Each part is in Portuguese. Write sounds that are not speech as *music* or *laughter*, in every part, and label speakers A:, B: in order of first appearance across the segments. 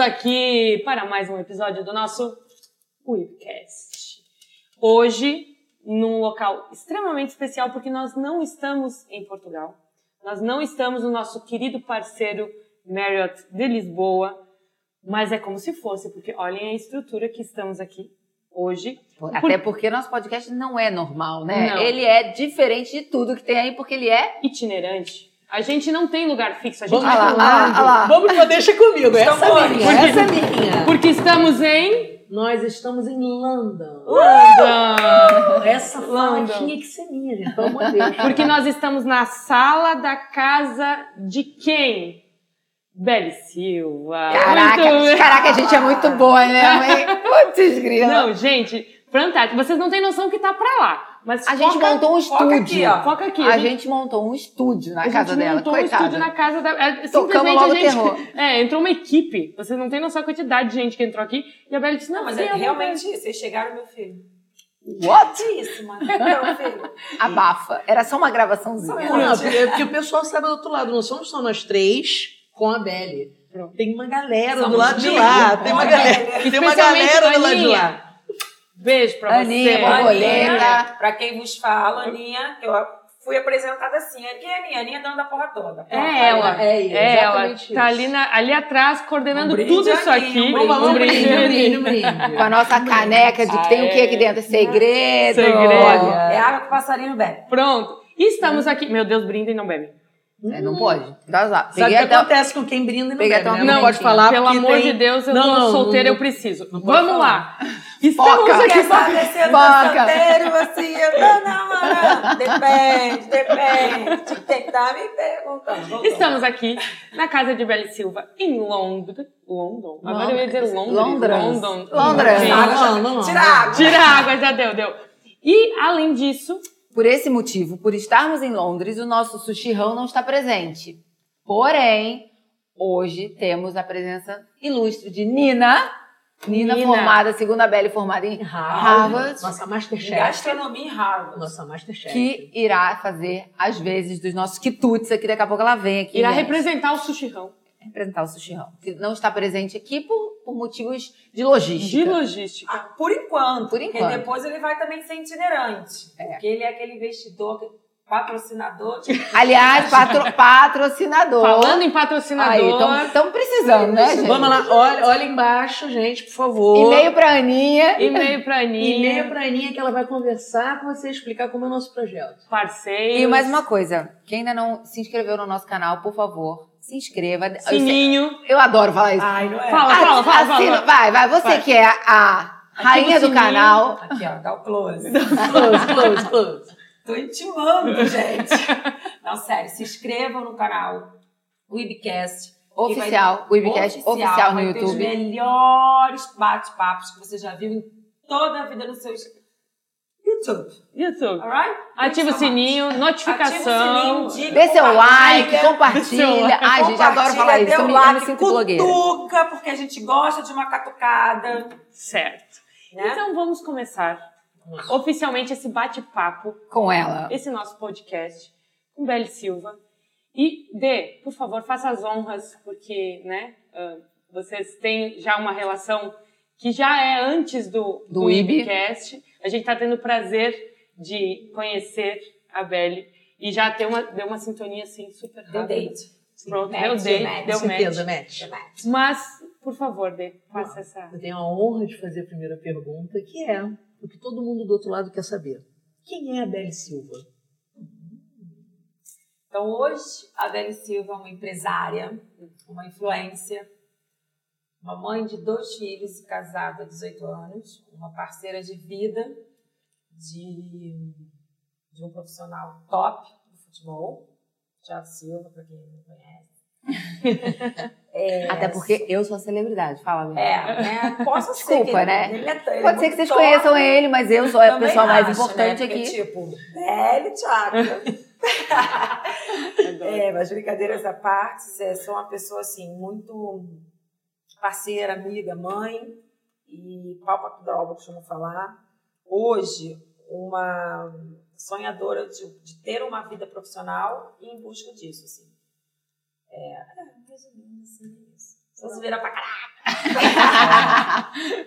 A: aqui para mais um episódio do nosso Whipcast. Hoje, num local extremamente especial, porque nós não estamos em Portugal. Nós não estamos no nosso querido parceiro Marriott de Lisboa, mas é como se fosse, porque olhem a estrutura que estamos aqui hoje.
B: Até porque nosso podcast não é normal, né?
A: Não.
B: Ele é diferente de tudo que tem aí, porque ele é.
A: itinerante. A gente não tem lugar fixo, a gente tá
C: Vamos
A: vai
C: lá,
A: pro
C: ah,
A: lado.
C: ah, lá.
D: Vamos pra deixa comigo, essa
C: Essa é minha,
A: Porque-
C: essa é minha.
A: Porque estamos em
C: Nós estamos em London.
A: London.
C: Essa fala
A: London.
C: tinha que ser minha, gente. Pelo amor de Deus.
A: Porque nós estamos na sala da casa de quem? Beli Silva. Muito
B: Caraca,
A: bem.
B: caraca, a gente é muito boa, né, mãe? Putz, grila.
A: Não, gente, fantástico. Vocês não têm noção que tá pra lá. Mas
B: A gente
A: foca-
B: montou um
A: foca aqui,
B: estúdio.
A: ó. Foca aqui.
B: A gente montou um estúdio na
A: a
B: casa
A: gente
B: dela,
A: montou um estúdio na
B: coitada.
A: casa da. é,
B: Tocamos
A: simplesmente
B: logo
A: a
B: o
A: gente.
B: terror.
A: É, entrou uma equipe. Vocês não têm noção a quantidade de gente que entrou aqui. E a Beli disse: Não,
D: Não, mas
A: sim,
D: é
A: eu vou
D: realmente isso. Vocês chegaram, meu filho.
B: What?
D: Que isso, mano? *laughs* Meu filho.
B: Abafa. Era só uma
D: Só
B: gravaçãozinha.
D: uma
C: Não, porque, porque o pessoal sabe do outro lado. Não somos só nós três com a Belle.
A: Pronto.
C: Tem uma galera Tá do
D: Somos
C: lado de
D: amigos.
C: lá. Tem uma
D: Olha,
C: galera.
D: galera.
C: Tem uma
A: Especialmente
C: galera do lado de
A: Aninha.
C: lá.
A: Beijo pra
B: Aninha,
A: você.
B: boa Borboleta.
D: Aninha, pra quem vos fala, Aninha, eu fui apresentada assim. Quem é a Aninha? A Aninha é dona da porra toda.
A: É ela.
C: É,
A: É ela.
C: exatamente
A: Tá
C: isso.
A: ali, na- ali atrás, coordenando
D: Um brinde
A: tudo isso
D: aqui,
A: aqui.
D: um
C: Vamos lá,
D: Um
C: vamos brinde,
A: brinde.
C: um brinde, um brinde.
B: Com a nossa caneca de que tem o que aqui dentro? Segredo.
A: Segredo.
D: É água que o passarinho bebe.
A: Pronto. E Estamos aqui. Meu Deus, brinda e não bebe.
B: É, não pode. Dá azar.
C: Hum, Sabe o
B: Peguei
C: que
B: até
C: acontece com quem brinda e não
B: Peguei
C: bebe,
B: até
C: né?
B: uma
C: Não pode
B: mentinha.
C: falar
A: Pelo
C: porque
A: amor
C: tem-
A: de Deus, eu
C: Não,
A: tô
C: não,
A: solteira,
C: não-
A: eu preciso.
C: não pode
A: Vamos lá. Estamos
B: Foca.
A: aqui.
D: Quem sabe descer do
B: Foca.
D: solteiro assim, eu tô namorando. Depende, depende. Tem que estar me perguntando. Voltou.
A: Estamos aqui na casa de Beli Silva, em Londres. London. Agora eu ia dizer Londres.
B: Londres.
A: London.
B: Londres.
A: Gente,
D: Água,
C: Não, não, não.
D: Tira a água.
A: Tira a água, já deu, deu. E, além disso,
B: Por esse motivo, por estarmos em Londres, o nosso sushirão não está presente. Porém, hoje temos a presença ilustre de Nina. Nina,
A: Nina.
B: formada, segunda Belle, formada em Harvard,
C: Nossa
D: Em
C: Masterchef.
D: Gastronomia em Harvard.
C: Nossa Masterchef.
B: que irá fazer as vezes dos nossos quitutes aqui. Daqui a pouco ela vem aqui.
A: irá
B: gente,
A: representar o sushirão
B: representar o sushirão. Que não está presente aqui por, por motivos de logística.
A: de logística.
D: Ah, por enquanto.
B: Por enquanto.
D: Porque depois ele vai também ser itinerante. Porque ele é aquele investidor, patrocinador.
B: *laughs*
D: Tipo,
A: *laughs*
B: Aliás, patro- patrocinador.
A: Falando em
B: Aí, então-
A: patrocinador.
B: estão precisando, né, gente?
C: Vamos lá, olha, olha embaixo, gente, por favor.
B: E-mail pra Aninha.
A: E-mail pra Aninha.
C: E-mail pra Aninha que ela vai conversar com você, explicar como é o
A: *laughs*
C: nosso projeto.
A: Parceiros.
B: E mais uma coisa, quem ainda não se inscreveu no nosso canal, por favor, se inscreva. Eu sei-
A: Sininho.
B: Eu, adoro falar isso.
D: ai, não é?
A: Fala, fala, fala, fala.
B: Assina- Vai, vai, você
A: Vai.
B: que é a rainha do
A: sininho.
B: canal.
D: Aqui, ó, dá o close.
C: Close, close, close.
B: *laughs*
D: Tô intimando, gente. Não, sério, se inscrevam no canal Webcast.
B: Oficial, o Ibcast oficial, no
D: vai Ter os
B: YouTube.
D: melhores bate-papos que você já viu em toda a vida no seu YouTube.
A: YouTube.
D: Alright?
A: Ativa o
D: Thank you so much.
A: sininho,
D: Ativa
A: notificação.
D: o sininho,
B: Dê seu like,
D: compartilha.
A: Dê seu
B: compartilha.
A: like,
B: Ai, gente, adoro falar isso. Eu me, eu me sinto blogueira.
D: Cutuca, porque a gente gosta de uma catucada,
A: Certo.
D: né?
A: Então vamos começar oficialmente esse bate-papo,
B: Com ela.
A: esse nosso podcast com Beli Silva. E Dê, por favor, faça as honras, porque né, ah, vocês têm já uma relação que já é antes do,
B: Do IB.
A: Ibcast. A gente está tendo o prazer de conhecer a Beli e já ter uma, deu uma sintonia assim super
D: Deu
A: rápida.
D: date.
A: Pronto,
D: Match,
A: deu date,
D: match.
A: deu
C: Certeza,
A: match.
C: match.
A: Mas, por favor, Dê, faça essa.
C: Eu tenho a honra de fazer a primeira pergunta, que é o que todo mundo do outro lado quer saber. Quem é a Belle Silva?
D: Então hoje a Beli Silva é uma empresária, uma influencer, uma mãe de dois filhos e casada há 18 anos, uma parceira de vida de, de um profissional top do futebol, Thiago Silva, para quem não conhece.
B: *laughs*
D: É,
B: Até porque eu sou a celebridade, fala mesmo.
D: É, né? Posso
B: Desculpa,
D: ser que
B: né?
D: ele é- ele é
B: Pode ser que vocês
D: top,
B: conheçam ele, mas eu sou a
D: também
B: pessoa mais
D: acho,
B: importante
D: né? Porque,
B: aqui.
D: Tipo, velho Thiago.
A: Adoro.
D: É, mas brincadeiras à parte, é, sou uma pessoa assim, muito parceira, amiga, mãe e pau pra toda obra, costumo falar. Hoje, uma sonhadora de, de ter uma vida profissional e em busca disso, assim. É, é, mais ou menos assim, é isso. Você vira pra caralho.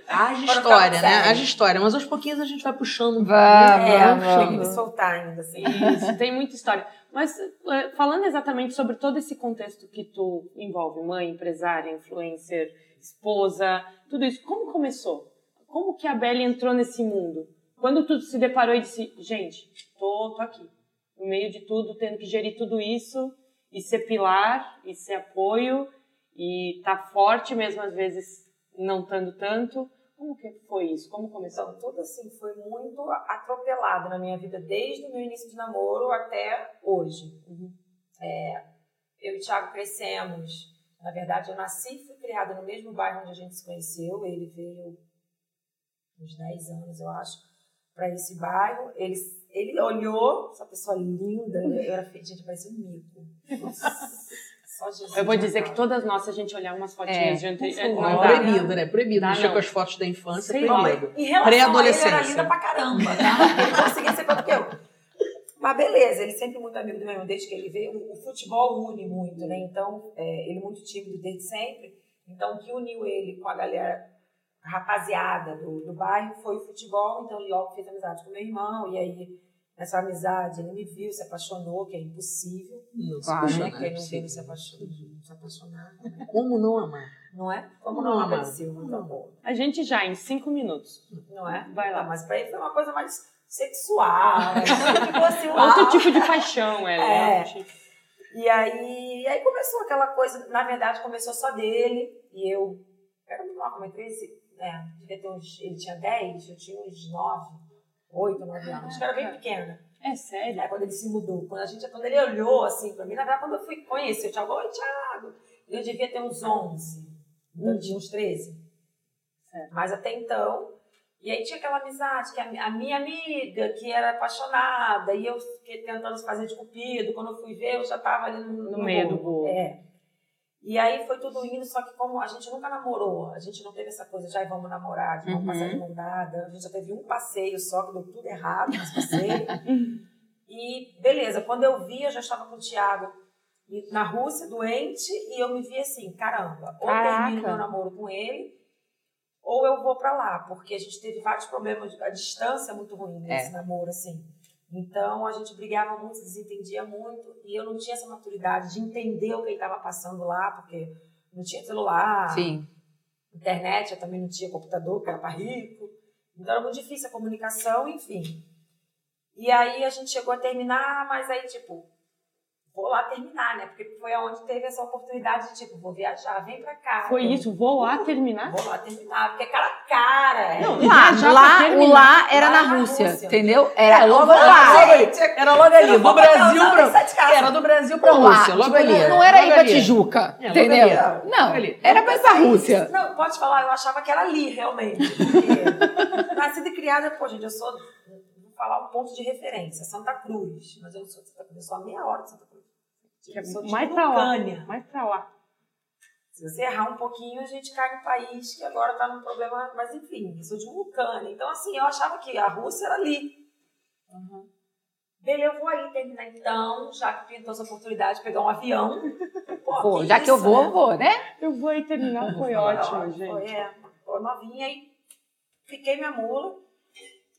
C: Haja
D: Bora
C: história, né?
D: pra série.
C: Haja história. Mas aos pouquinhos a gente vai
B: *laughs*
C: puxando.
B: Vamos,
D: é, eu
B: vamos.
D: cheguei a me soltar ainda, assim.
A: Isso, tem muita história. Mas eh, falando exatamente sobre todo esse contexto que tu envolve, mãe, empresária, influencer, esposa, tudo isso, como começou? Como que a Belle entrou nesse mundo? Quando tu se deparou e disse, gente, tô, tô aqui, no meio de tudo, tendo que gerir tudo isso, e ser pilar, e ser apoio, e tá forte mesmo às vezes não estando tanto. Como que foi isso? Como começou?
D: Então, tudo assim foi muito atropelado na minha vida, desde o meu início de namoro até hoje.
A: Uhum.
D: É, eu e o Thiago crescemos. Na verdade, eu nasci e fui criada no mesmo bairro onde a gente se conheceu. Ele veio uns 10 anos, eu acho, para esse bairro. Ele, ele olhou, essa pessoa linda, né? eu era feita, gente, parecia um mico.
A: *laughs*
D: Só Jesus
A: Eu vou
D: na
A: dizer que
D: causa.
A: todas nós, se a gente olhar umas fotinhas de
B: por
A: anterior,
B: favor.
A: não
C: Não,
A: dá.
C: é proibido, né? Proibido.
A: Dá,
C: Mexer
A: não.
C: com as fotos da infância, é
A: Sei lá.
C: proibido.
D: Em relação
C: Pré-adolescência.
D: a ele, era linda pra caramba, tá? Ele conseguia ser pior do que eu. Mas beleza, ele sempre muito amigo do meu irmão, desde que ele veio. O, o futebol une muito, né? Então, é, ele muito tímido desde sempre. Então, o que uniu ele com a galera a rapaziada do, do bairro foi o futebol. Então, ele logo fez amizade com meu irmão. E aí, nessa amizade, ele me viu, se apaixonou, que é impossível.
C: Não se
B: Claro,
C: apaixonar,
D: né? Quem não é
C: sim.
D: viu, se apaixonou. Se apaixonar,
C: Como não amar?
D: não é? Como
C: Não,
D: não, não
C: amado.
D: apareceu, não tá bom
A: A gente já, em cinco minutos.
D: não é?
A: Vai lá.
D: Não, mas pra ele foi uma coisa mais sexual, né?
A: *laughs*
D: Ficou assim, uau.
A: Outro tipo de paixão, é.
D: É.
A: né? Tipo,
D: E aí, e aí começou aquela coisa, na verdade começou só dele, e eu, era muito nova, como é 13, né? Devia ter uns, ele tinha 10, eu tinha uns 9, 8, 9 anos, acho que eu era bem pequena.
A: É sério.
D: É, quando ele se mudou, quando a gente, quando ele olhou assim pra mim, na verdade quando eu fui conhecer o Thiago, oi Thiago, eu devia ter uns 11, então eu tinha uns 13.
A: Certo.
D: Mas até então, e aí tinha aquela amizade, que a, mi- a minha amiga, que era apaixonada, e eu fiquei tentando fazer de cupido, quando eu fui ver, eu já tava ali no,
A: No meio do bolo.
D: É. E aí foi tudo indo, só que como a gente nunca namorou, a gente não teve essa coisa de, ai, vamos namorar, de vamos
B: Uhum.
D: passar de mão dada, a gente já teve um passeio só, que deu tudo errado nesse passeio. e beleza, quando eu vi, eu já estava com o Thiago e- na Rússia, doente, e eu me vi assim, caramba, ou
B: Caraca.
D: termino meu namoro com ele, ou eu vou pra lá, porque a gente teve vários problemas, a distância é muito ruim nesse namoro, assim. Então a gente brigava muito, se desentendia muito, e eu não tinha essa maturidade de entender o que ele estava passando lá, porque não tinha celular,
B: Sim.
D: internet, eu também não tinha computador, que era para rico. Então era muito difícil a comunicação, enfim. E aí a gente chegou a terminar, mas aí, tipo, vou lá terminar, né? Porque foi aonde teve essa oportunidade de, tipo, vou viajar, vem pra cá.
A: Foi isso, vou lá terminar?
D: Vou lá terminar, porque é cara a cara.
A: Não,
D: é.
B: Lá,
A: viajar pra
B: lá,
A: terminar.
B: o lá era
D: Lá
B: na
D: na
B: Rússia, É,
D: Rússia.
B: entendeu? Era logo
D: vamos
B: lá.
D: gente, é-
C: Era logo
D: eu
C: ali,
D: não
C: do
D: vou botar
C: Brasil
D: usar
C: pra...
D: sete casas.
C: Era do Brasil pra
B: Lá.
C: Rússia, logo
B: Tipo,
C: ali.
B: Não era
C: logo
B: ir pra
C: ali.
B: Tijuca,
C: É, logo
B: entendeu?
C: ali, ó.
B: Não,
C: Logo ali.
B: era pra ir pra Rússia.
D: Não, pode falar, eu achava que era ali, realmente. porque Nascida e criada, pô, gente, eu sou. Vou falar um ponto de referência, Santa Cruz. Mas eu não sou de Santa Cruz, eu sou a meia hora de Santa Cruz.
A: Que é
D: Eu sou de
A: mais pra lá.
D: Lucânia.
A: Mais pra lá.
D: Se você errar um pouquinho, a gente cai no país que agora tá num problema. Mas enfim, eu sou de Vulcânia. Então, assim, eu achava que a Rússia era ali. Beleza, eu vou aí terminar então, já que pintou essa oportunidade de pegar um avião. Pô,
B: Pô, já que eu
D: isso,
B: vou,
D: né?
B: eu vou, né?
A: Eu vou aí terminar, foi
D: Foi
A: ótimo,
D: ótimo,
A: gente.
D: Foi, é, foi novinha e fiquei minha mula.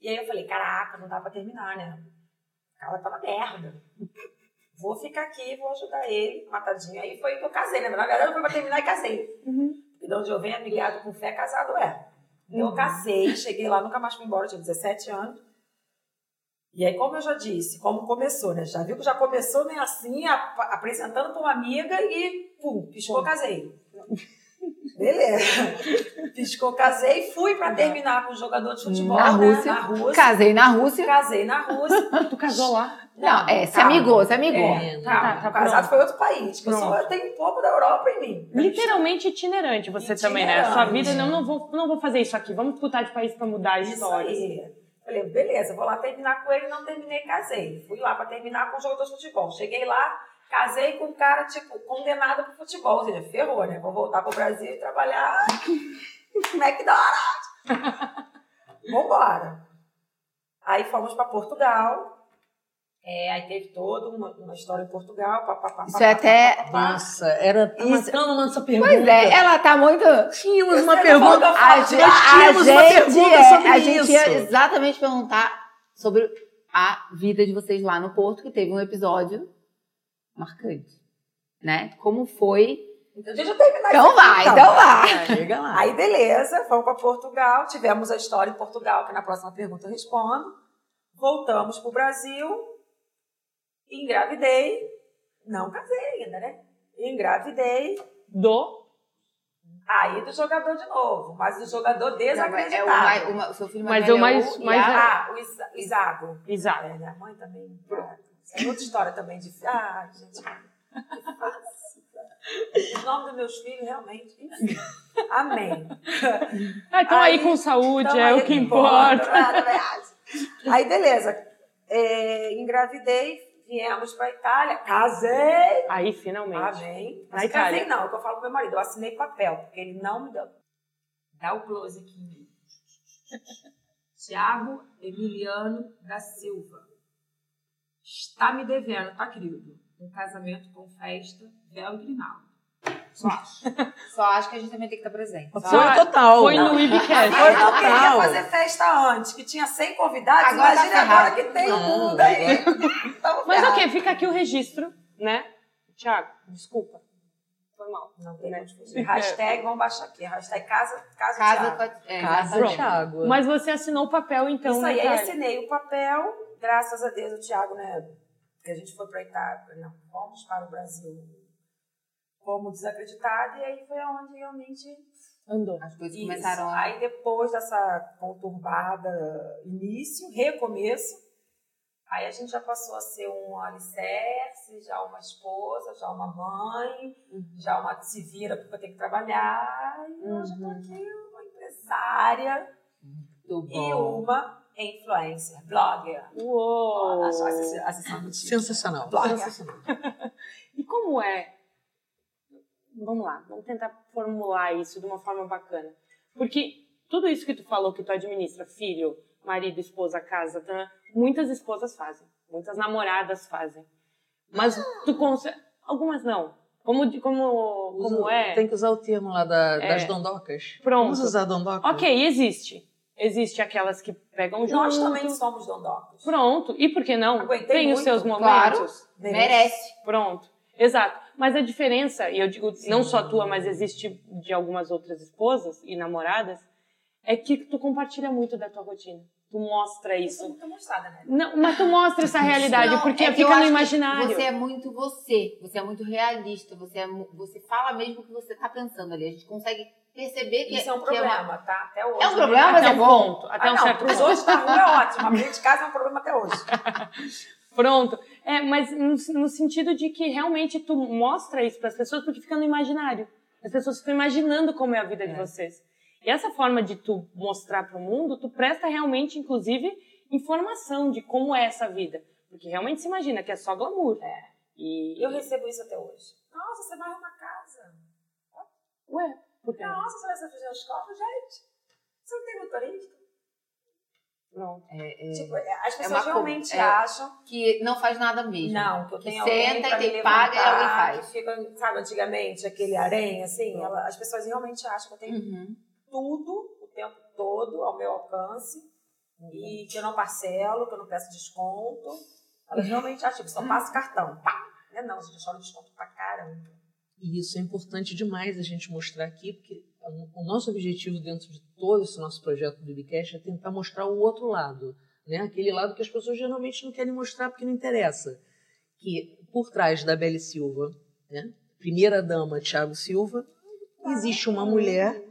D: E aí eu falei, caraca, não dá pra terminar, né? O cara tá na merda. Vou ficar aqui, vou ajudar ele, matadinho. Aí foi que eu casei, né? Mas, Na verdade, eu fui pra terminar e casei.
A: Uhum.
D: E de onde eu venho é milhado com fé, casado é.
B: Uhum.
D: Então eu casei, cheguei lá, nunca mais fui embora, eu tinha 17 anos. E aí, como eu já disse, como começou, né? Já viu que já começou meio assim, ap- apresentando pra uma amiga e, pum, piscou, casei. Beleza. Piscou, casei, fui pra terminar com o jogador de futebol
B: Uhum. Na
D: né?
B: Rússia.
D: Na Rússia.
B: Casei na Rússia.
D: Casei na Rússia.
A: Tu casou lá?
B: Não, é, se
D: Calma.
B: amigou, se amigou.
C: É,
D: Tá,
A: tá, tá, pronto.
D: casado foi outro país. Que eu, sou,
A: Pronto.
D: eu tenho um pouco da Europa em mim.
A: Literalmente itinerante você também, né? A Sua vida, não,
D: Itinerante.
A: não, vou, não vou fazer isso aqui. Vamos putar de país pra mudar a
D: Isso
A: história.
D: aí. Falei, beleza, vou lá terminar com ele, não terminei, casei. Fui lá pra terminar com o jogador de futebol. Cheguei lá, casei com um cara, tipo, condenado pro futebol. Ou seja, ferrou, né? Vou voltar pro Brasil e trabalhar. *laughs* McDonald's! Vambora! Aí fomos pra Portugal. É, aí teve toda uma, uma história em Portugal. Pá, pá, pá,
B: Isso
D: pá,
B: é
D: pá,
B: até-
D: pá, pá, pá.
C: Nossa, era tá
B: Isso-
C: matando uma nossa pergunta.
B: Pois é, ela tá muito.
C: Tínhamos uma
D: Eu
C: pergunta.
D: falo-
B: A,
C: Nós
B: ge- a
C: tínhamos uma pergunta
B: é-
C: sobre
B: a gente
C: isso.
B: ia exatamente perguntar sobre a vida de vocês lá no Porto, que teve um episódio marcante. Né? Como foi?
D: Então, deixa eu terminar
B: Então
D: isso aqui,
B: vai, então vai.
C: Ah, Chega lá.
D: Aí, beleza, fomos para Portugal, tivemos a história em Portugal, que na próxima pergunta eu respondo. Voltamos pro Brasil, engravidei, não casei ainda, né? Engravidei,
A: Do.
D: aí do jogador de novo, mas o jogador
B: É
D: desacreditado.
B: o mai- o ma- o seu filho mais
A: Mas eu
B: velho
A: mais-
B: é o
A: mais-
B: Iago.
D: Ah, o Isa- Isago.
A: Exato.
D: É, minha mãe também. ah, isso é outra história também de. Ah, gente. que fácil, cara. Os nomes dos meus filhos, realmente. enfim. Amém.
A: Ah, então aí,
D: Aí,
A: com saúde
D: Então,
A: é
D: aí *laughs*
A: o que importa.
D: nada mais. aí, beleza. É, engravidei, viemos pra Itália, casei.
A: Aí, finalmente.
D: Amém.
A: Na
D: Mas
A: Itália.
D: casei não, é o que eu falo pro meu marido. Eu assinei papel, porque ele não me deu. Dá o close aqui
A: *laughs*
D: em mim. Tiago Emiliano da Silva. Está me devendo, tá, querido? Um casamento com festa, véu e grinaldo. Só acho.
B: Só acho que a gente também tem que estar presente.
A: Só-
C: Foi
D: Ah,
C: total.
A: Foi no Ibcast.
C: Foi
D: eu queria
C: total.
D: fazer festa antes, que tinha 100 convidados.
B: Agora tá
D: imagina agora
B: ferrado.
D: que tem o
C: Não.
D: mundo aí. Tamo
A: Mas
D: ferrado.
A: ok, fica aqui o registro, né? Tiago, desculpa. Foi mal.
D: Não tem onde fugir. Hashtag, vamos baixar aqui. Hashtag casa, casa,
B: Casa
D: Thiago.
B: com a- é,
C: Casa
B: exatamente.
C: Thiago.
A: Mas você assinou o papel, então,
D: Isso
A: né,
D: aí, aí
A: Itália?
D: assinei o papel, graças a Deus, o Thiago, né? Porque a gente foi para Itália, não, fomos para o Brasil como desacreditado, e aí foi onde realmente.
A: Andou.
B: As coisas
D: Isso.
B: começaram a.
D: Aí depois dessa conturbada início, recomeço, aí a gente já passou a ser um alicerce, já uma esposa, já uma mãe,
B: Uhum.
D: já uma que se vira porque tem que trabalhar. E hoje
B: Uhum.
D: eu tô aqui, uma empresária
B: Muito
D: e
B: bom.
D: uma influencer, blogger.
A: Uou!
D: A- a- a- a sessão do time.
C: Sensacional.
D: Blá.
C: Sensacional.
A: E como é? Vamos lá, vamos tentar formular isso de uma forma bacana. Porque tudo isso que tu falou que tu administra, filho, marido, esposa, casa, tá? muitas esposas fazem, muitas namoradas fazem. Mas tu consegue, algumas não. Como de- como como
C: Usa-
A: é?
C: Tem que usar o termo lá da-
A: É.
C: das dondocas.
A: Pronto.
C: Vamos usar dondocas?
A: OK, existe. Existe aquelas que pegam junto.
D: Nós também somos dondocos.
A: Pronto. E por que não?
D: Aguentei
A: Tem os
D: muito,
A: seus momentos.
B: claro. Merece.
A: Pronto. Exato. Mas a diferença, e eu digo não só a tua, mas existe de algumas outras esposas e namoradas, é que tu compartilha muito da tua rotina. Tu mostra
D: Isso eu
A: isso.
D: nunca mostrada, né?
A: Não, mas tu mostra essa realidade,
B: Não,
A: porque
B: é que eu
A: fica
B: acho
A: no
B: que
A: imaginário.
B: Você é muito você, você é muito realista, você, é, mu- você fala mesmo o que você tá pensando ali. A gente consegue perceber que
D: Isso é um
B: que uma-
D: problema, tá? Até hoje.
B: É um problema, mas
A: até
B: é
A: um
B: bom.
A: ponto. Até
D: ah,
A: um
D: não,
A: certo
D: mas
A: ponto.
D: hoje na rua é ótimo. A briga de casa é um problema até hoje.
A: Pronto. É, mas no, no sentido de que realmente tu mostra isso para as pessoas porque fica no imaginário. As pessoas ficam imaginando como é a vida de
C: É.
A: vocês. E essa forma de tu mostrar para o mundo, tu presta realmente, inclusive, informação de como é essa vida. Porque realmente se imagina que é só glamour. E
D: Eu recebo isso até hoje. Nossa, você vai arrumar casa.
A: Ué,
B: É.
A: por quê?
D: Nossa, você vai se fazer os copos, gente. Você não tem motorista?
A: Pronto.
D: Tipo, é, as
B: uma
D: pessoas
B: co-
D: realmente
B: é.
D: acham
B: que não faz nada mesmo.
D: não, que eu tenho
B: Que
D: alguém
B: senta
D: pra
B: e
D: me
B: tem- paga e alguém
D: levantar,
B: faz.
D: que fica, sabe, antigamente, aquele harém, assim, ela- as pessoas realmente acham que eu tenho
B: Uhum.
D: tudo o tempo todo ao meu alcance
B: Uhum.
D: e que eu não parcelo, que eu não peço desconto. Elas realmente acham que
B: Hum.
D: só passo cartão. Pá! Não é não, gente, eu choro desconto pra caramba.
C: E isso é importante demais a gente mostrar aqui, porque o nosso objetivo dentro de todo esse nosso projeto do Bicast é tentar mostrar o outro lado, né? Aquele lado que as pessoas geralmente não querem mostrar porque não interessa. Que por trás da Belle Silva, né? Primeira dama Thiago Silva, existe uma mulher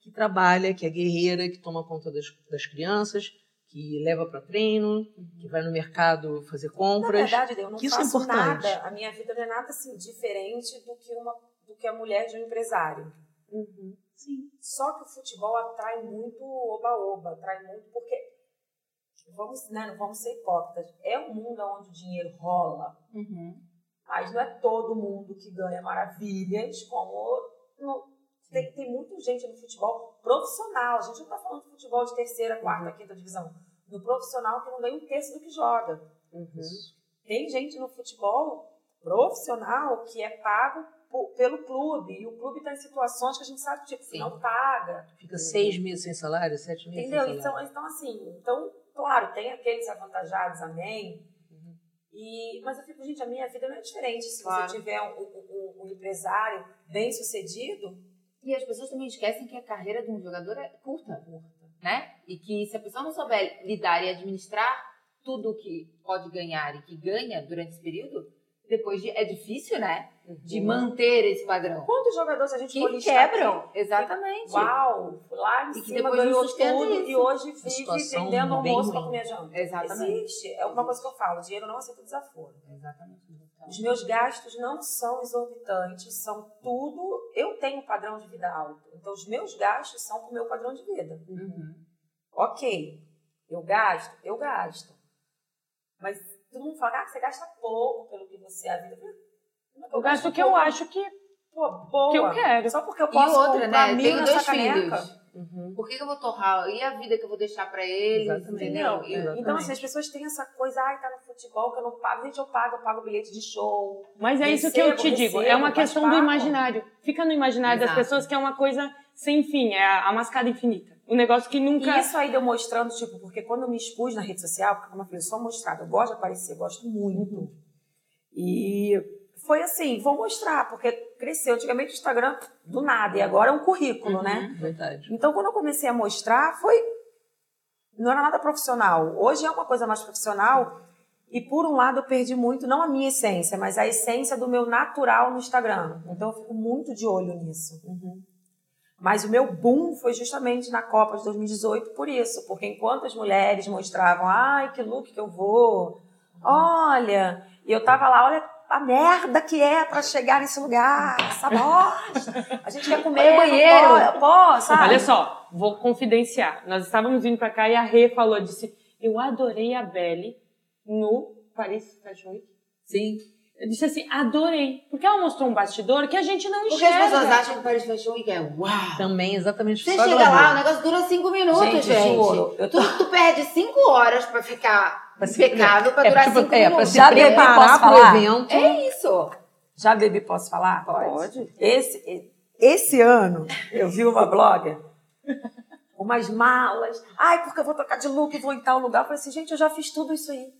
C: que trabalha, que é guerreira, que toma conta das, das crianças, que leva para treino, que vai no mercado fazer
D: Na
C: compras.
D: verdade, eu não
C: Isso é
D: faço
C: importante.
D: nada. A minha vida não é nada assim diferente do que uma do que a mulher de um empresário.
B: Uhum.
C: Sim.
D: Só que o futebol atrai muito oba-oba, atrai muito porque vamos, né, não vamos ser hipócritas. É um mundo onde o dinheiro rola.
B: Uhum.
D: Mas não é todo mundo que ganha maravilhas, como. no- tem, tem muita gente no futebol profissional. A gente não está falando de futebol de terceira, quarta, quinta divisão. No profissional que não ganha um terço do que joga. Tem gente no futebol profissional que é pago po- pelo clube. E o clube está em situações que a gente sabe tipo, que
B: Sim.
D: não paga.
C: Fica seis meses sem salário, sete meses
D: Entendeu?
B: é
C: sem
D: Então,
C: salário.
D: então, assim, então, claro, tem aqueles avantajados, amém.
B: Uhum.
D: E, mas eu fico, gente, a minha vida não é diferente. Se
A: Claro.
D: você tiver um, um- um- um empresário bem sucedido,
B: E as pessoas também esquecem que a carreira de um jogador é curta. Né? E que se a pessoa não souber lidar e administrar tudo o que pode ganhar e que ganha durante esse período, depois de, é difícil, né?
A: Uhum.
B: De manter esse padrão.
D: quantos jogadores a gente for
B: Que
D: listar aqui?
B: quebram, exatamente.
D: Uau, lá em
B: E que
D: cima
B: depois não
D: ganhou
B: sustenta
D: tudo
B: isso.
D: e hoje vive
C: situação
D: vendendo
C: bem
D: almoço para
C: ruim.
D: comer janta.
B: Exatamente.
D: Existe, é uma coisa que eu falo, o dinheiro não aceita desaforo.
B: Exatamente. Então,
D: Os meus gastos não são exorbitantes, são tudo. Eu tenho um padrão de vida alto, então os meus gastos são com o meu padrão de vida.
B: uhum.
D: Ok, eu gasto, eu gasto. Mas todo mundo fala, ah, você gasta pouco pelo que você é a vida.
A: Eu gasto o que eu acho que,
D: Pô, boa.
A: que eu quero.
D: Só porque eu
B: E
D: posso
B: outra,
D: comprar
B: né?
D: mil
B: Tenho
D: nessa
B: dois
D: caneca.
B: filhos.
C: Uhum.
B: Por que, que eu vou torrar? E a vida que eu vou deixar pra eles?
C: Exatamente.
B: Entendeu?
C: Entendeu?
B: Eu-
D: Então, assim, as pessoas têm essa coisa, ai, tá no futebol que eu não pago. Gente, eu pago, eu pago bilhete de show.
A: Mas é isso que
D: Recebo,
A: eu te digo. É
D: recebo,
A: uma
D: faz
A: questão do
D: papo.
A: imaginário. Fica no imaginário das
B: Exato.
A: pessoas que é uma coisa sem fim, é a, a mascada infinita. Um negócio que nunca.
D: E isso aí deu mostrando, tipo, porque quando eu me expus na rede social, porque como eu falei, eu sou mostrada, eu gosto de aparecer, eu gosto muito. E foi assim, vou mostrar, porque cresceu. Antigamente o Instagram, do nada, e agora é um currículo, né?
C: Verdade.
D: Então, quando eu comecei a mostrar, foi. Não era nada profissional. Hoje é uma coisa mais profissional. E por um lado, eu perdi muito, não a minha essência, mas a essência do meu natural no Instagram. Então, eu fico muito de olho nisso.
B: Uhum.
D: Mas o meu boom foi justamente na Copa de 2018 por isso. Porque enquanto as mulheres mostravam, ai, que look que eu vou, olha. E eu tava lá, olha a merda que é pra chegar nesse lugar, essa bosta. A gente quer comer,
B: Olha o banheiro.
D: Pô, pô, sabe?
A: Olha só, vou confidenciar. Nós estávamos vindo pra cá e a Rê falou, disse, eu adorei a Belle no Paris Fashion Week.
C: Sim.
A: Eu disse assim, adorei. Porque ela mostrou um bastidor que a gente não
B: Porque as
A: enxerga.
B: pessoas acham que Paris Fashion Week é uau.
D: Uhum.
C: Também, exatamente.
B: Você
C: Então, só
B: chega
C: glamour.
B: lá,
E: né,
B: o negócio dura cinco minutos, gente.
D: Gente, juro, eu tô-
B: tu, tu perde cinco horas pra ficar
C: Pra se-
B: impecável, pra
C: é,
B: durar
C: tipo,
B: cinco
C: é, pra
B: minutos.
C: se
D: Já
C: preparar pro
D: posso falar?
C: evento.
B: É isso.
D: Já bebi, posso falar?
A: Pode.
D: Esse, esse ano, eu vi uma blogger, umas malas. Ai, porque eu vou trocar de look, vou em tal lugar. Eu falei assim, gente, eu já fiz tudo isso aí.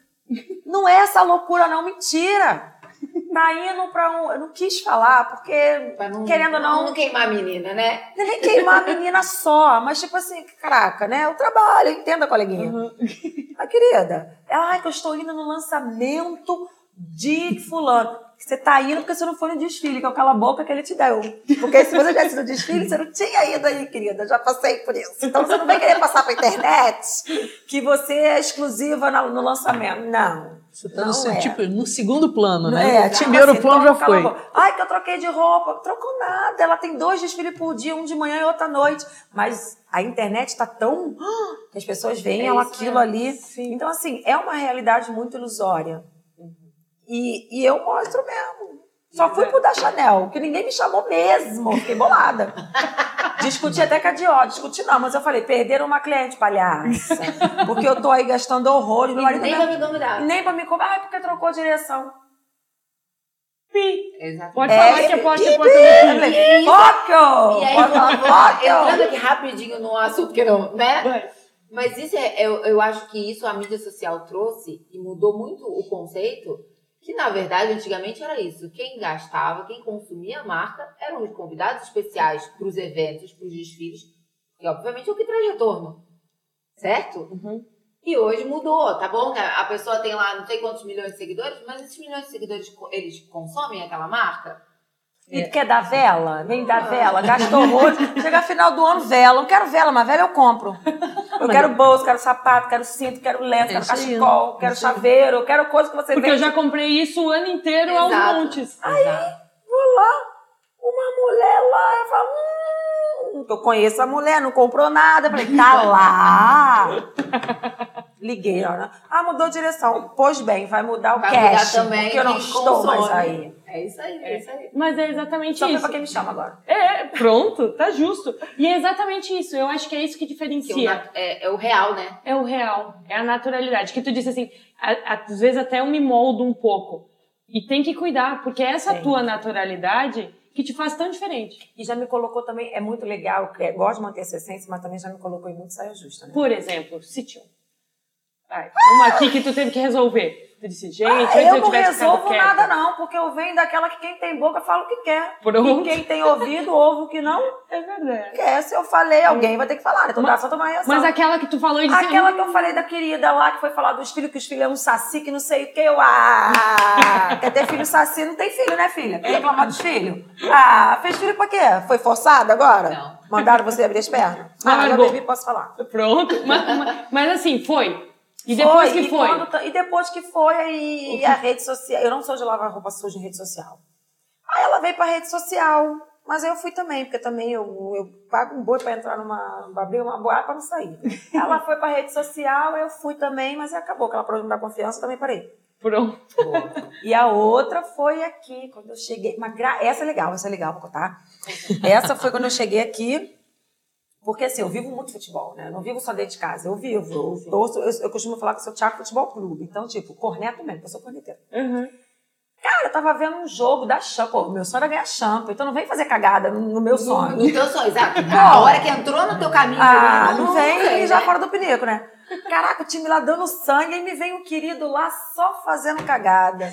D: Não é essa loucura, não, mentira. Tá indo pra um. Eu não quis falar, porque.
B: Pra não,
D: Querendo ou não-
B: não queimar a menina, né?
D: Nem queimar a menina só, mas tipo assim, caraca, né? Eu trabalho, entenda, coleguinha. A querida, ela, ai, que eu estou indo no lançamento de fulano. Você tá indo porque você não foi no desfile, que é o cala-boca que ele te deu. Porque se você tivesse no desfile, você não tinha ido aí, querida. Já passei por isso. Então você não vai querer passar pra internet que você é exclusiva na- no lançamento. Não.
C: Você tá
D: Não
E: assim,
C: no, seu-
D: é.
C: tipo, no segundo plano,
D: Não
C: né?
D: é,
C: o primeiro
D: assim,
C: plano
D: então,
C: já
D: cala a
C: foi.
D: boca. Ai, que eu troquei de roupa. Trocou nada. Ela tem dois desfiles por dia, um de manhã e outro à noite. Mas a internet tá tão... ah, que as pessoas veem
B: É
D: ela
B: isso
D: aquilo ali. Então, assim, é uma realidade muito ilusória. E, e eu mostro mesmo. Só fui pro da Chanel, que ninguém me chamou mesmo. Fiquei bolada. Discuti até com a Dior. Discuti não, mas eu falei, perderam uma cliente, palhaça. Porque eu tô aí gastando horrores. Meu
B: E
D: marido
B: nem
D: mesmo-
B: vai me convidar.
D: nem pra me cobrar. Ai, porque trocou a direção.
A: Pi.
B: Exatamente.
A: Pode
D: É,
A: falar que
D: pi,
A: é pode,
D: pi,
A: é pode. é pi.
D: Foco!
B: E aí,
D: Foco,
B: vamos, entrando
D: foco!
B: aqui rapidinho no assunto, porque não, né?
A: Vai.
B: Mas isso é, eu, eu acho que isso a mídia social trouxe e mudou muito o conceito, que na verdade antigamente era isso. Quem gastava, quem consumia a marca eram os convidados especiais para os eventos, para os desfiles, e obviamente é o que traz retorno. Certo? E hoje mudou, tá bom? que A pessoa tem lá não sei quantos milhões de seguidores, mas esses milhões de seguidores co- eles consomem aquela marca?
D: E quer dar vela? Vem dar vela, gasta horrores. Chega final do ano, vela. Não quero vela, mas vela eu compro. Eu quero bolso, quero sapato, quero cinto, quero
C: É
D: lenço, quero
C: isso aí.
D: cachecol, quero chaveiro, quero coisa que você
A: Porque
D: vê.
A: eu já comprei isso o ano inteiro aos
B: Exato.
A: montes.
B: Exato.
D: Uma mulher lá, eu falo, hum, eu conheço a mulher, não comprou nada. Eu falei, tá lá. Liguei, Ana. Ah, mudou de direção. Pois bem, vai mudar o
B: Vai mudar
D: cash.
B: também
D: porque eu não
B: quem
D: estou mais
B: consome.
D: aí.
B: É isso aí, é, isso aí.
A: Mas é exatamente
F: Só
A: isso.
F: pra quem me chama agora.
A: É, pronto, tá justo. E é exatamente isso. Eu acho que é isso que
B: Que é
A: diferencia.
B: o nat- é, é o real, né?
A: É o real, é a naturalidade. Que tu disse assim, a- às vezes até eu me moldo um pouco. E tem que cuidar, porque é essa
D: Sim.
A: tua naturalidade que te faz tão diferente.
D: E já me colocou também, é muito legal, que é- gosto de manter essa essência, mas também já me colocou em muito saia justa, né?
A: Por exemplo, sítio. Vai, uma aqui que tu teve que resolver. Tu disse, gente, antes
D: Ah, eu não
A: tivesse ficado
D: resolvo
A: quieta.
D: nada, não, porque eu venho daquela que quem tem boca fala o que quer. E
A: Pronto.
D: quem tem ouvido, ouve o que não
A: É verdade.
D: quer. Se eu falei, alguém vai ter que falar. né? Então
A: Mas-
D: dá pra tomar reação.
A: Mas Hum. aquela que tu falou e disse,
D: Aquela que eu falei da querida lá, que foi falar dos filhos, que os filhos é um saci, que não sei o que, eu, ah, quer ter filho saci, não tem filho, né, filha? Quer reclamar dos filhos? Ah, fez filho pra quê? Foi forçada agora?
B: Não.
D: Mandaram você abrir as pernas?
A: Não,
D: Ah, já
A: largou.
D: bebi, posso falar.
A: "Ah, pronto. *laughs* Mas, mas- mas assim, foi. E depois que
D: e
A: foi.
D: quando ta- e depois que foi, aí a rede social, eu não sou de lavar roupa suja em rede social. Aí ela veio pra rede social, mas eu fui também, porque também eu, eu pago um boi pra entrar numa, pra abrir uma boate pra
A: *laughs*
D: não sair. Ela foi pra rede social, eu fui também, mas acabou, que ela parou de me dar confiança, eu também parei.
A: Pronto.
D: E a outra foi aqui, quando eu cheguei. Uma gra... Essa é legal, essa é legal, vou contar. Essa foi quando eu cheguei aqui. Porque assim, eu vivo muito futebol, né? Eu não vivo só dentro de casa, eu vivo. Eu, torço, eu, eu costumo falar que eu sou Thiago Futebol Clube. Então, tipo, corneto mesmo, eu sou corneteira.
A: Uhum.
D: Cara, eu tava vendo um jogo da Champa. Pô, meu sonho era ganhar Champa, então não vem fazer cagada no, no meu sonho.
B: No teu sonho,
D: *laughs*
B: exato. A hora que entrou no teu caminho,
D: Ah,
B: ali,
D: não vem
B: né?
D: e já fora do pinico, né? Caraca, o time lá dando sangue, aí me vem o querido lá só fazendo cagada.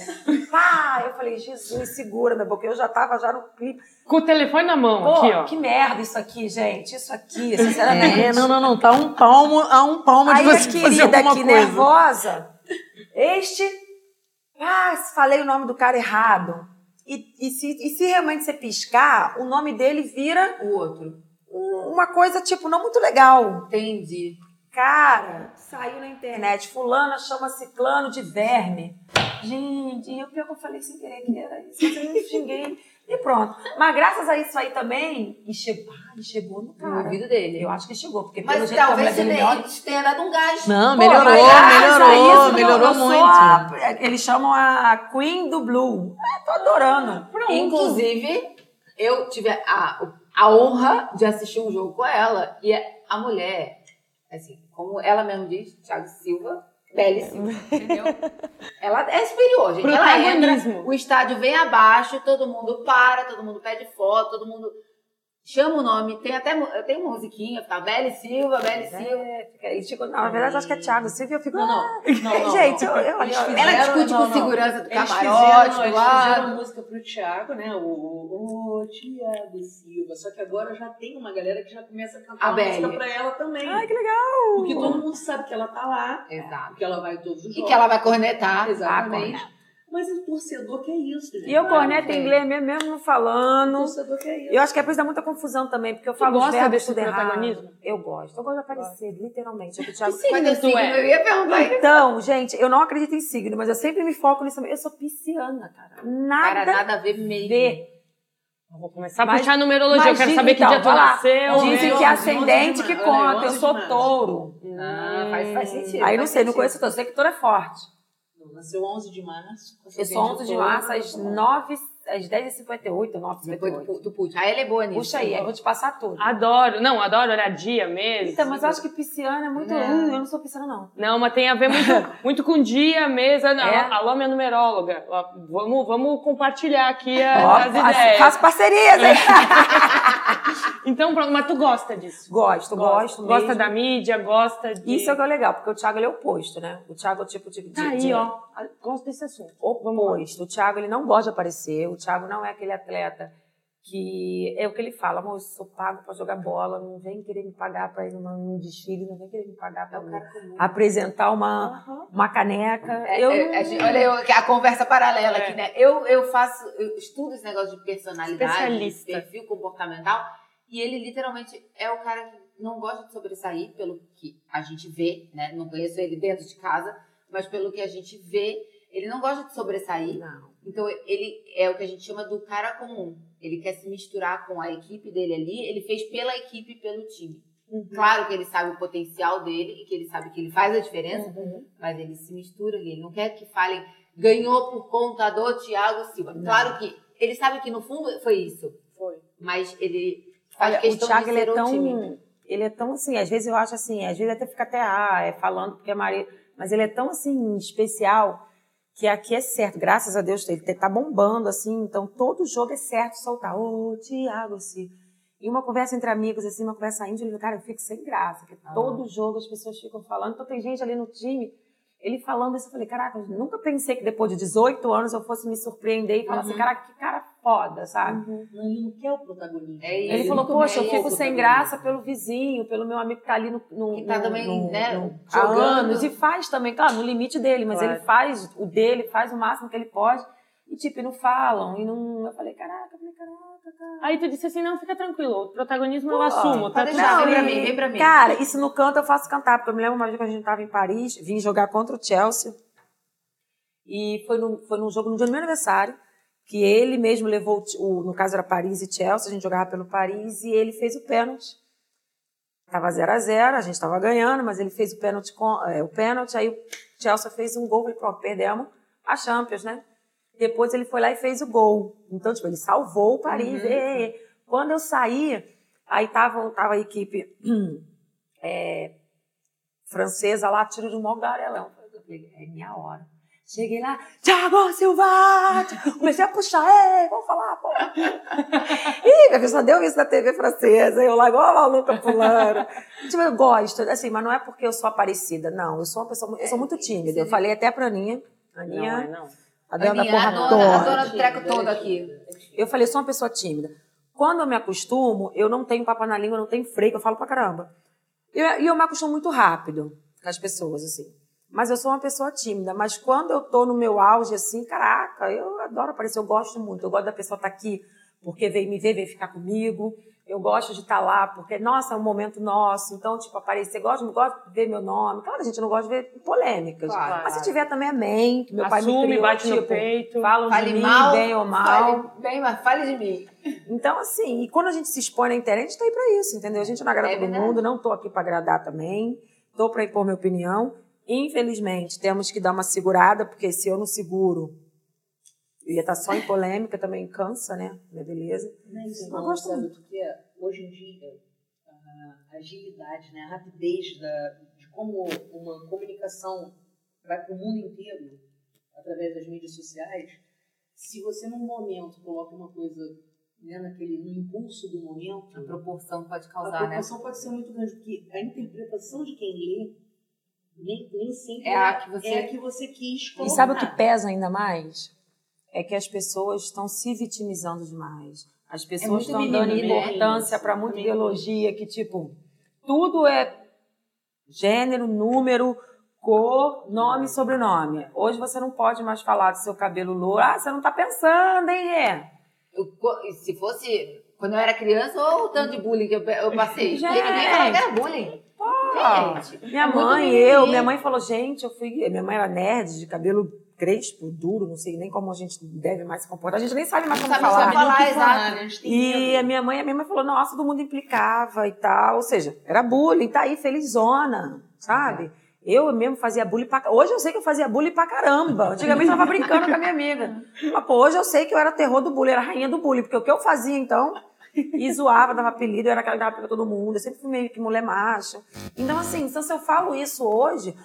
D: Pá, eu falei, Jesus, segura, meu boca. Eu já tava já no clipe.
A: Com o telefone na mão,
D: Pô,
A: aqui, ó.
D: que merda isso aqui, gente. Isso aqui, sinceramente.
E: É, não, não, não. Tá um palmo a um palmo de
D: Aí a
E: você fazer
D: querida
E: alguma
D: aqui,
E: coisa.
D: nervosa, este, ah, falei o nome do cara errado. E, e se, e se realmente você piscar, o nome dele vira
B: O outro.
D: um- uma coisa, tipo, não muito legal.
B: Entendi.
D: Cara, saiu na internet, fulana chama ciclano de verme. Gente, e eu pior é que eu falei sem querer que era isso, mas eu não xinguei. E pronto. Mas graças a isso aí também, e chegou, ah, e chegou no
B: No
D: cara.
B: ouvido dele.
D: Eu acho que chegou, porque pelo
B: Mas
D: jeito é que a
B: talvez
D: mulher
B: você
D: dele me olha-
B: tenha, isso tenha dado um gás.
E: Não,
D: Pô,
E: melhorou,
D: mas graças a
E: melhorou,
D: isso, meu,
E: melhorou
D: eu sou
E: muito.
D: a- é, eles chamam a Queen do Blue. Ah, tô adorando.
B: Inclusive, eu tive a, a honra de assistir um jogo com ela. E a mulher, assim, como ela mesmo diz, Thiago Silva,
D: *laughs*
B: belíssima, entendeu? Ela é superior, gente. Ela entra,
A: Protagonismo.
B: o estádio vem abaixo, todo mundo para, todo mundo pede foto, todo mundo chama o nome. Tem até mu- tem uma musiquinha, tá? Beli Silva, Beli
D: é.
B: Silva.
D: Ele chegou, não, na verdade, eu acho que é Thiago Silva, eu fico... "Ah".
B: Não, não. não, não.
D: Gente, eu, eu, olha, olha,
B: Ela discute
E: Não,
B: com
E: não.
B: segurança do
E: Eles
B: camarote,
E: fizeram,
B: do
E: eles
B: lado.
E: fizeram a música pro Thiago, né? O, o, o Thiago Silva. Só que agora já tem uma galera que já começa a
B: A
E: cantar a
B: Bélia.
E: música pra ela também.
D: Ai, que
E: legal! Porque todo mundo sabe que ela tá lá,
B: Exato.
E: que ela vai em todos os
B: E
E: jogos.
B: que ela vai
D: Ah,
B: cornetar.
E: Exatamente. Mas o torcedor quer isso, gente.
D: E eu corneto
B: gente.
D: em inglês mesmo, mesmo não
E: O
D: falando.
E: torcedor quer isso.
D: Eu acho que é por isso que dá muita confusão também, porque eu
A: Tu
D: falo os
A: gosta
D: verbos
A: desse
D: tudo errado.
A: protagonismo?
D: Eu gosto. Eu gosto de aparecer, literalmente. É o que o
B: Que
D: Thiago-
A: Mas
B: signo
A: tu
B: tu
A: é?
B: assim, Eu ia perguntar isso.
D: Então, gente, eu não acredito em signo, mas eu sempre me foco nisso. Eu sou pisciana, cara. Nada,
B: Cara, nada a ver mesmo.
D: vê.
A: Vou começar a
D: Mas-
A: puxar a numerologia. eu quero
D: imagina,
A: saber que
D: então,
A: dia tu
D: vai lá.
A: nasceu.
D: Dizem
A: né?
D: que é
E: é
D: ascendente
E: onze de
D: que
E: ma-
D: conta.
E: é,
D: Eu
E: onze
D: sou
E: de março.
D: touro.
B: Ah, faz, faz sentido. faz
D: Aí não sei, não
B: sentido.
D: conheço todo. Sei que touro é forte.
E: Nasceu 11 de março.
D: Eu sou 11 de março
B: é
D: às 9, às 10h58,
B: Depois tu,
D: 9h58.
B: pu- tu puxa. Aí ele é boa nisso.
D: Puxa aí, eu vou te passar tudo.
A: Adoro. Não, adoro olhar dia mesmo.
D: Então, mas eu acho que pisciana é muito.
B: É.
D: Hum, eu não sou pisciana, não.
A: Não, mas tem a ver
D: *laughs*
A: muito, muito com dia, mesa.
D: É?
A: Alô, alô, minha numeróloga. Ó, Vamos, vamos compartilhar aqui a-
D: Ó,
A: as
D: faço-
A: ideias.
D: Faço parcerias, hein?
A: Então, pronto, mas tu gosta disso.
D: É. Gosto, gosto.
A: Gosta
D: mesmo.
A: da mídia, gosta de.
D: Isso é o que é legal, porque o Thiago ele é oposto, né? O Thiago é o tipo de. de-
A: Tá
D: de-
A: aí, ó. Gosto desse assunto.
D: Oposto. O Thiago ele não gosta de aparecer, o Thiago não é aquele atleta que. É o que ele fala, moço, sou pago pra jogar bola, não vem querer me pagar pra ir numa- num desfile, não vem querer me pagar pra
B: É o cara comum.
D: apresentar uma,
A: Aham.
D: uma caneca.
B: É,
D: eu,
B: é, a gente- olha eu- a conversa paralela
A: É.
B: aqui, né? Eu, eu faço, eu estudo esse negócio de personalidade, de
A: Especialista.
B: perfil comportamental, e ele literalmente é o cara que não gosta de sobressair pelo que a gente vê, né? Não conheço ele dentro de casa, mas pelo que a gente vê, ele não gosta de sobressair.
D: Não.
B: Então ele é o que a gente chama do cara comum. Ele quer se misturar com a equipe dele ali, ele fez pela equipe e pelo time.
A: Uhum.
B: Claro que ele sabe o
D: Uhum.
B: potencial dele e que ele sabe que ele faz a diferença, mas ele se mistura ali. Ele não quer que falem ganhou por conta do Thiago Silva. Claro que ele sabe que no fundo foi isso,
D: Foi.
B: mas ele faz
D: Olha, o
B: questão
D: Thiago,
B: de
D: ele
B: ser um
D: é
B: otimista.
D: tão... Ele é tão assim, às vezes eu acho assim, às vezes até fica até, ah, é falando porque é marido, mas ele é tão assim, especial, que aqui é certo, graças a Deus, ele tá bombando assim, então todo jogo é certo soltar, ô, Thiago, se... E uma conversa entre amigos, assim, uma conversa íntima, cara, eu fico sem graça, porque
B: Ah.
D: todo jogo as pessoas ficam falando, então tem gente ali no time, ele falando isso, eu falei, caraca, eu nunca pensei que depois de 18 anos eu fosse me surpreender e falar
B: Uhum.
D: assim, caraca, que cara foda, sabe?
E: Ele não quer o protagonismo.
B: É isso.
D: Ele, falou,
B: nunca
D: poxa, eu
B: ganhou
D: fico
B: o
D: sem
B: protagonismo.
D: graça pelo vizinho, pelo meu amigo que tá ali no... no
B: Que tá
D: no-
B: também,
D: no-
B: né,
D: no- há
B: jogando.
D: anos, e faz também, claro, no limite dele, mas
A: Claro.
D: ele faz o dele, faz o máximo que ele pode, e tipo, e não falam, e não... Eu falei, caraca, eu falei, caraca, cara...
A: Aí tu disse assim, não, fica tranquilo, o protagonismo eu
D: Pô,
A: assumo, tá
B: pode
A: tudo bem.
B: deixar, vem pra
D: e-
B: mim, vem pra mim.
D: Cara, isso no canto eu faço cantar, porque eu me lembro uma vez que a gente tava em Paris, vim jogar contra o Chelsea, e foi num, foi num jogo no dia do meu aniversário, que ele mesmo levou, o ti- o, no caso era Paris e Chelsea, a gente jogava pelo Paris, e ele fez o pênalti. Tava 0 a 0 a gente tava ganhando, mas ele fez o pênalti, com, é, o pênalti, aí o Chelsea fez um gol e pronto, perdemos a Champions, né? Depois ele foi lá e fez o gol. Então, tipo, ele salvou o Paris.
B: Uhum.
D: Ê, ê. Quando eu saí, aí tava, tava a equipe *clears throat* é, francesa lá, tiro de um mogarelão. Eu falei, é minha hora. Cheguei lá, Thiago Silva! Comecei a puxar, é, vamos falar, pô. *laughs* Ih, minha filha, só deu isso na TV francesa, eu lá igual a maluca pulando. *laughs* Tipo, eu gosto, assim, mas não é porque eu sou aparecida, não. Eu sou uma pessoa, mu- eu
B: É,
D: sou muito tímida. Eu falei até pra Aninha,
A: Não,
D: Aninha,
A: é não.
D: a dona da
B: Aninha, é
D: porra
B: a dona-
D: toda.
B: a dona do treco todo aqui.
D: Eu falei, sou uma pessoa tímida. Quando eu me acostumo, eu não tenho papo na língua, eu não tenho freio, que eu falo pra caramba. E eu, e eu me acostumo muito rápido com as pessoas, assim. Mas eu sou uma pessoa tímida. Mas quando eu tô no meu auge, assim, caraca, eu adoro aparecer, eu gosto muito. Eu gosto da pessoa estar aqui porque veio me ver, veio ficar comigo. Eu gosto de estar lá porque, nossa, é um momento nosso. Então, tipo, aparecer, gosto, não gosto de ver meu nome. Claro, gente, eu não gosto de ver polêmicas.
B: Claro.
D: Mas se tiver também, amém. Que meu pai me
A: Assume,
D: criou,
A: bate no
D: tipo,
A: peito.
D: falam de
B: Fale
D: mim,
B: mal,
D: bem ou mal.
B: Fale bem, mas fale de mim.
D: Então, assim, e quando a gente se expõe na internet, a gente tá aí pra isso, entendeu? A gente não agrada
B: É
D: todo
B: verdade.
D: mundo, não tô aqui pra agradar também, tô pra impor minha opinião. Infelizmente, temos que dar uma segurada, porque se eu não seguro, eu ia estar só em polêmica, também cansa, né? Minha beleza.
C: Mas
D: Eu
C: eu
D: gosto
C: sabe o que é? Hoje em dia, ah, a agilidade, né, a rapidez da, de como uma comunicação vai para o mundo inteiro, através das mídias sociais, se você num momento coloca uma coisa né, naquele, no impulso do momento,
B: A proporção pode
C: a
B: causar, né?
C: preocupação pode ser muito grande, porque a interpretação de quem lê nem, nem sempre
B: É a que você-
C: é a que você quis
D: E
C: colocar.
D: sabe o que pesa ainda mais? É que as pessoas estão se vitimizando demais. As pessoas
B: É muito
D: estão
B: mimimi,
D: dando
B: né?
D: importância pra muito
C: Mimimi.
D: ideologia, que tipo, tudo é gênero, número, cor, nome e sobrenome. Hoje você não pode mais falar do seu cabelo louro. Ah, você não tá pensando, hein, Rê?
B: Eu co- e se fosse quando eu era criança, olha o tanto de bullying que eu, pe- eu passei.
D: Gente!
B: Porque ninguém falava que era bullying.
D: Ah,
B: Gente,
D: Minha
B: é muito
D: mãe,
B: mimimi.
D: eu, minha mãe falou, gente, eu fui. Minha mãe era nerd, de cabelo crespo, duro, não sei nem como a gente deve mais se comportar. A gente nem sabe mais
B: não
D: como
B: sabe
D: falar.
B: falar, falar exato.
F: Falar, né? A gente tem
D: E é a
F: medo.
D: minha mãe, a minha mãe falou, nossa, todo mundo implicava e tal. Ou seja, era bullying, tá aí, felizona, sabe? Eu mesmo fazia bullying pra... ca- Hoje eu sei que eu fazia bullying pra caramba. Antigamente eu tava brincando com a minha amiga. Mas, pô, hoje eu sei que eu era o terror do bullying, era a rainha do bullying. Porque o que eu fazia, então... E zoava, dava apelido, eu era aquela que dava apelido pra todo mundo. Eu sempre fui meio que mulher macha. Então, assim, então, se eu falo isso hoje...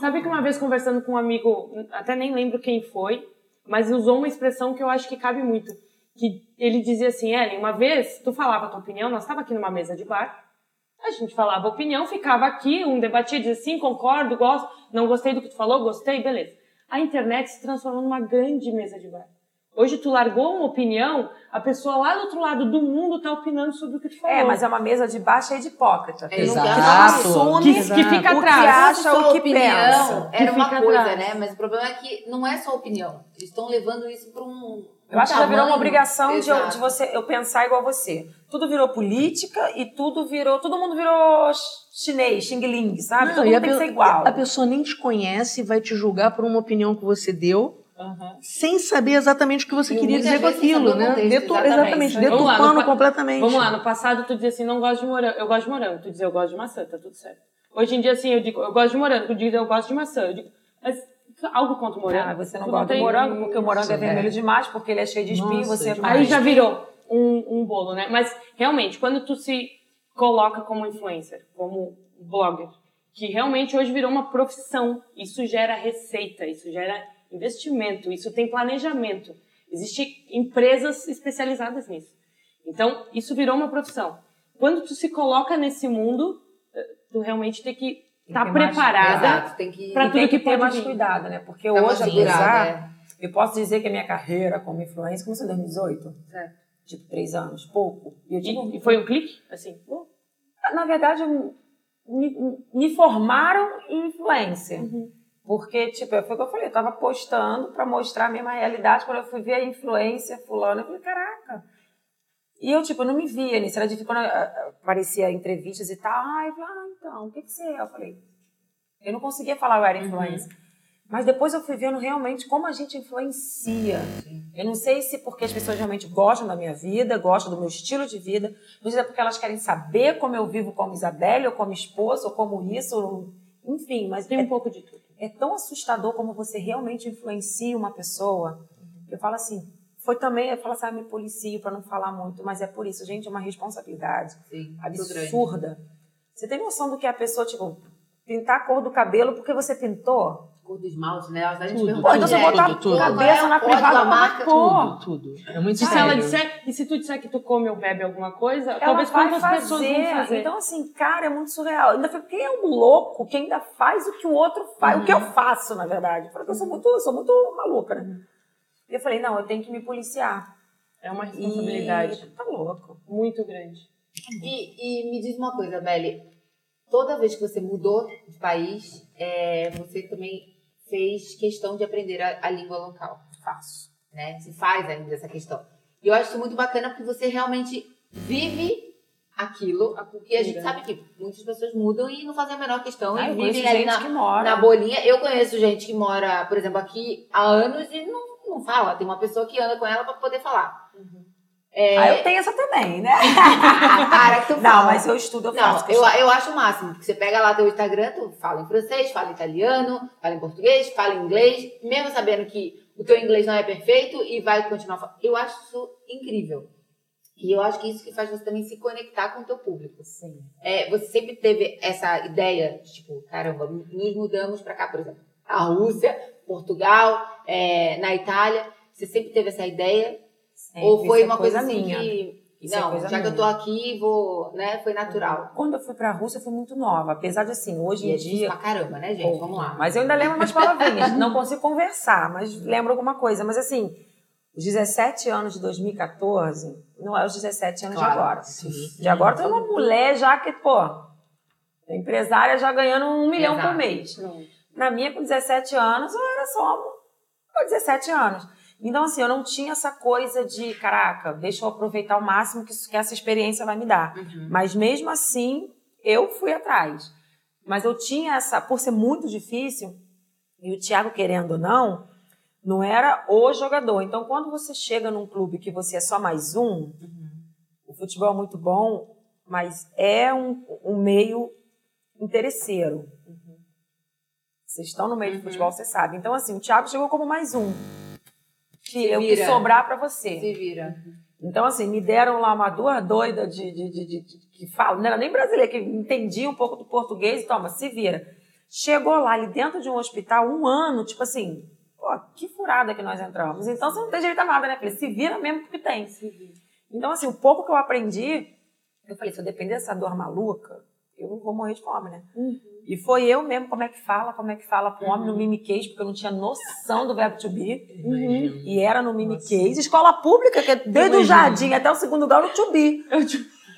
A: Sabe que uma vez conversando com um amigo, até nem lembro quem foi, mas usou uma expressão que eu acho que cabe muito. Que ele dizia assim, Ellen, uma vez tu falava a tua opinião, nós estava aqui numa mesa de bar, a gente falava a opinião, ficava aqui, um debatia, dizia assim, concordo, gosto, não gostei do que tu falou, gostei, beleza. A internet se transformou numa grande mesa de bar. Hoje tu largou uma opinião, a pessoa lá do outro lado do mundo tá opinando sobre o que tu falou.
D: É, mas é uma mesa de bar cheia de hipócrita.
B: É,
D: Que não
B: exato.
D: assume
A: Que- que fica
D: o que
A: atrás.
D: acha,
B: Sua
D: o que
B: opinião
D: pensa.
A: Que
B: era uma
A: fica
B: coisa,
A: atrás.
B: né? Mas o problema é que não é só opinião. Eles estão levando isso para um.
D: Eu acho que já virou uma
B: tamanho.
D: obrigação de, eu-
B: Exato.
D: de você eu pensar igual você. Tudo virou política e tudo virou. Todo mundo virou ch- chinês, xing ling, sabe?
E: Não,
D: todo
E: e
D: mundo
E: a
D: tem que
E: pe-
D: ser igual.
E: A pessoa nem te conhece e vai te julgar por uma opinião que você deu, sem saber exatamente o que você
B: E
E: queria
B: muitas
E: dizer com
B: vezes sem
E: aquilo,
B: saber o
E: né?
B: contexto,
E: Detu-
B: exatamente.
E: exatamente,
B: Vamos
A: lá,
E: deturpando
A: no pa-
E: completamente.
A: Vamos lá, no passado tu dizia assim, não gosto de morango, eu gosto de morango. Tu dizia, eu gosto de maçã, tá tudo certo. Hoje em dia, assim, eu digo, eu gosto de morango, tu diz, eu gosto de maçã. Eu digo, mas algo contra o morango.
D: Ah, você não
A: Tu
D: gosta do
A: tem- um
D: morango porque o morango é
E: Isso, é.
D: vermelho demais, porque ele é cheio de espinho,
E: Nossa,
D: você é
E: demais.
A: Aí
D: mais.
A: já virou um, um bolo, né? Mas realmente, quando tu se coloca como influencer, como blogger, que realmente hoje virou uma profissão, isso gera receita, isso gera investimento, isso tem planejamento. Existem empresas especializadas nisso. Então, isso virou uma profissão. Quando tu se coloca nesse mundo, eh, tu realmente tem que estar
D: ter mais-
A: preparada.
B: Exato, tem que
A: pra
D: E tem
A: tudo que
D: que, ter
A: pode
D: mais
A: vir.
D: cuidado, né? Porque
B: dar uma
D: hoje, apesar,
B: segurada, né?
D: eu posso dizer que a minha carreira como influencer começou em 2018.
G: Certo.
D: Tipo, três anos, pouco. E eu tive
A: E, e foi um clique, assim.
D: na verdade, eu- me, me formaram em influencer. Porque, tipo, foi o que eu falei, eu tava postando pra mostrar a mesma realidade. Quando eu fui ver a influência fulana, eu falei, caraca. E eu, tipo, eu não me via nisso. Era difícil, quando ah, ah, aparecia entrevistas e tal, ai, eu falei, ah, então, o que que você é? Eu falei, eu não conseguia falar eu era influencer. Mas depois eu fui vendo realmente como a gente influencia. Eu não sei se porque as pessoas realmente gostam da minha vida, gostam do meu estilo de vida, não sei se é porque elas querem saber como eu vivo como Isabelle, ou como esposa, ou como isso, ou... enfim, mas
A: Tem um
D: é,
A: pouco de tudo.
D: é tão assustador como você realmente influencia uma pessoa. Eu falo assim, foi também, eu falo assim, ah, me policio para não falar muito, mas é por isso, gente, é uma responsabilidade
B: Sim, muito grande.
D: absurda. Você tem noção do que é a pessoa, tipo, pintar a cor do cabelo porque você pintou?
B: Cor do esmalte, né? A gente
E: Tudo,
B: perguntou
D: Pô, então você
B: direto.
D: botar
E: tudo, tudo.
D: cabeça na
B: Qual é a cor da
D: privada com uma
B: marca?
D: cor.
E: Tudo, tudo. É muito
A: E se,
E: sério.
A: ela disser, e se tu disser que tu come ou bebe alguma coisa,
D: Ela
A: talvez
D: vai
A: quantas
D: fazer.
A: pessoas vão fazer?
D: Então, assim, cara, é muito surreal. Ainda fico, quem é um louco que ainda faz o que o outro faz, o que
A: Uhum.
D: eu faço, na verdade. Porque eu sou muito, eu sou muito maluca, né? E eu falei, não, eu tenho que me policiar.
A: É uma
D: E-
A: responsabilidade
D: Tá louco.
A: muito grande.
B: E, e me diz uma coisa, Belle. Toda vez que você mudou de país, é, você também fez questão de aprender a, a língua local,
D: Faço.
B: né? Se faz ainda essa questão. E eu acho isso muito bacana porque você realmente vive aquilo. Porque a gente sabe que muitas pessoas mudam e não fazem a menor questão.
D: Ah,
B: e
D: eu conheço
B: vivem ali
D: gente
B: na,
D: que mora.
B: na bolinha. Eu conheço gente que mora, por exemplo, aqui há anos e não, não fala. Tem uma pessoa que anda com ela pra poder falar. É,
D: Ah, eu tenho essa também, né?
B: a cara que tu fala.
D: *laughs* Não, mas eu estudo, eu faço.
B: Não, eu,
D: questão.
B: eu acho o máximo, porque você pega lá teu Instagram, tu fala em francês, fala em italiano, fala em português, fala em inglês, mesmo sabendo que o teu inglês não é perfeito e vai continuar falando. Eu acho isso incrível. E eu acho que isso que faz você também se conectar com o teu público.
D: Sim.
B: É, você sempre teve essa ideia, de, tipo, caramba, nos mudamos pra cá, por exemplo, a Rússia, Portugal, é, na Itália. Você sempre teve essa ideia?
D: Sempre.
B: ou foi
D: Isso é
B: uma coisa, assim
D: minha.
B: que.
D: Isso é
B: Não,
D: coisa
B: já que eu tô
D: minha.
B: aqui, vou. né? Foi natural.
D: Quando eu fui pra Rússia, eu fui muito nova. Apesar de, assim, hoje
B: E
D: em
B: é difícil
D: dia...
B: pra caramba, né, gente?
D: Pô,
B: Vamos lá.
D: Mas eu ainda lembro umas palavrinhas. não consigo conversar, mas lembro alguma coisa. Mas assim, os 17 anos de 2014 não é os 17 anos
B: Claro.
D: de agora. De agora eu tô uma mulher já que, pô, empresária já ganhando um milhão por
B: Exato.
D: mês.
A: Pronto.
D: Na minha, com 17 anos, eu era só uma com 17 anos. Então, assim, eu não tinha essa coisa de, caraca, deixa eu aproveitar ao máximo que, isso- que essa experiência vai me dar. Mas mesmo assim, eu fui atrás. Mas eu tinha essa, por ser muito difícil, e o Thiago querendo ou não, não era o jogador. Então, quando você chega num clube que você é só mais um, o futebol é muito bom, mas é um, um meio interesseiro. Vocês estão no
B: Uhum.
D: meio do futebol, vocês sabem. Então, assim, o Thiago chegou como mais um. Filha, o que
B: vira.
D: sobrar pra você.
B: Se vira.
D: Então, assim, me deram lá uma duas doida de, de, de- de- de- que fala, não era nem brasileira, que entendia um pouco do português, toma, se vira. Chegou lá, ali dentro de um hospital, um ano, tipo assim, pô, que furada que nós entramos. Então, você não tem direito a nada, né? Falei, se vira mesmo porque tem. Então, assim, o pouco que eu aprendi, eu falei, se eu depender dessa dor maluca, eu vou morrer de fome, né? E foi eu mesmo, como é que fala, como é que fala pro homem, no
E: Uhum.
D: mimiquês, porque eu não tinha noção do verbo to be.
E: Imagino.
D: E era no mini
E: Nossa.
D: case, escola pública, que é desde o
E: Imagina.
D: jardim até o segundo grau no Tubi.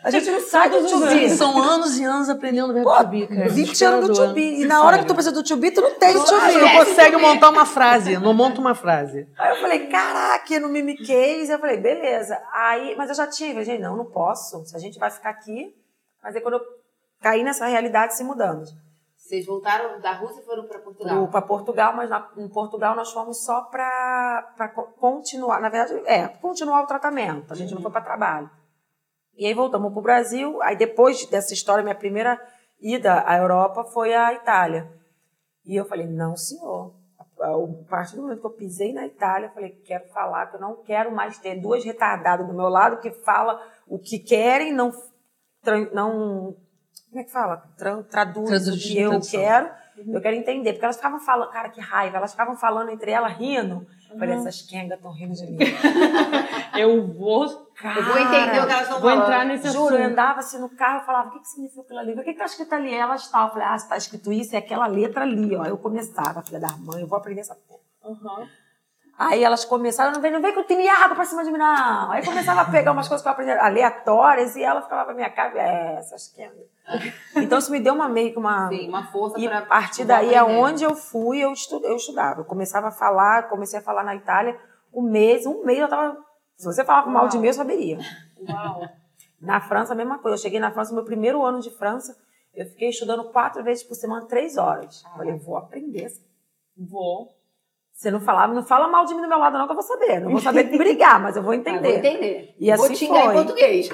D: A gente não sai do Tubi.
E: Sim, são anos e anos aprendendo o verbo
D: Pô,
E: to be, cara.
D: 20 anos do
E: Desesperador.
D: Tubi. E na hora que tu precisa do Tubi, tu não tem
E: Claro,
D: Tubi.
E: não consegue montar uma frase, não monta uma frase.
D: Aí eu falei, caraca, é no mini case. Eu falei, beleza. Aí, mas eu já tinha, eu falei, não, não posso. Se a gente vai ficar aqui. Mas aí quando eu caí nessa realidade, se mudando.
B: Vocês voltaram da Rússia e foram pra Portugal.
D: para Portugal, mas na- em Portugal nós fomos só para continuar, na verdade, é, continuar o tratamento. A gente não foi para trabalho. E aí voltamos para o Brasil. Aí depois dessa história, minha primeira ida à Europa foi à Itália. E eu falei, não, senhor. a partir do momento que eu pisei na Itália, eu falei, quero falar, que eu não quero mais ter duas retardadas do meu lado que fala o que querem, não, tran- não como é que fala? Tran, traduz,
E: Traduz,
D: o que eu
E: tradução.
D: quero, eu quero entender, porque elas ficavam falando, cara, que raiva, elas ficavam falando entre elas, rindo, eu falei, essas quengas estão rindo de mim.
A: Eu
D: Então
A: vou.
B: Eu vou entender o que elas estão
A: Vou
B: falando.
A: entrar nesse
D: Juro, eu
A: assunto.
D: andava assim no carro, eu falava, o que, que significa aquilo ali? O que que tá escrito ali? Ela estava, eu falei, ah, se tá escrito isso, é aquela letra ali, ó. Eu começava, filha da mãe, eu vou aprender essa porra. Aí elas começaram, não vem, não vem que eu tenho água pra cima de mim, não. Aí começava a pegar umas coisas que eu aprendi aleatórias e ela ficava pra minha cara, é, essas quengas. Então isso me deu uma meio que uma...
B: Sim, uma força
D: E
B: pra.
D: a partir daí, aonde eu fui, eu, estu- eu estudava. Eu começava a falar, comecei a falar na Itália, um mês, um mês eu tava... Se você falava mal de mim, eu saberia.
A: Uau.
D: Na França, a mesma coisa. Eu cheguei na França, meu primeiro ano de França, eu fiquei estudando quatro vezes por semana, três horas. Falei, vou aprender.
A: Vou.
D: Você não falava, não fala mal de mim do meu lado, não, que eu vou saber. Não vou *laughs* saber brigar, mas eu vou
B: Ah, vou
D: entender.
B: entender.
D: E
B: vou
D: assim
B: xingar
D: foi.
B: em
D: *laughs*
B: português.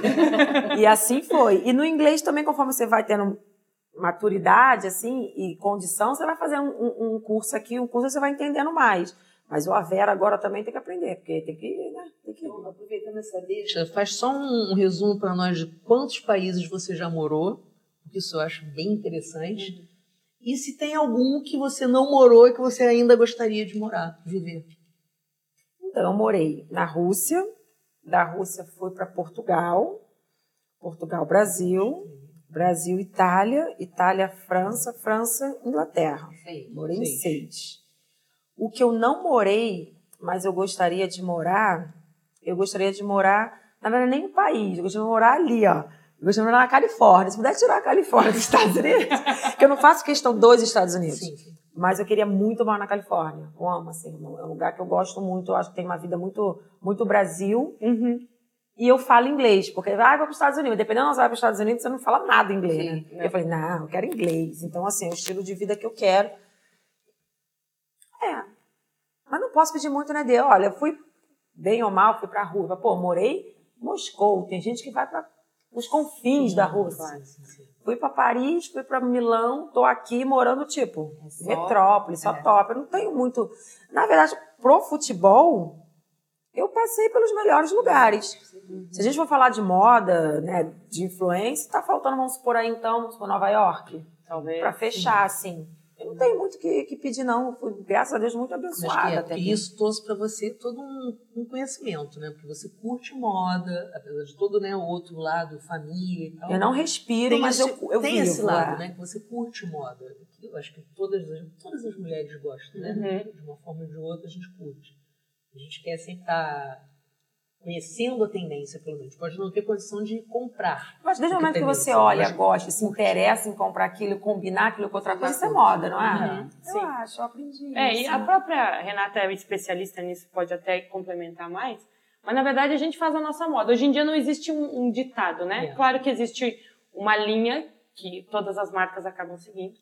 D: E assim foi. E no inglês também, conforme você vai tendo maturidade, assim, e condição, você vai fazer um, um- um curso aqui, um curso você vai entendendo mais. Mas o Avera agora também tem que aprender, porque tem que, né, tem que
C: Então, aproveitando essa deixa,
E: Poxa, Faz só um, um resumo para nós de quantos países você já morou, porque isso eu acho bem interessante.
D: Uhum.
E: E se tem algum que você não morou e que você ainda gostaria de morar, viver.
D: Então, eu morei na Rússia, da Rússia fui para Portugal, Portugal, Brasil, Brasil, Itália, Itália, França, França, Inglaterra. Morei em
E: Seis.
D: seis. O que eu não morei, mas eu gostaria de morar, eu gostaria de morar, na verdade, nem no país, eu gostaria de morar ali, ó. Eu gostaria de morar na Califórnia. Se puder tirar a Califórnia dos Estados Unidos, que eu não faço questão dos Estados Unidos.
E: Sim.
D: Mas eu queria muito morar na Califórnia. Eu amo, assim, é um lugar que eu gosto muito. Eu acho que tem uma vida muito, muito Brasil.
A: Uhum.
D: E eu falo inglês, porque, ah, eu vou para os Estados Unidos. Dependendo de você vai para os Estados Unidos, você não fala nada inglês, né?
A: né?
D: Eu falei, não, eu quero inglês. Então, assim, é o estilo de vida que eu quero. É. Mas não posso pedir muito, né, Dê? Olha, eu fui bem ou mal, fui para a Rússia. Pô, morei em Moscou. Tem gente que vai para os confins da Rússia. Fui para Paris, fui para Milão, tô aqui morando tipo
E: É
B: só-
D: metrópole, só
B: é.
D: top. Eu não tenho muito. Na verdade, pro futebol, eu passei pelos melhores lugares. Se a gente for falar de moda, né, de influência, tá faltando, vamos supor aí então, vamos supor Nova York,
A: Talvez.
E: É,
D: para fechar assim. Eu não tenho muito que, que pedir não, Eu fui, graças a Deus muito
E: Mas
D: abençoada
E: que, é,
D: até.
E: que isso trouxe para você todo um, um conhecimento, né? Porque você curte moda, apesar de todo né, o outro lado, família e tal.
D: Eu não respiro,
E: Tem
D: mas
E: esse-
D: eu, eu
E: tem
D: vivo é.
E: esse lado,
D: lá.
E: né? Que você curte moda. que Eu acho que todas as, todas as mulheres gostam, né?
A: Uhum.
E: De uma forma ou de outra, a gente curte. A gente quer sempre estar conhecendo a tendência, pelo menos. Pode não ter condição de comprar.
D: Mas desde o
E: Porque
D: momento que
E: tem
D: você
E: isso,
D: olha,
E: mas-
D: gosta, se interessa em comprar aquilo, combinar aquilo com outra coisa, isso é moda, não é?
A: Uhum.
D: Eu
A: Sim.
D: acho, eu aprendi.
A: É,
D: isso,
A: e a
D: né?
A: própria Renata é especialista nisso, pode até complementar mais. Mas na verdade a gente faz a nossa moda. Hoje em dia não existe um, um ditado, né?
E: É.
A: Claro que existe uma linha que todas as marcas acabam seguindo,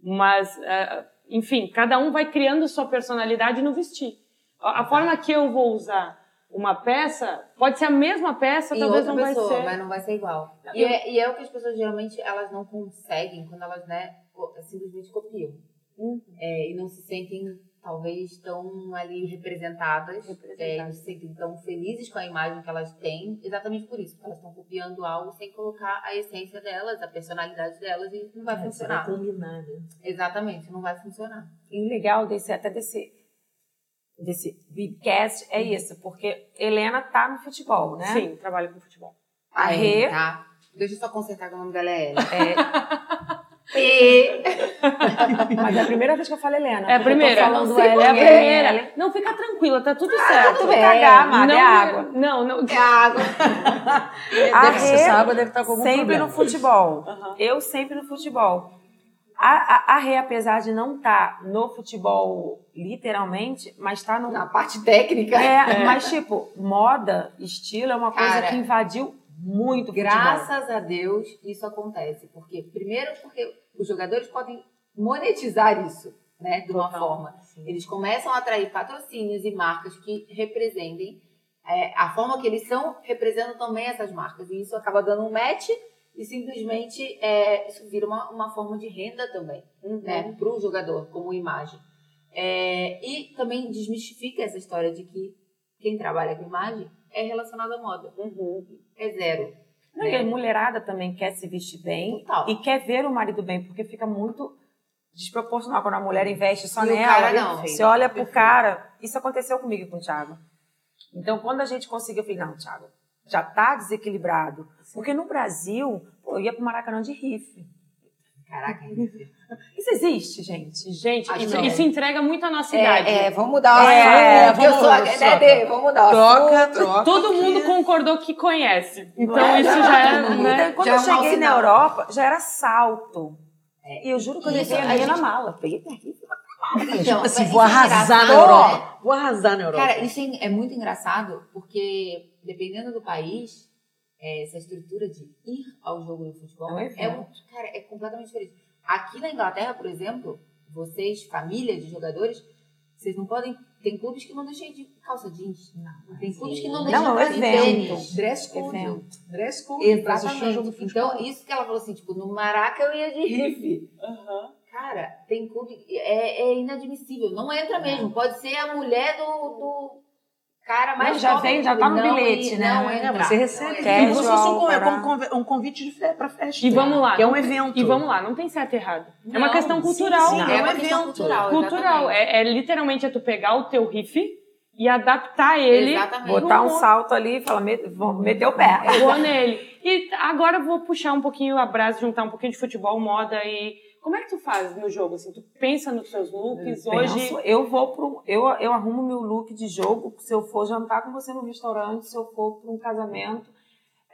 A: mas eh, enfim, cada um vai criando sua personalidade no vestir. A, a
D: Tá.
A: forma que eu vou usar uma peça pode ser a mesma peça,
B: Em
A: talvez
B: outra
A: não
B: pessoa,
D: né?
A: vai ser.
B: mas não vai ser igual. E é, e é o que as pessoas geralmente elas não conseguem quando elas né, co- simplesmente copiam.
A: Uhum.
B: É, e não se sentem, talvez, tão ali representadas,
A: Representadas.
B: é, não se sentem tão felizes com a imagem que elas têm, exatamente por isso, porque elas estão copiando algo sem colocar a essência delas, a personalidade delas, e isso não vai
E: É, você vai
B: funcionar.
E: combinar, né?
B: Exatamente, não vai funcionar.
D: E o legal desse, até desse, desse Bibcast é isso, porque Helena tá no futebol, né?
A: Sim, trabalho com futebol.
D: A Rê
B: Tá? Deixa eu só consertar que o nome dela é Ellen.
D: é,
B: *laughs* P.
D: mas é a primeira vez que eu falo Helena.
A: É a
D: porque Ah, eu tô
A: primeira.
D: falando
A: Sim,
D: ela,
A: é a
D: Ellen, Ellen.
A: primeira. Não, fica tranquila, tá tudo certo.
D: tudo bem. Cagar, amada,
A: não,
D: é água.
A: Não, não.
B: É a água.
D: A
E: Deve ser- essa
D: Rê
E: água deve estar com algum
D: Ah, é? sempre
E: problema.
D: no futebol.
A: Aham.
D: Eu sempre no futebol. A, a, a Rê, apesar de não estar no futebol literalmente, mas tá no,
B: Na parte técnica.
D: *laughs* É, mas tipo, moda, estilo é uma coisa
B: Cara,
D: que invadiu muito o futebol.
B: Graças a Deus isso acontece, porque primeiro porque os jogadores podem monetizar isso, né, de uma forma. Eles começam a atrair patrocínios e marcas que representem é, a forma que eles são representam também essas marcas e isso acaba dando um match e simplesmente
C: Uhum,
D: Uhum.
B: é, isso vira uma, uma forma de renda também, né, para o jogador como imagem. É, É, e também desmistifica essa história de que quem trabalha com imagem é relacionado à moda.
C: uhum.
B: É zero.
D: Não, E a mulherada também quer se vestir bem
B: Total.
D: e quer ver o marido bem, porque fica muito desproporcional quando a mulher investe só
B: E o
D: nela.
B: cara não.
D: Você olha pro cara. Isso aconteceu comigo e com o Thiago. Então, quando a gente conseguiu, eu falei, não, Thiago, já tá desequilibrado. Porque no Brasil, pô, eu ia pro Maracanã de riff.
B: Caraca,
D: Isso existe, gente.
A: Gente,
B: Acho
A: isso,
B: que não.
A: isso entrega muito a nossa idade.
H: É, é, vamos mudar o
A: É,
H: assunto. porque eu
E: vamos,
H: sou a
E: vamos,
H: né, Dê? Vamos mudar o assunto.
E: Troca, troca.
A: Todo
E: que-
A: mundo concordou que conhece. Então isso já é. Né?
D: Então, quando
B: Já
D: eu
B: é um mau
D: cheguei na
B: sinal.
D: Europa, já era salto. E eu juro que eu
B: Isso,
D: levei a
B: a
D: minha na
B: gente-
D: mala. Peguei pra riff.
B: Então,
E: Assim,
B: mas
E: vou
B: isso é
E: arrasar na
B: engraçado, né?
E: Europa. Vou arrasar na Europa.
B: Cara, isso é- é muito engraçado porque, dependendo do país, é, essa estrutura de ir ao jogo de futebol
D: É um
B: é, um,
D: evento.
B: cara, é completamente diferente. Aqui na Inglaterra, por exemplo, vocês, família de jogadores, vocês não podem. Tem clubes que não deixam de calça jeans. tem clubes que não deixam
D: Não, é um
B: de
D: evento.
B: tênis.
C: Dress code.
B: Evento.
C: Dress code. pra assistir o jogo
B: Exatamente.
C: de futebol.
B: Então, isso que ela falou assim, tipo, no Maraca eu
C: é
B: ia de
C: um
B: riff. Cara, tem clube. É, é inadmissível. Não entra mesmo. Pode ser a mulher do, do cara mais
D: Não, já
B: jovem
D: vem, já
B: do
D: tá no
B: clube. Não,
D: bilhete,
B: e-
D: né?
B: Não
E: É,
B: entra.
E: você recebe
B: Não entra.
D: é
E: como se fosse um,
H: Casual,
E: conve-
H: pará.
E: como conve- um convite de fe- pra festa.
A: E vamos lá.
E: Que é um
A: não-
E: evento.
A: E vamos lá, não tem certo e errado. é uma
E: Não,
A: questão
E: sim,
A: cultural.
E: sim,
B: Não,
E: é
B: é
E: um
B: uma questão
E: evento.
B: cultural.
A: cultural.
B: exatamente.
A: É, é literalmente é tu pegar o teu riff e adaptar
D: é
A: ele.
B: Exatamente.
H: Botar um
A: Não.
H: salto ali e falar, "Me- vamos meter o pé.
A: Vou nele. E agora eu vou puxar um pouquinho a brasa, juntar um pouquinho de futebol, moda e. Como é que tu faz no jogo? Assim, tu pensa nos teus looks hoje.
D: Penso, eu vou pro. Eu, eu arrumo meu look de jogo se eu for jantar com você no restaurante, se eu for para um casamento.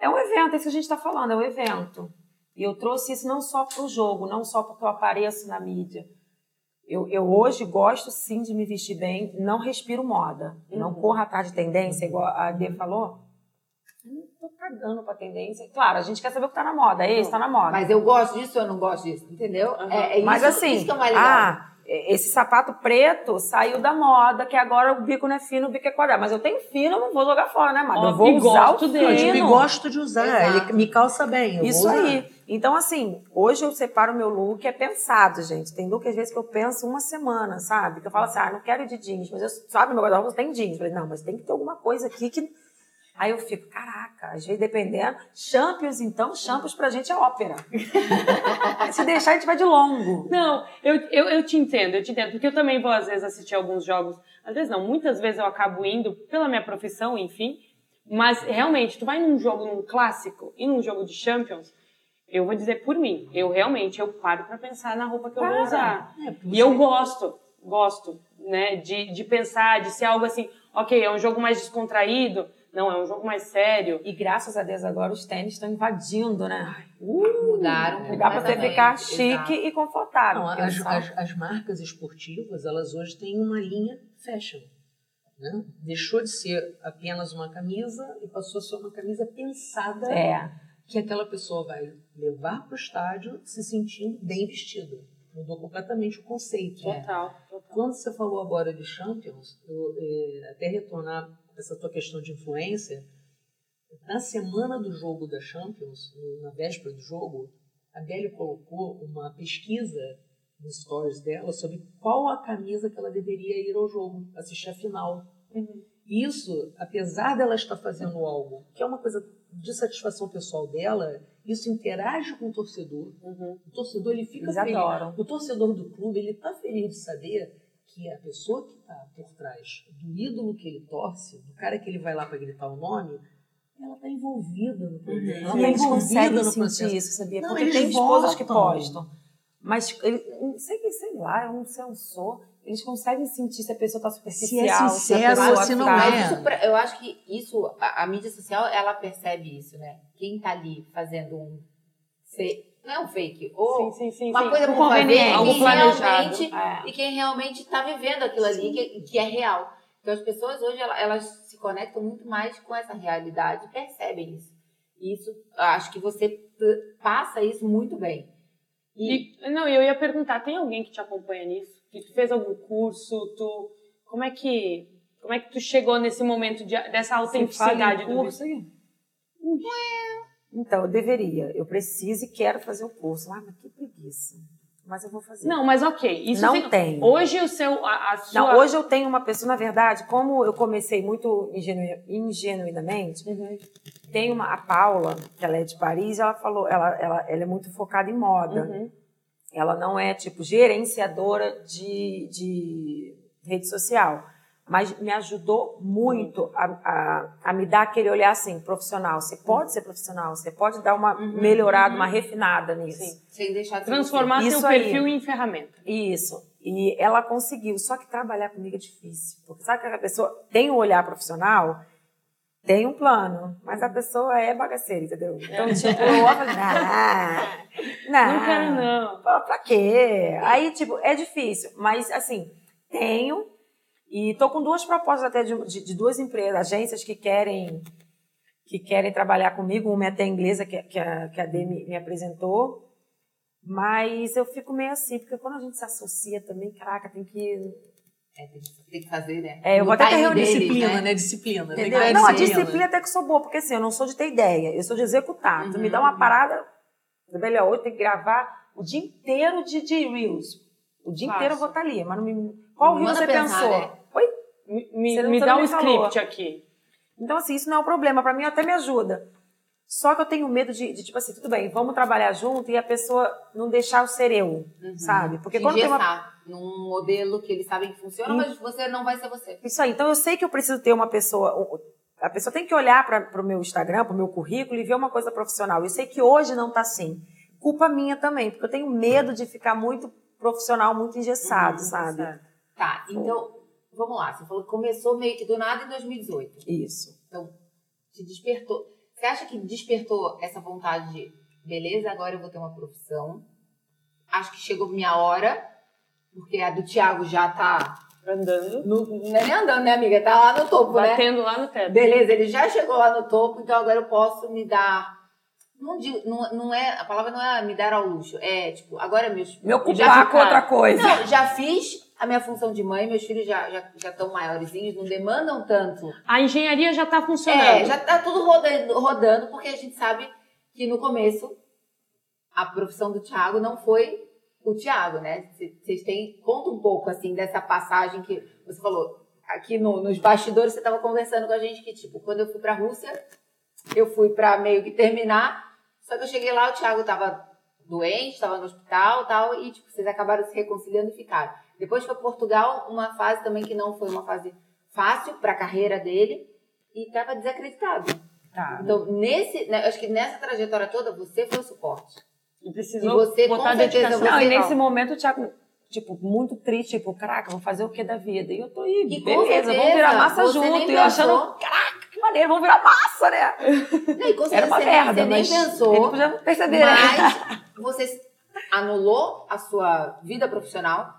D: É um evento, é isso que a gente está falando, é um evento. E eu trouxe isso não só pro jogo, não só porque eu apareço na mídia. Eu, eu hoje gosto sim de me vestir bem, não respiro moda. Não corro atrás de tendência, igual a Dê falou. Eu não tô cagando pra tendência. Claro, a gente quer saber o que tá na moda. Esse tá na moda.
B: Mas eu gosto disso ou eu não gosto disso, entendeu? É, é
D: Mas
B: isso,
D: assim,
B: isso que é mais legal.
D: ah, esse sapato preto saiu da moda, que agora o bico não é fino, o bico é quadrado. Mas eu tenho fino, eu não vou jogar fora, né, Mada?
A: Ó,
D: Eu vou
A: e
D: usar
A: gosto
D: o
A: dele. Eu
D: fino.
E: Eu gosto de usar,
B: Exato.
E: ele me calça bem. eu
D: Isso
E: vou usar.
D: aí. Então, assim, hoje eu separo meu look, é pensado, gente. Tem look, às vezes, que eu penso uma semana, sabe? Que eu falo assim, ah, não quero ir de jeans, mas eu, sabe, meu guarda-roupa tem jeans. Eu falei, não, mas tem que ter alguma coisa aqui que... Aí eu fico, caraca, às vezes dependendo. Champions, então, champions pra gente é ópera. *laughs* Se deixar, a gente vai de longo.
A: Não, eu, eu, eu te entendo, eu te entendo, porque eu também vou às vezes assistir alguns jogos, às vezes não, muitas vezes eu acabo indo pela minha profissão, enfim, mas realmente, tu vai num jogo, num clássico e num jogo de Champions, eu vou dizer por mim, eu realmente, eu paro pra pensar na roupa que eu vou usar,
E: É, porque
A: e eu gosto, gosto, né, de, de pensar, de ser algo assim, ok, é um jogo mais descontraído, não, é um jogo mais sério,
D: E graças a Deus agora os tênis estão invadindo, né?
B: Mudaram.
A: É
D: Dá pra você
B: completamente,
D: ficar
B: exato.
D: chique e confortável.
E: Não,
D: porque
E: as,
D: são-
E: as- as marcas esportivas, elas hoje têm uma linha fashion. né? Deixou de ser apenas uma camisa e passou a ser uma camisa pensada
A: tá
D: É.
E: que aquela pessoa vai levar para o estádio se sentindo bem vestida. Mudou completamente o conceito.
A: total, total.
E: Quando você falou agora de Champions, eu eh, até retornar essa tua questão de influência, na semana do jogo da Champions, na véspera do jogo, a Belle colocou uma pesquisa nos stories dela sobre qual a camisa que ela deveria ir ao jogo, assistir a final. E Isso, apesar dela estar fazendo algo que é uma coisa de satisfação pessoal dela, isso interage com o torcedor. O torcedor ele fica
D: Eles
E: feliz.
D: adoram.
E: O torcedor do clube, ele tá feliz de saber que a pessoa que tá por trás do ídolo que ele torce, do cara que ele vai lá para gritar o nome, ela tá envolvida
D: É
E: no projeto. Ela tá
D: E eles
E: envolvida
D: conseguem
E: no processo.
D: sentir isso, sabia?
E: Não,
D: Porque
E: eles
D: tem esposas
E: votam.
D: que postam. Mas, ele, não sei, que- sei lá, é um sensor. Eles conseguem sentir se a pessoa tá superficial.
E: sincero
D: a
E: ou
D: pessoa
E: se não
D: tá-
E: é.
B: Mas isso pra- eu acho que isso, a, a mídia social, ela percebe isso, né? Quem tá ali fazendo um. fe- não é um fake, ou
A: Sim, sim, sim,
B: uma
A: sim.
B: coisa
A: Um
B: por fazer, é
A: conveniente, algo
B: quem
A: planejado.
B: realmente
D: É.
B: e quem realmente tá vivendo aquilo ali, que, que é real. Então as pessoas hoje ela- elas, se conectam muito mais com essa realidade e percebem isso. E isso, acho que você p- passa isso muito bem. E,
A: E, não, eu ia perguntar, tem alguém que te acompanha nisso? Que tu fez algum curso? Tu, como é que, como é que tu chegou nesse momento de, dessa
D: um
A: autenticidade do curso?
D: Então, eu deveria. Eu preciso e quero fazer o curso. Ah, mas que preguiça. mas eu vou fazer.
A: Não, mas ok. Isso
D: Não
A: tem-
D: tenho.
A: Hoje o seu. A, a sua...
D: Não, hoje eu tenho uma pessoa, na verdade, como eu comecei muito ingenu... ingenuinamente,
A: Uhum.
D: tem uma, a Paula, que ela é de Paris, ela falou, ela, ela, ela é muito focada em moda.
A: Uhum.
D: Ela não é, tipo, gerenciadora de, de rede social. Mas me ajudou muito a, a, a me dar aquele olhar assim, profissional. Você pode ser profissional, você pode dar uma melhorada, uma refinada nisso.
A: Uhum. Sim.
B: Sem deixar de ser
A: Transformar
D: Isso
A: seu
D: aí.
A: perfil em ferramenta.
D: Isso. E ela conseguiu. Só que trabalhar comigo é difícil. Porque sabe que a pessoa tem um olhar profissional, tem um plano, mas a pessoa é bagaceira, entendeu? Então, tipo, eu olho e falo, "Ah, não,
A: *laughs* Não quero, não.
D: Pra, pra quê? Aí, tipo, é difícil. Mas, assim, tenho. E tô com duas propostas até de, de- de duas empresas, agências que querem que querem trabalhar comigo. Uma é até inglesa, que, que a, que a Dê me, me apresentou. Mas eu fico meio assim, porque quando a gente se associa também, caraca, tem que...
B: É, tem que- tem que fazer, né?
D: É, eu
B: No
D: vou até ter
B: timing
D: reunião-
B: deles,
E: Disciplina,
B: né?
E: né? Disciplina. Tem que
B: Entendeu?
E: ter
D: Não, a
B: disciplina.
D: disciplina até que sou boa, porque assim, eu não sou de ter ideia, eu sou de executar. Tu me
B: Uhum.
D: dá uma parada, melhor, hoje tem que gravar o dia inteiro de, de Reels. O dia
A: Faço.
D: inteiro eu vou estar ali, mas não me... Qual Reels
B: Manda
D: você
B: pensar,
D: pensou?
B: né?
D: Oi?
A: Me, me-
D: Você não-
A: me
D: você
A: dá
D: não
A: um
D: me falou.
A: script aqui.
D: Então, assim, isso não é um problema. Pra mim, até me ajuda. Só que eu tenho medo de, de, tipo assim, tudo bem, vamos trabalhar junto e a pessoa não deixar eu ser eu,
B: Uhum.
D: né? sabe? Porque
B: Se
D: quando tem uma
B: engessar num modelo que eles sabem que funciona, mas você não vai ser você.
D: Isso aí. Então eu sei que eu preciso ter uma pessoa. um- A pessoa tem que olhar para o meu Instagram, para o meu currículo e ver uma coisa profissional. Eu sei que hoje não está assim. Culpa minha também, porque eu tenho medo de ficar muito profissional, muito engessado,
A: Uhum,
D: sabe?
B: Tá, então, vamos lá. Você falou que começou meio que do nada em 2018.
D: Isso.
B: Te despertou. Você acha que despertou essa vontade de, beleza, agora eu vou ter uma profissão. Acho que chegou minha hora, porque a do Thiago já tá.
A: Andando.
B: No, não é nem andando, né, amiga? Tá lá no topo, né?
A: Batendo lá no teto.
B: Beleza, ele já chegou lá no topo, então agora eu posso me dar. Não digo, não, não é, a palavra não é me dar ao luxo, é tipo, agora meus.
D: Meu
B: já
D: culpar com
B: ficaram.
D: outra coisa.
B: Não, já fiz a minha função de mãe, meus filhos já estão já, estão maiorzinhos, não demandam tanto.
A: A engenharia já tá funcionando.
B: É, já tá tudo rodando, rodando, porque a gente sabe que no começo a profissão do Thiago não foi o Thiago, né? C- Vocês têm. Conta um pouco, assim, dessa passagem que você falou. Aqui no- nos bastidores você tava conversando com a gente que, tipo, quando eu fui pra Rússia, eu fui pra meio que terminar. Só que eu cheguei lá, o Thiago tava doente, tava no hospital e tal, e, tipo, vocês acabaram se reconciliando e ficaram. Depois foi Portugal, uma fase também que não foi uma fase fácil pra carreira dele e tava desacreditado.
E: Ah,
A: Tá.
B: Então, nesse, né, acho que nessa trajetória toda, você foi o suporte.
A: E
B: E
A: precisou
B: você, com
A: botar a
B: certeza,
A: dedicação.
B: você-
D: Não, e
B: legal.
D: nesse momento o Thiago, tipo, muito triste, tipo, caraca, vou fazer o que da vida? E eu tô aí,
B: E com
D: beleza, vamos
B: certeza,
D: virar massa
B: você
D: junto.
B: nem
D: E eu achando,
B: pensou.
D: caraca, que maneiro, vamos virar massa, né?
B: Não, e com certeza,
D: Era uma
B: você,
D: merda,
B: você
D: mas
B: nem
D: ele
B: pensou,
D: podia perceber. né?
B: mas você anulou a sua vida profissional,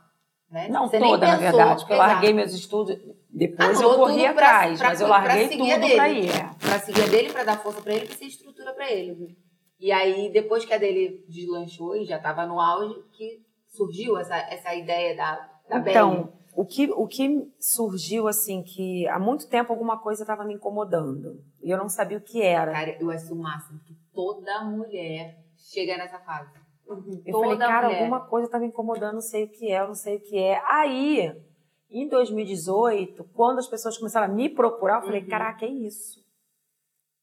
B: né?
D: Não
B: você nem
D: toda, na
B: pensou.
D: verdade, porque eu
B: Exato.
D: larguei meus estudos. Depois
B: Anulou
D: eu corri
B: tudo pra-
D: atrás,
B: pra-
D: mas eu
B: pra
D: larguei
B: seguir a
D: tudo
B: dele.
D: pra ir. é.
B: Pra seguir a dele, pra dar força pra ele, pra ser estrutura pra ele. E aí, depois que a dele deslanchou e já tava no auge, que surgiu essa, essa ideia da, da Belly.
D: Então, o que, o que surgiu, assim, que há muito tempo alguma coisa estava me incomodando. E eu não sabia o que era.
B: Cara, eu acho o máximo que toda mulher chega nessa fase.
D: Uhum. Eu
B: Toda
D: falei, cara,
B: mulher.
D: alguma coisa tá me incomodando, não sei o que é, eu não sei o que é. Aí, em 2018, quando as pessoas começaram a me procurar, eu falei,
B: Uhum.
D: caraca, é isso.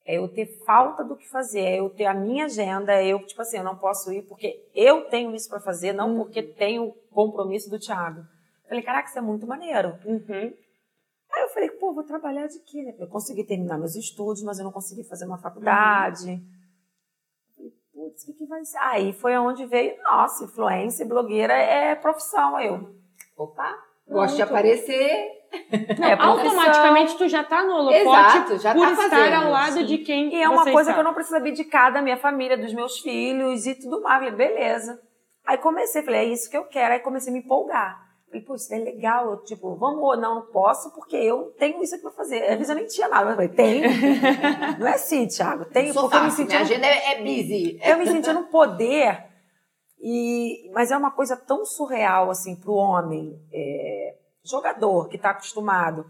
D: É eu ter falta do que fazer, é eu ter a minha agenda, é eu, tipo assim, eu não posso ir porque eu tenho isso pra fazer,
B: Uhum.
D: não porque tenho compromisso do Thiago. Eu Falei, caraca, isso é muito maneiro.
A: Uhum.
D: É Aí eu falei, pô, vou trabalhar de quê? né? Eu consegui terminar meus estudos, mas eu não consegui fazer uma faculdade.
A: Uhum.
D: Falei, Putz, o que, que vai ser? Aí foi onde veio, nossa, influência e blogueira é profissão, aí eu.
B: Opa,
A: Pronto.
B: gosto de aparecer.
D: é
A: Automaticamente tu já tá no holofote
B: Exato, já
A: por
B: tá
A: estar
B: fazendo.
A: ao lado
B: Sim.
A: de quem
D: E é uma
A: você
D: coisa
A: está.
D: que eu não preciso abdicar da minha família, dos meus filhos e tudo mais. Falei, beleza. Aí comecei, falei, é isso que eu quero. Aí comecei a me empolgar. Falei, pô, isso é legal. Eu, tipo, vamos ou não, não posso, porque eu tenho isso aqui pra fazer. Às vezes eu nem tinha nada, mas eu falei, tenho.
A: *laughs*
D: não é assim, Thiago, tenho.
B: Sou
D: Porque eu me
B: fácil,
D: senti um
A: né?
B: minha agenda é, é busy.
D: eu me sentia no poder e mas é uma coisa tão surreal assim para o homem é, jogador que está acostumado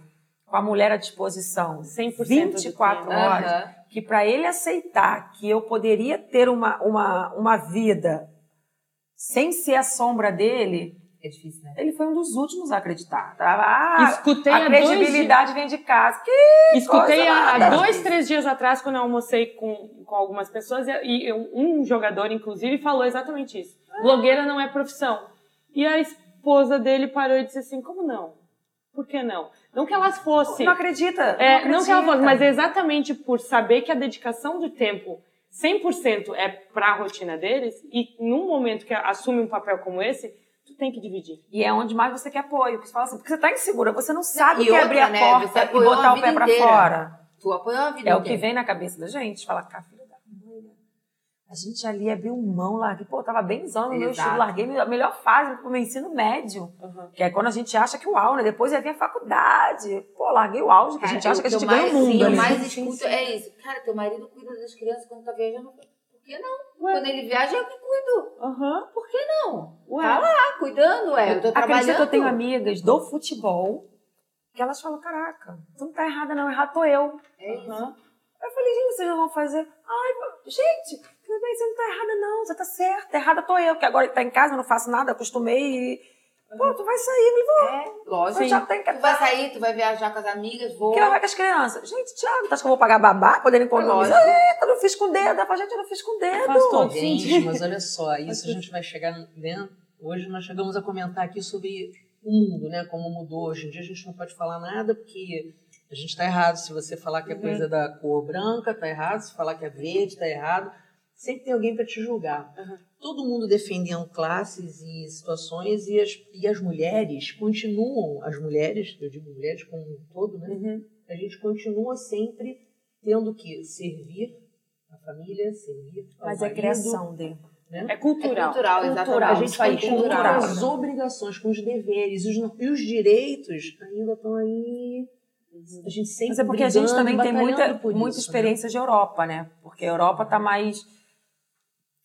D: com a mulher à disposição
A: 100% do
D: 24
A: tempo.
D: horas
B: Aham.
D: que para ele aceitar que eu poderia ter uma, uma, uma vida sem ser a sombra dele,
B: É difícil, né?
D: ele foi um dos últimos a acreditar. Tava, ah,
A: Escutei
D: a
A: há dois dias.
D: credibilidade vem de casa. Que
A: Escutei
D: coisa
A: há, há
D: nada.
A: dois, três dias atrás, quando eu almocei com, com algumas pessoas, e, e eu- um jogador, inclusive, falou exatamente isso.
D: Ah.
A: Blogueira não é profissão. E a esposa dele parou e disse assim, como não? Por que não? Não que elas fossem.
D: não acredita.
A: É,
D: não,
A: não que ela fosse,
D: acredita.
A: mas é exatamente por saber que a dedicação do tempo 100% é pra rotina deles, e num momento que assume um papel como esse, tu tem que dividir.
D: E é onde mais você quer apoio. Porque você fala assim, porque você tá insegura, você não sabe o
B: e
D: que é
B: outra,
D: abrir a
B: né, você
D: porta e
B: apoiou
D: botar
B: a
D: o pé
B: vida
D: pra
B: inteira.
D: fora.
B: Tu apoiou a vida
D: É o que
B: inteira.
D: vem na cabeça da gente. Fala, cara, filho da mãe, né? a gente ali abriu mão, larguei. Pô, eu tava benzando no meu
B: Exato.
D: estilo, larguei a melhor fase pro meu ensino médio. Que é quando a gente acha que o auge, né? Depois ia vir a faculdade. Pô, larguei o auge, que a gente
B: Cara,
D: acha que a
B: É, o
D: gente
B: eu
D: ganha o
B: mais-
D: mundo.
B: Eu
D: ali.
B: mais escuto é isso. Cara, teu marido cuida das crianças quando tá viajando. Por que não?
A: Ué.
B: Quando ele viaja, eu que cuido.
A: Aham.
B: Por que não?
A: Ué.
B: Tá lá, cuidando, é. Eu tô
D: Acredita,
B: trabalhando.
D: eu tenho amigas do futebol que elas falam, caraca, tu não tá errada não, errado tô eu.
B: É isso.
A: Aham.
D: Eu falei, gente, vocês não vão fazer. Ai, gente, tudo bem, você não tá errada, não. Você tá certa. Errada tô eu, que agora que tá em casa, eu não faço nada, acostumei. E... Pô, tu vai sair, eu
B: Lógico.
D: falei, Thiago tá em
B: Tu
D: casa.
B: vai sair, tu vai viajar com as amigas, vou.
D: Que hora vai com as crianças? Gente, Thiago, tu acha que eu vou pagar babá pra poder economizar?
B: Lógico.
D: Eita, eu não fiz com o dedo. Ela fala, gente, eu não fiz com o dedo.
A: Faz todo
E: Gente,
A: sentido.
E: mas
A: *laughs*
E: olha só, isso a gente vai chegar dentro. Hoje nós chegamos a comentar aqui sobre o mundo, né? Como mudou. Hoje em dia a gente não pode falar nada porque a gente está errado. Se você falar
A: Uhum.
E: que é coisa da cor branca, tá errado. Se falar que é verde, tá errado. Sempre tem alguém para te julgar.
A: Uhum.
E: Todo mundo defendendo classes e situações e as, e as mulheres continuam, as mulheres, eu digo mulheres como um todo, né?
A: Uhum.
E: A gente continua sempre tendo que servir a família, servir ao
D: Mas é
E: marido,
D: criação dele.
A: É
B: É cultural,
A: cultural.
B: exatamente.
D: Cultural.
E: a gente
B: Isso aí,
E: vai
D: cultural.
E: com as obrigações, com os deveres, os, e os direitos ainda estão aí. A gente sempre
D: Mas é porque a gente
E: brigando,
D: também tem
E: batalhando
D: muita,
E: por
D: muita
E: isso,
D: experiência de Europa, né? Porque a Europa está mais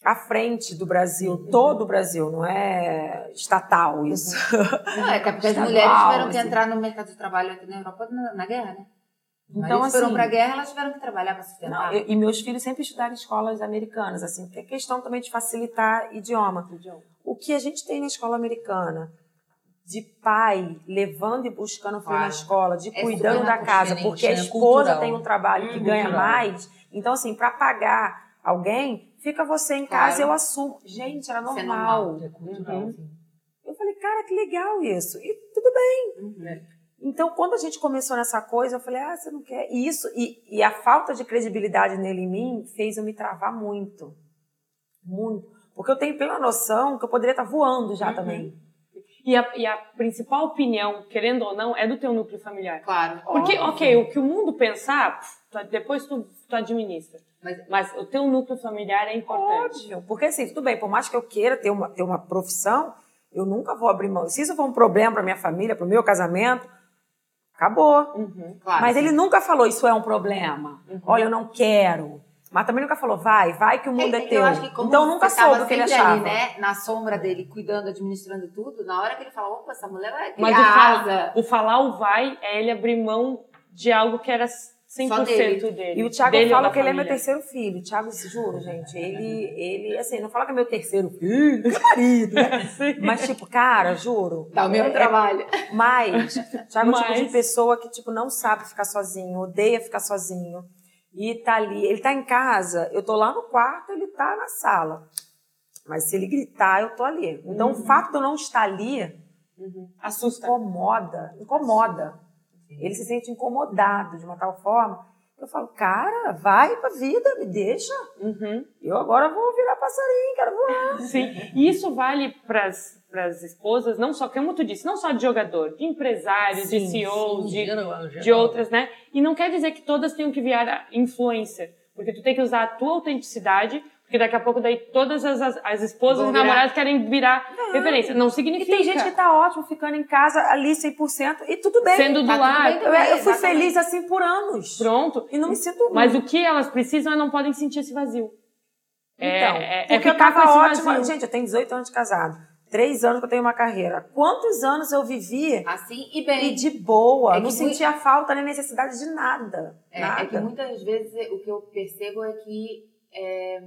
D: à frente do Brasil, todo o Brasil, não é estatal isso.
B: Não, é até porque as
D: Estadual,
B: mulheres tiveram que
D: assim.
B: entrar no mercado de trabalho aqui na Europa na, na guerra, né?
E: Uhum.
D: Então,
B: Eles foram
D: assim,
B: pra guerra, elas tiveram que trabalhar pra sustentar.
D: Não, Né? e, e meus filhos sempre estudaram em escolas americanas, assim, porque é questão também de facilitar idioma. O que a gente tem na escola americana, de pai levando e buscando o filho na
B: Claro.
D: escola, de
B: É
D: cuidando
E: super
D: da casa,
E: diferente,
D: porque a
E: né?
D: esposa
E: Cultural.
D: tem um trabalho que
E: Hum,
D: ganha
E: cultural.
D: mais. Então, assim, para pagar alguém, fica você em casa,
B: Claro.
D: eu assumo. Gente, era
B: Isso é
D: normal. assim.
B: normal.
E: né? É cultural.
B: Uhum.
D: Eu falei, cara, que legal isso. E tudo bem. Então, quando a gente começou nessa coisa, eu falei, ah, você não quer. E isso, e, e a falta de credibilidade nele em mim fez eu me travar muito. Muito. Porque eu tenho plena noção que eu poderia estar voando já também.
A: E a, e a principal opinião, querendo ou não, é do teu núcleo familiar.
B: Claro.
A: Porque, ok, o que o mundo pensar, pff, tu- depois tu, tu administra.
B: Mas-
A: Mas, o teu núcleo familiar é importante.
D: Óbvio. Porque assim, tudo bem, por mais que eu queira ter uma, ter uma profissão, eu nunca vou abrir mão. Se isso for um problema para minha família, para o meu casamento, acabou.
A: Uhum.
B: Claro.
D: Mas ele nunca falou, isso é um problema.
B: Uhum.
D: Olha, eu não quero. Mas também nunca falou, vai, vai que o mundo é, teu.
B: Eu acho que como
D: então nunca
B: você tava
D: soube o que ele
B: sempre
D: achava.
B: Ali, né, na sombra dele, cuidando, administrando tudo, na hora que ele fala, opa, essa mulher vai criar
A: Mas o, fa-
B: asa.
A: o falar o vai é ele abrir mão de algo que era 100% dele.
D: E o Thiago
A: dele ou
D: fala
A: da
D: que ele é meu
A: família.
D: terceiro filho. O Thiago, se juro, gente, ele, ele, assim, não fala que é meu terceiro filho, *laughs* que é
A: *laughs*
D: marido, né? Mas, tipo, cara, juro.
B: Dá o mesmo trabalho.
D: Mas, o Thiago é o tipo de
A: Mas-
D: pessoa que, tipo, não sabe ficar sozinho, odeia ficar sozinho. E tá ali, ele tá em casa, eu tô lá no quarto, ele tá na sala. Mas se ele gritar, eu tô ali. Então, o fato de eu não estar ali
A: Uhum. Assusta.
D: incomoda, incomoda. Ele se sente incomodado de uma tal forma. que Eu falo, cara, vai pra vida, me deixa.
A: Uhum.
D: Eu agora vou virar passarinho, quero voar.
A: Sim. E isso vale para as esposas, não só, como tu disse, não só de jogador, de empresário, de
D: Sim,
A: CEO, de
E: Geral-
A: de
E: geral.
A: outras, né? E não quer dizer que todas tenham que virar influencer, porque tu tem que usar a tua autenticidade, porque daqui a pouco daí todas as, as, as esposas
B: Vão
A: e
B: virar-
A: namorados querem virar referência. Não
D: E
A: significa.
D: tem gente que tá ótimo ficando em casa ali 100% e tudo bem.
A: sendo do
B: tá tudo
A: lar,
B: bem
D: eu, eu fui
B: Exatamente.
D: feliz assim por anos.
A: pronto.
D: E não me sinto
A: Mas
D: ruim.
A: o que elas precisam é não podem sentir esse vazio.
D: Então,
A: é, é
D: porque eu
A: ficar com
D: tava
A: esse
D: ótima.
A: vazio.
D: Gente, eu tenho 18 anos de casado. Três anos que eu tenho uma carreira. Quantos anos eu vivi
B: Assim e
D: e
B: bem.
D: de boa.
B: É que
D: não
B: muito-
D: sentia falta nem necessidade de nada.
B: É,
D: nada.
B: é que muitas vezes o que eu percebo é que é,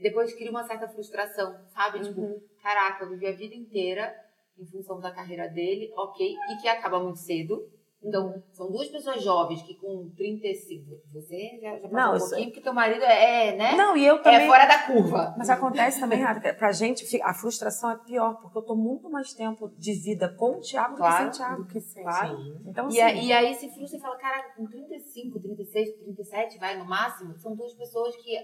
B: depois cria uma certa frustração, sabe?
D: Uhum.
B: Tipo, caraca, eu vivi a vida inteira em função da carreira dele, ok, e que acaba muito cedo.
D: Uhum.
B: Então, são duas pessoas jovens que com 35, você já, já passou
D: Não,
B: um
D: isso-
B: pouquinho, porque teu marido é, né?
D: Não, e eu
B: é
D: também.
B: fora da curva.
D: Mas acontece também, Renata, que pra gente fica- a frustração é pior, porque eu tô muito mais tempo de vida com o Thiago
B: Claro,
D: do que sem o Thiago.
B: Claro.
D: Então,
B: E,
D: sim.
B: a- e aí se frustra e fala, caraca, com 35, 36, 37, vai no máximo, são duas pessoas que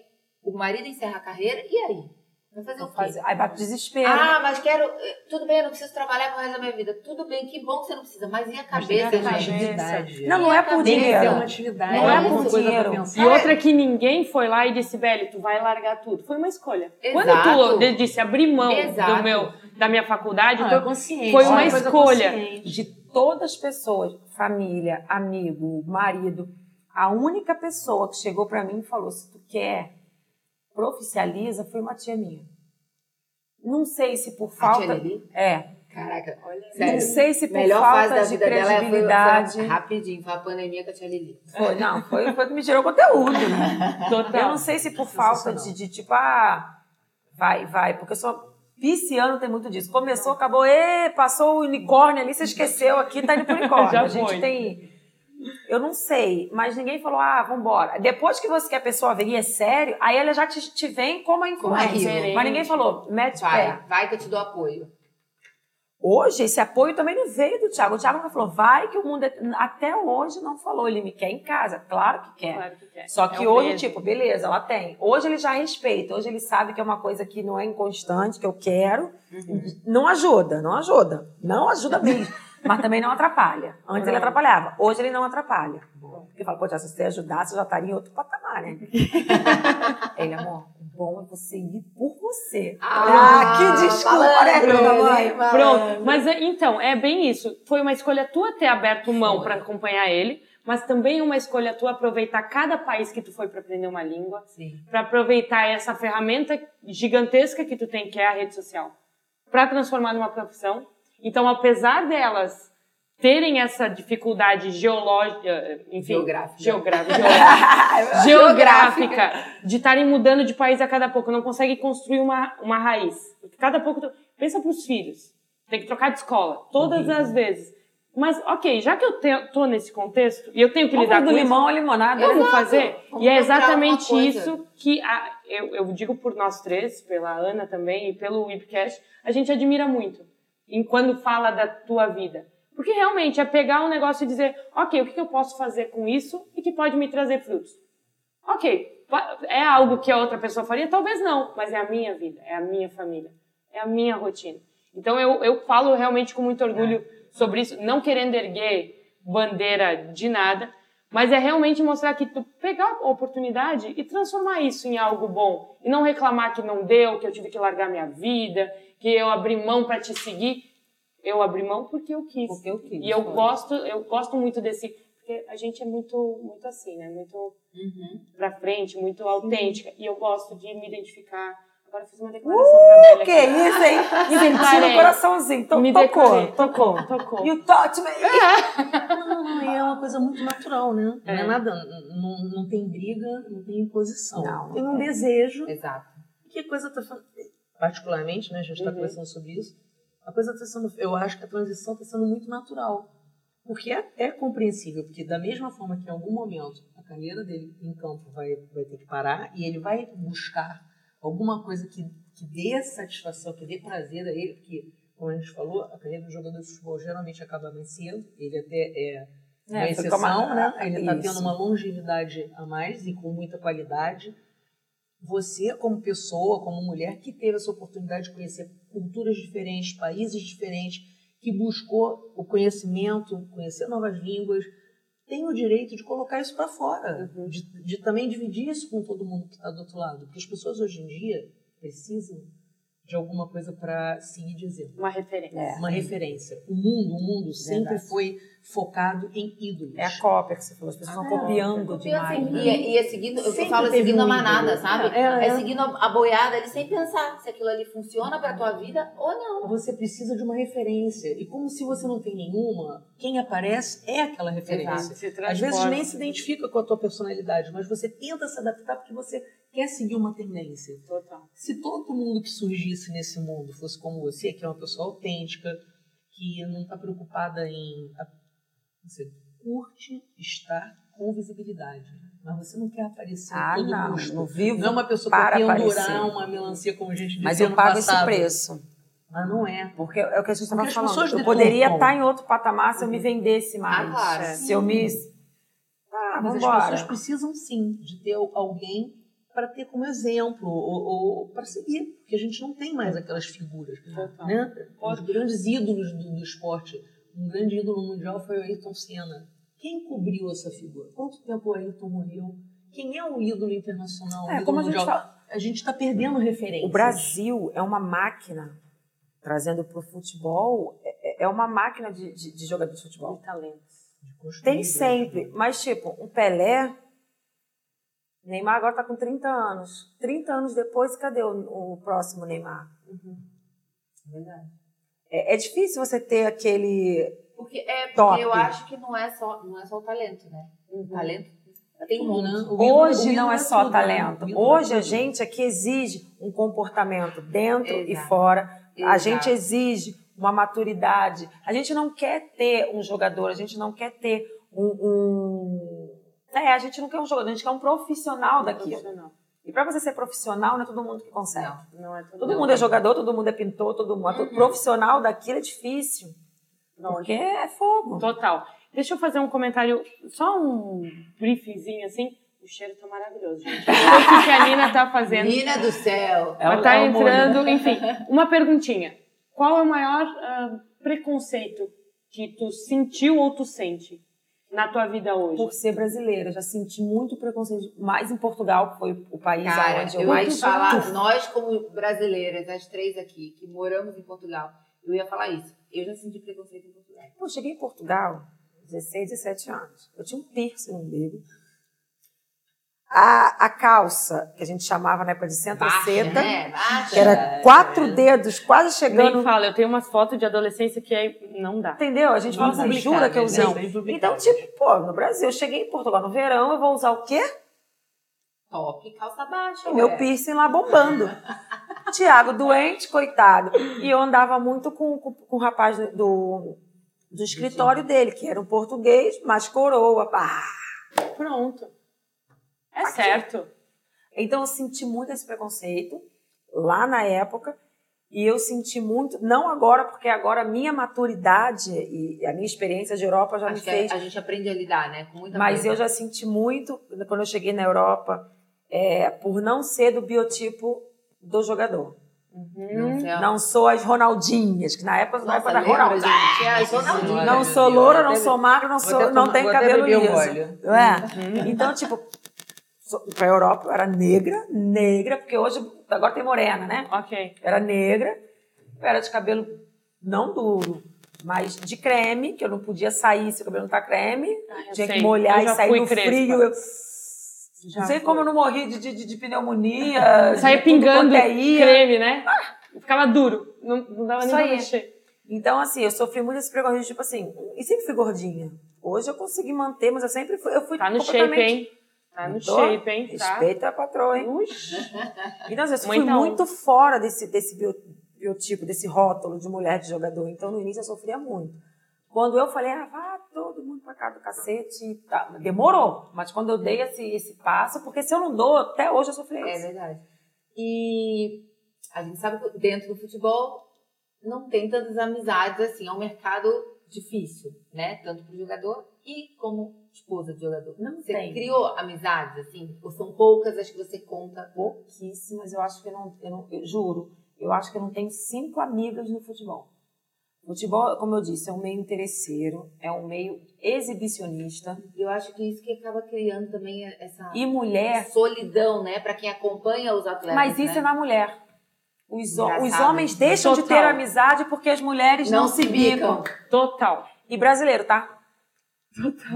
B: o marido encerra a carreira, e aí? Vai fazer o quê?
D: Aí bate o desespero.
B: Ah, mas quero. eh, Tudo bem, eu não preciso trabalhar pro resto da minha vida. Tudo bem, que bom que você não precisa. Mas e a cabeça,
E: tem que ter uma
B: gente?
E: atividade.
D: não, não é
B: Tem
D: por
B: que ter
E: Tem
D: dinheiro.
E: uma atividade,
D: Não é
E: alguma
D: por
E: coisa pra
D: dinheiro.
E: pensar.
A: E outra que ninguém foi lá e disse, Beli, tu vai largar tudo. Foi uma escolha. é Quando
B: Exato.
A: tu de- disse abrir mão
B: Exato.
A: do meu, da minha faculdade,
E: Ah,
A: então,
E: é consciente.
A: foi
E: é
A: uma
E: coisa
A: escolha.
E: consciente.
D: De todas as pessoas, família, amigo, marido, a única pessoa que chegou pra mim e falou: se tu quer, proficializa, foi uma tia minha. Não sei se por
B: A
D: falta.
B: tia Lili?
D: É.
B: Caraca, olha.
D: Não
B: Sério.
D: sei se por
B: Melhor
D: falta
B: fase da
D: de
B: vida dela é foi,
D: credibilidade.
B: foi rapidinho, foi a pandemia com a tia Lili.
D: Foi, não, foi, foi o que me tirou o conteúdo, né? Eu
A: Total.
D: não sei se por falta de, de tipo, ah, vai, vai, porque eu sou pisciano, tem muito disso. Começou, acabou, ê, passou o unicórnio ali, você esqueceu aqui, tá indo pro
A: *laughs*
D: unicórnio.
A: Já
D: a gente
A: foi.
D: tem. Eu não sei, mas ninguém falou, ah, vambora. Depois que você que a pessoa vê e é sério, aí ela já te, te vem como a influência.
B: aquilo.
D: mas ninguém falou, mete o pé.
B: Vai, vai que eu te dou apoio.
D: Hoje, esse apoio também não veio do Thiago. O Thiago nunca falou, vai que o mundo. é- Até hoje não falou, ele me quer em casa. Claro que quer.
A: Claro que quer.
D: Só que
A: É um
D: hoje,
A: peso.
D: tipo, beleza, ela tem. Hoje ele já respeita, hoje ele sabe que é uma coisa que não é inconstante, que eu quero.
A: Uhum.
D: Não ajuda, não ajuda. Não ajuda mesmo. Mas também não atrapalha. Antes ele atrapalhava, hoje ele não atrapalha. Ele fala, pô, Tia, se você ajudasse, eu já estaria em outro
A: *laughs*
D: patamar, né? ele, amor, o bom é você ir por você. Ah, que desculpa, né, meu tamanho?
A: Pronto. Mas é, então, é bem isso. Foi uma escolha tua ter aberto mão pra acompanhar ele, mas também uma escolha tua aproveitar cada país que tu foi pra aprender uma língua,
B: Sim.
A: pra aproveitar essa ferramenta gigantesca que tu tem, que é a rede social, pra transformar numa profissão. Então, apesar delas terem essa dificuldade geológica,
C: é
A: enfim,
B: Geográfica.
A: geogra- geográfica,
D: *laughs*
A: geográfica, de estarem mudando de país a cada pouco, não consegue construir uma, uma raiz. Porque Cada pouco, tu- pensa para os filhos, tem que trocar de escola, todas as vezes. Mas, ok, já que eu te, tô nesse contexto, e eu tenho que
D: Vamos
A: lidar
D: do
A: com isso,
D: limão à limonada. né?
A: eu vou né? fazer.
B: Vamos
A: E é
B: comprar
A: exatamente
B: alguma coisa.
A: isso que a- eu, eu digo por nós três, pela Ana também e pelo Webcast, a gente admira muito em quando fala da tua vida. Porque realmente é pegar um negócio e dizer, ok, o que que eu posso fazer com isso e que pode me trazer frutos. Ok, pa- é algo que a outra pessoa faria? Talvez não, mas é a minha vida, é a minha família, é a minha rotina. Então eu, eu falo realmente com muito orgulho sobre isso, não querendo erguer bandeira de nada, mas é realmente mostrar que tu pegar a oportunidade e transformar isso em algo bom. E não reclamar que não deu, que eu tive que largar minha vida, que eu abri mão para te seguir. Eu abri mão porque eu quis.
E: Porque eu quis.
A: E eu
E: foi.
A: gosto, eu gosto muito desse. Porque a gente é muito, muito assim, né? Muito pra frente, muito autêntica. E eu gosto de me identificar. Agora eu fiz uma declaração pra Bela
D: Uh, Que
A: aqui.
D: isso, hein?
A: Me
D: Tira o
A: declarei.
D: coraçouzinho. To-
A: me
D: tocou,
A: declarei.
D: tocou.
A: *laughs* Tocou.
D: You touch me.
E: Não, não, e é uma coisa muito natural, né? Não
A: É.
E: é nada, não, não tem briga, não tem imposição.
D: Não,
E: tem um desejo.
B: Exato.
E: Que a coisa tá falando. Particularmente, né? A gente está
A: Uhum.
E: conversando sobre isso. A coisa está sendo. Eu acho que a transição está sendo muito natural. Porque é, é compreensível, porque da mesma forma que em algum momento a carreira dele em campo vai, vai ter que parar e ele vai buscar alguma coisa que, que dê satisfação, que dê prazer a ele, porque, como a gente falou, a carreira do jogador de futebol geralmente acaba mais cedo, ele até é uma
D: É, foi
E: exceção,
D: como a-
E: né? Ele está
D: isso.
E: tendo uma longevidade a mais e com muita qualidade. Você, como pessoa, como mulher, que teve essa oportunidade de conhecer culturas diferentes, países diferentes, que buscou o conhecimento, conhecer novas línguas, tem o direito de colocar isso para fora,
D: Uhum.
E: de, de também dividir isso com todo mundo que está do outro lado. Porque as pessoas hoje em dia precisam de alguma coisa para seguir de exemplo
A: Uma referência.
E: uma referência. O mundo, o mundo sempre
D: É. Verdade.
E: foi focado em ídolos.
D: É a cópia que você falou, as pessoas estão
E: Ah,
D: copiando
B: E,
D: demais.
B: assim,
D: né?
B: e, é- e é seguindo, eu
E: Sempre
B: falo é
E: teve
B: seguindo
E: um
B: a manada,
E: ídolo.
B: sabe?
E: É,
B: É,
E: é.
B: seguindo a, a boiada ali sem pensar se aquilo ali funciona pra tua vida ou não.
E: Você precisa de uma referência. E como se você não tem nenhuma, quem aparece é aquela referência.
A: Se
E: Às vezes
A: transforma.
E: nem se identifica com a tua personalidade, mas você tenta se adaptar porque você quer seguir uma tendência.
A: Total.
E: Se todo mundo que surgisse nesse mundo fosse como você, que é uma pessoa autêntica, que não está preocupada em. Você curte estar com visibilidade, mas você não quer aparecer em
D: Ah,
E: todo
D: não.
E: mundo.
D: No vivo,
E: Não é uma pessoa
D: para
E: que pendurar
D: aparecer.
E: uma melancia como a gente dizia
D: mas eu
E: no
D: pago esse
E: passado.
D: preço.
E: Mas não é.
D: Porque é o que a gente estava
E: Porque as
D: falando.
E: pessoas Uhum.
D: Eu
E: deturpam.
D: poderia estar em outro patamar se eu me vendesse mais.
B: Ah, claro.
D: É, Se eu me. Ah,
E: Mas as
D: vambora.
E: pessoas precisam sim de ter al- alguém para ter como exemplo ou, ou para seguir, porque a gente não tem mais aquelas figuras,
A: Total.
E: né? Os
A: Pode-
E: grandes ídolos do, do esporte, um grande ídolo mundial foi o Ayrton Senna. Quem cobriu essa figura? Quanto tempo o Ayrton morreu? Quem é o ídolo internacional? o
D: É,
E: ídolo
D: como a gente
E: mundial?
D: fala.
E: A gente está perdendo referência.
D: O Brasil é uma máquina, trazendo para o futebol, é, é uma máquina de, de, de jogador de futebol.
A: De talentos.
D: Tem sempre, mas tipo, um Pelé, Neymar agora tá com 30 anos. 30 anos depois, cadê o, o próximo Neymar? É, é difícil você ter aquele...
B: Porque, é, porque
D: Top. Uhum.
B: eu acho que não é só, não é só o talento, né? O talento
D: É
B: tem um monte.
D: Hoje não é só talento. Hoje a
E: gente
D: gente aqui exige um comportamento dentro e
B: Exato.
D: fora. A
B: Exato.
D: gente exige uma maturidade. A gente não quer ter um jogador, a gente não quer ter um. um- É, a gente não quer um jogador, a gente quer um profissional daquilo.
A: Profissional.
D: E para você ser profissional, não é todo mundo que consegue.
A: Não é todo
D: Todo mundo é jogador, todo mundo é pintor, todo mundo. Profissional daquilo é difícil. Porque é fogo.
A: Total. Deixa eu fazer um comentário, só um briefzinho assim. O cheiro tá maravilhoso,
D: *laughs*
A: gente. O que a Nina tá fazendo?
B: Menina do céu.
D: É o-
A: Ela tá
D: é o molho, né?
A: entrando, enfim. Uma perguntinha. Qual é o maior ah, preconceito que tu sentiu ou tu sente na tua vida hoje?
D: Por ser brasileira, já senti muito preconceito, mais em Portugal, que foi o país
B: Cara,
D: onde eu,
B: eu ia
D: mais
B: falar, nós como brasileiras, as três aqui, que moramos em Portugal, eu ia falar isso. Eu já senti preconceito em Portugal.
D: Pô, eu cheguei em Portugal, 16, 17 anos. Eu tinha um piercing no umbigo. A, a calça, que a gente chamava na época de centro-seda,
B: né? Baixa.
D: que era quatro dedos, quase
A: Nem
D: chegando.
A: fala, eu tenho umas fotos de adolescência que é- não dá.
D: Entendeu? A gente fala assim, jura que eu usei. Então, tipo, pô, no Brasil, eu cheguei em Portugal no verão, eu vou usar o quê?
B: Top, calça baixa. é.
D: O meu
B: ué.
D: piercing lá bombando. Tiago, doente, coitado. E eu andava muito com, com, com o rapaz do, do escritório dele, que era um português, mas coroa, pá.
A: Pronto. É certo.
D: Então eu senti muito esse preconceito lá na época e eu senti muito, não agora, porque agora a minha maturidade e a minha experiência de Europa já me
B: Acho que é,
D: fez,
B: a, a gente aprende a lidar, né? Com muita
D: mas
B: coisa.
D: eu já senti muito quando eu cheguei na Europa é, por não ser do biotipo do jogador.
A: Hum,
B: Não, sei, ó.
D: Não sou as Ronaldinhas, que na época, na
B: Nossa,
D: época da
B: lembra,
D: Ronaldinha.
B: gente? É, as
E: Senhora.
B: Ronaldinhas.
D: Não
E: Meu
D: sou
E: Deus,
D: loura, não
E: até-
D: sou magra, não, sou, não tenho cabelo
B: um
E: um
D: liso. É.
A: Uhum.
D: Então, tipo, so- pra Europa eu era negra, negra, porque hoje, agora tem morena, né?
A: Ok.
D: Eu era negra, eu era de cabelo não duro, mas de creme, que eu não podia sair se o cabelo não tá creme.
A: Ah, eu
D: tinha que
A: sei.
D: molhar
A: Eu
D: e
A: já
D: sair
A: fui
D: no
A: crespa.
D: frio. Eu...
A: Já
D: não sei
A: fui.
D: como eu não morri de, de, de
A: *laughs*
D: pneumonia. de
A: Saía
D: tudo
A: pingando
D: quanto é ia.
A: creme, né? Ficava duro. Não, não dava nem
D: Só
A: pra
D: ia.
A: mexer.
D: Então, assim, eu sofri muito esse preconceito, tipo assim, e sempre fui gordinha. Hoje eu consegui manter, mas eu sempre fui. Eu fui
A: Tá no shape,
D: completamente-
A: hein? Tá no
D: Tô.
A: shape, hein? Tá.
D: Respeita a patroa, hein?
A: Ux.
D: Então, assim, eu fui
A: Muita
D: muito fora desse, desse bio- biotipo, desse rótulo de mulher de jogador. Então, no início eu sofria muito. Quando eu falei, ah, vá todo mundo pra cá do cacete, e tá. demorou. Mas quando eu dei esse, esse passo, porque se eu não dou, até hoje eu sofri
B: É
D: isso.
B: verdade. E a gente sabe que dentro do futebol não tem tantas amizades assim, é um mercado difícil, né? Tanto para o jogador e como esposa de jogador.
E: Não
B: Você
E: tem.
B: criou amizades assim, ou são poucas as que você conta?
D: pouquíssimas. Eu acho que eu não, eu não- eu juro, eu acho que eu não tenho cinco amigas no futebol. Futebol, como eu disse, é um meio interesseiro, é um meio exibicionista.
B: E Eu acho que isso que acaba criando também é- essa
D: E mulher,
B: solidão, né, para quem acompanha os atletas.
D: mas isso
B: né?
D: é na mulher. Os, ho-
B: Engraçado
D: os homens
B: isso, né?
D: deixam de ter
A: Total.
D: amizade porque as mulheres não, se bicam.
A: Total.
D: E brasileiro, tá?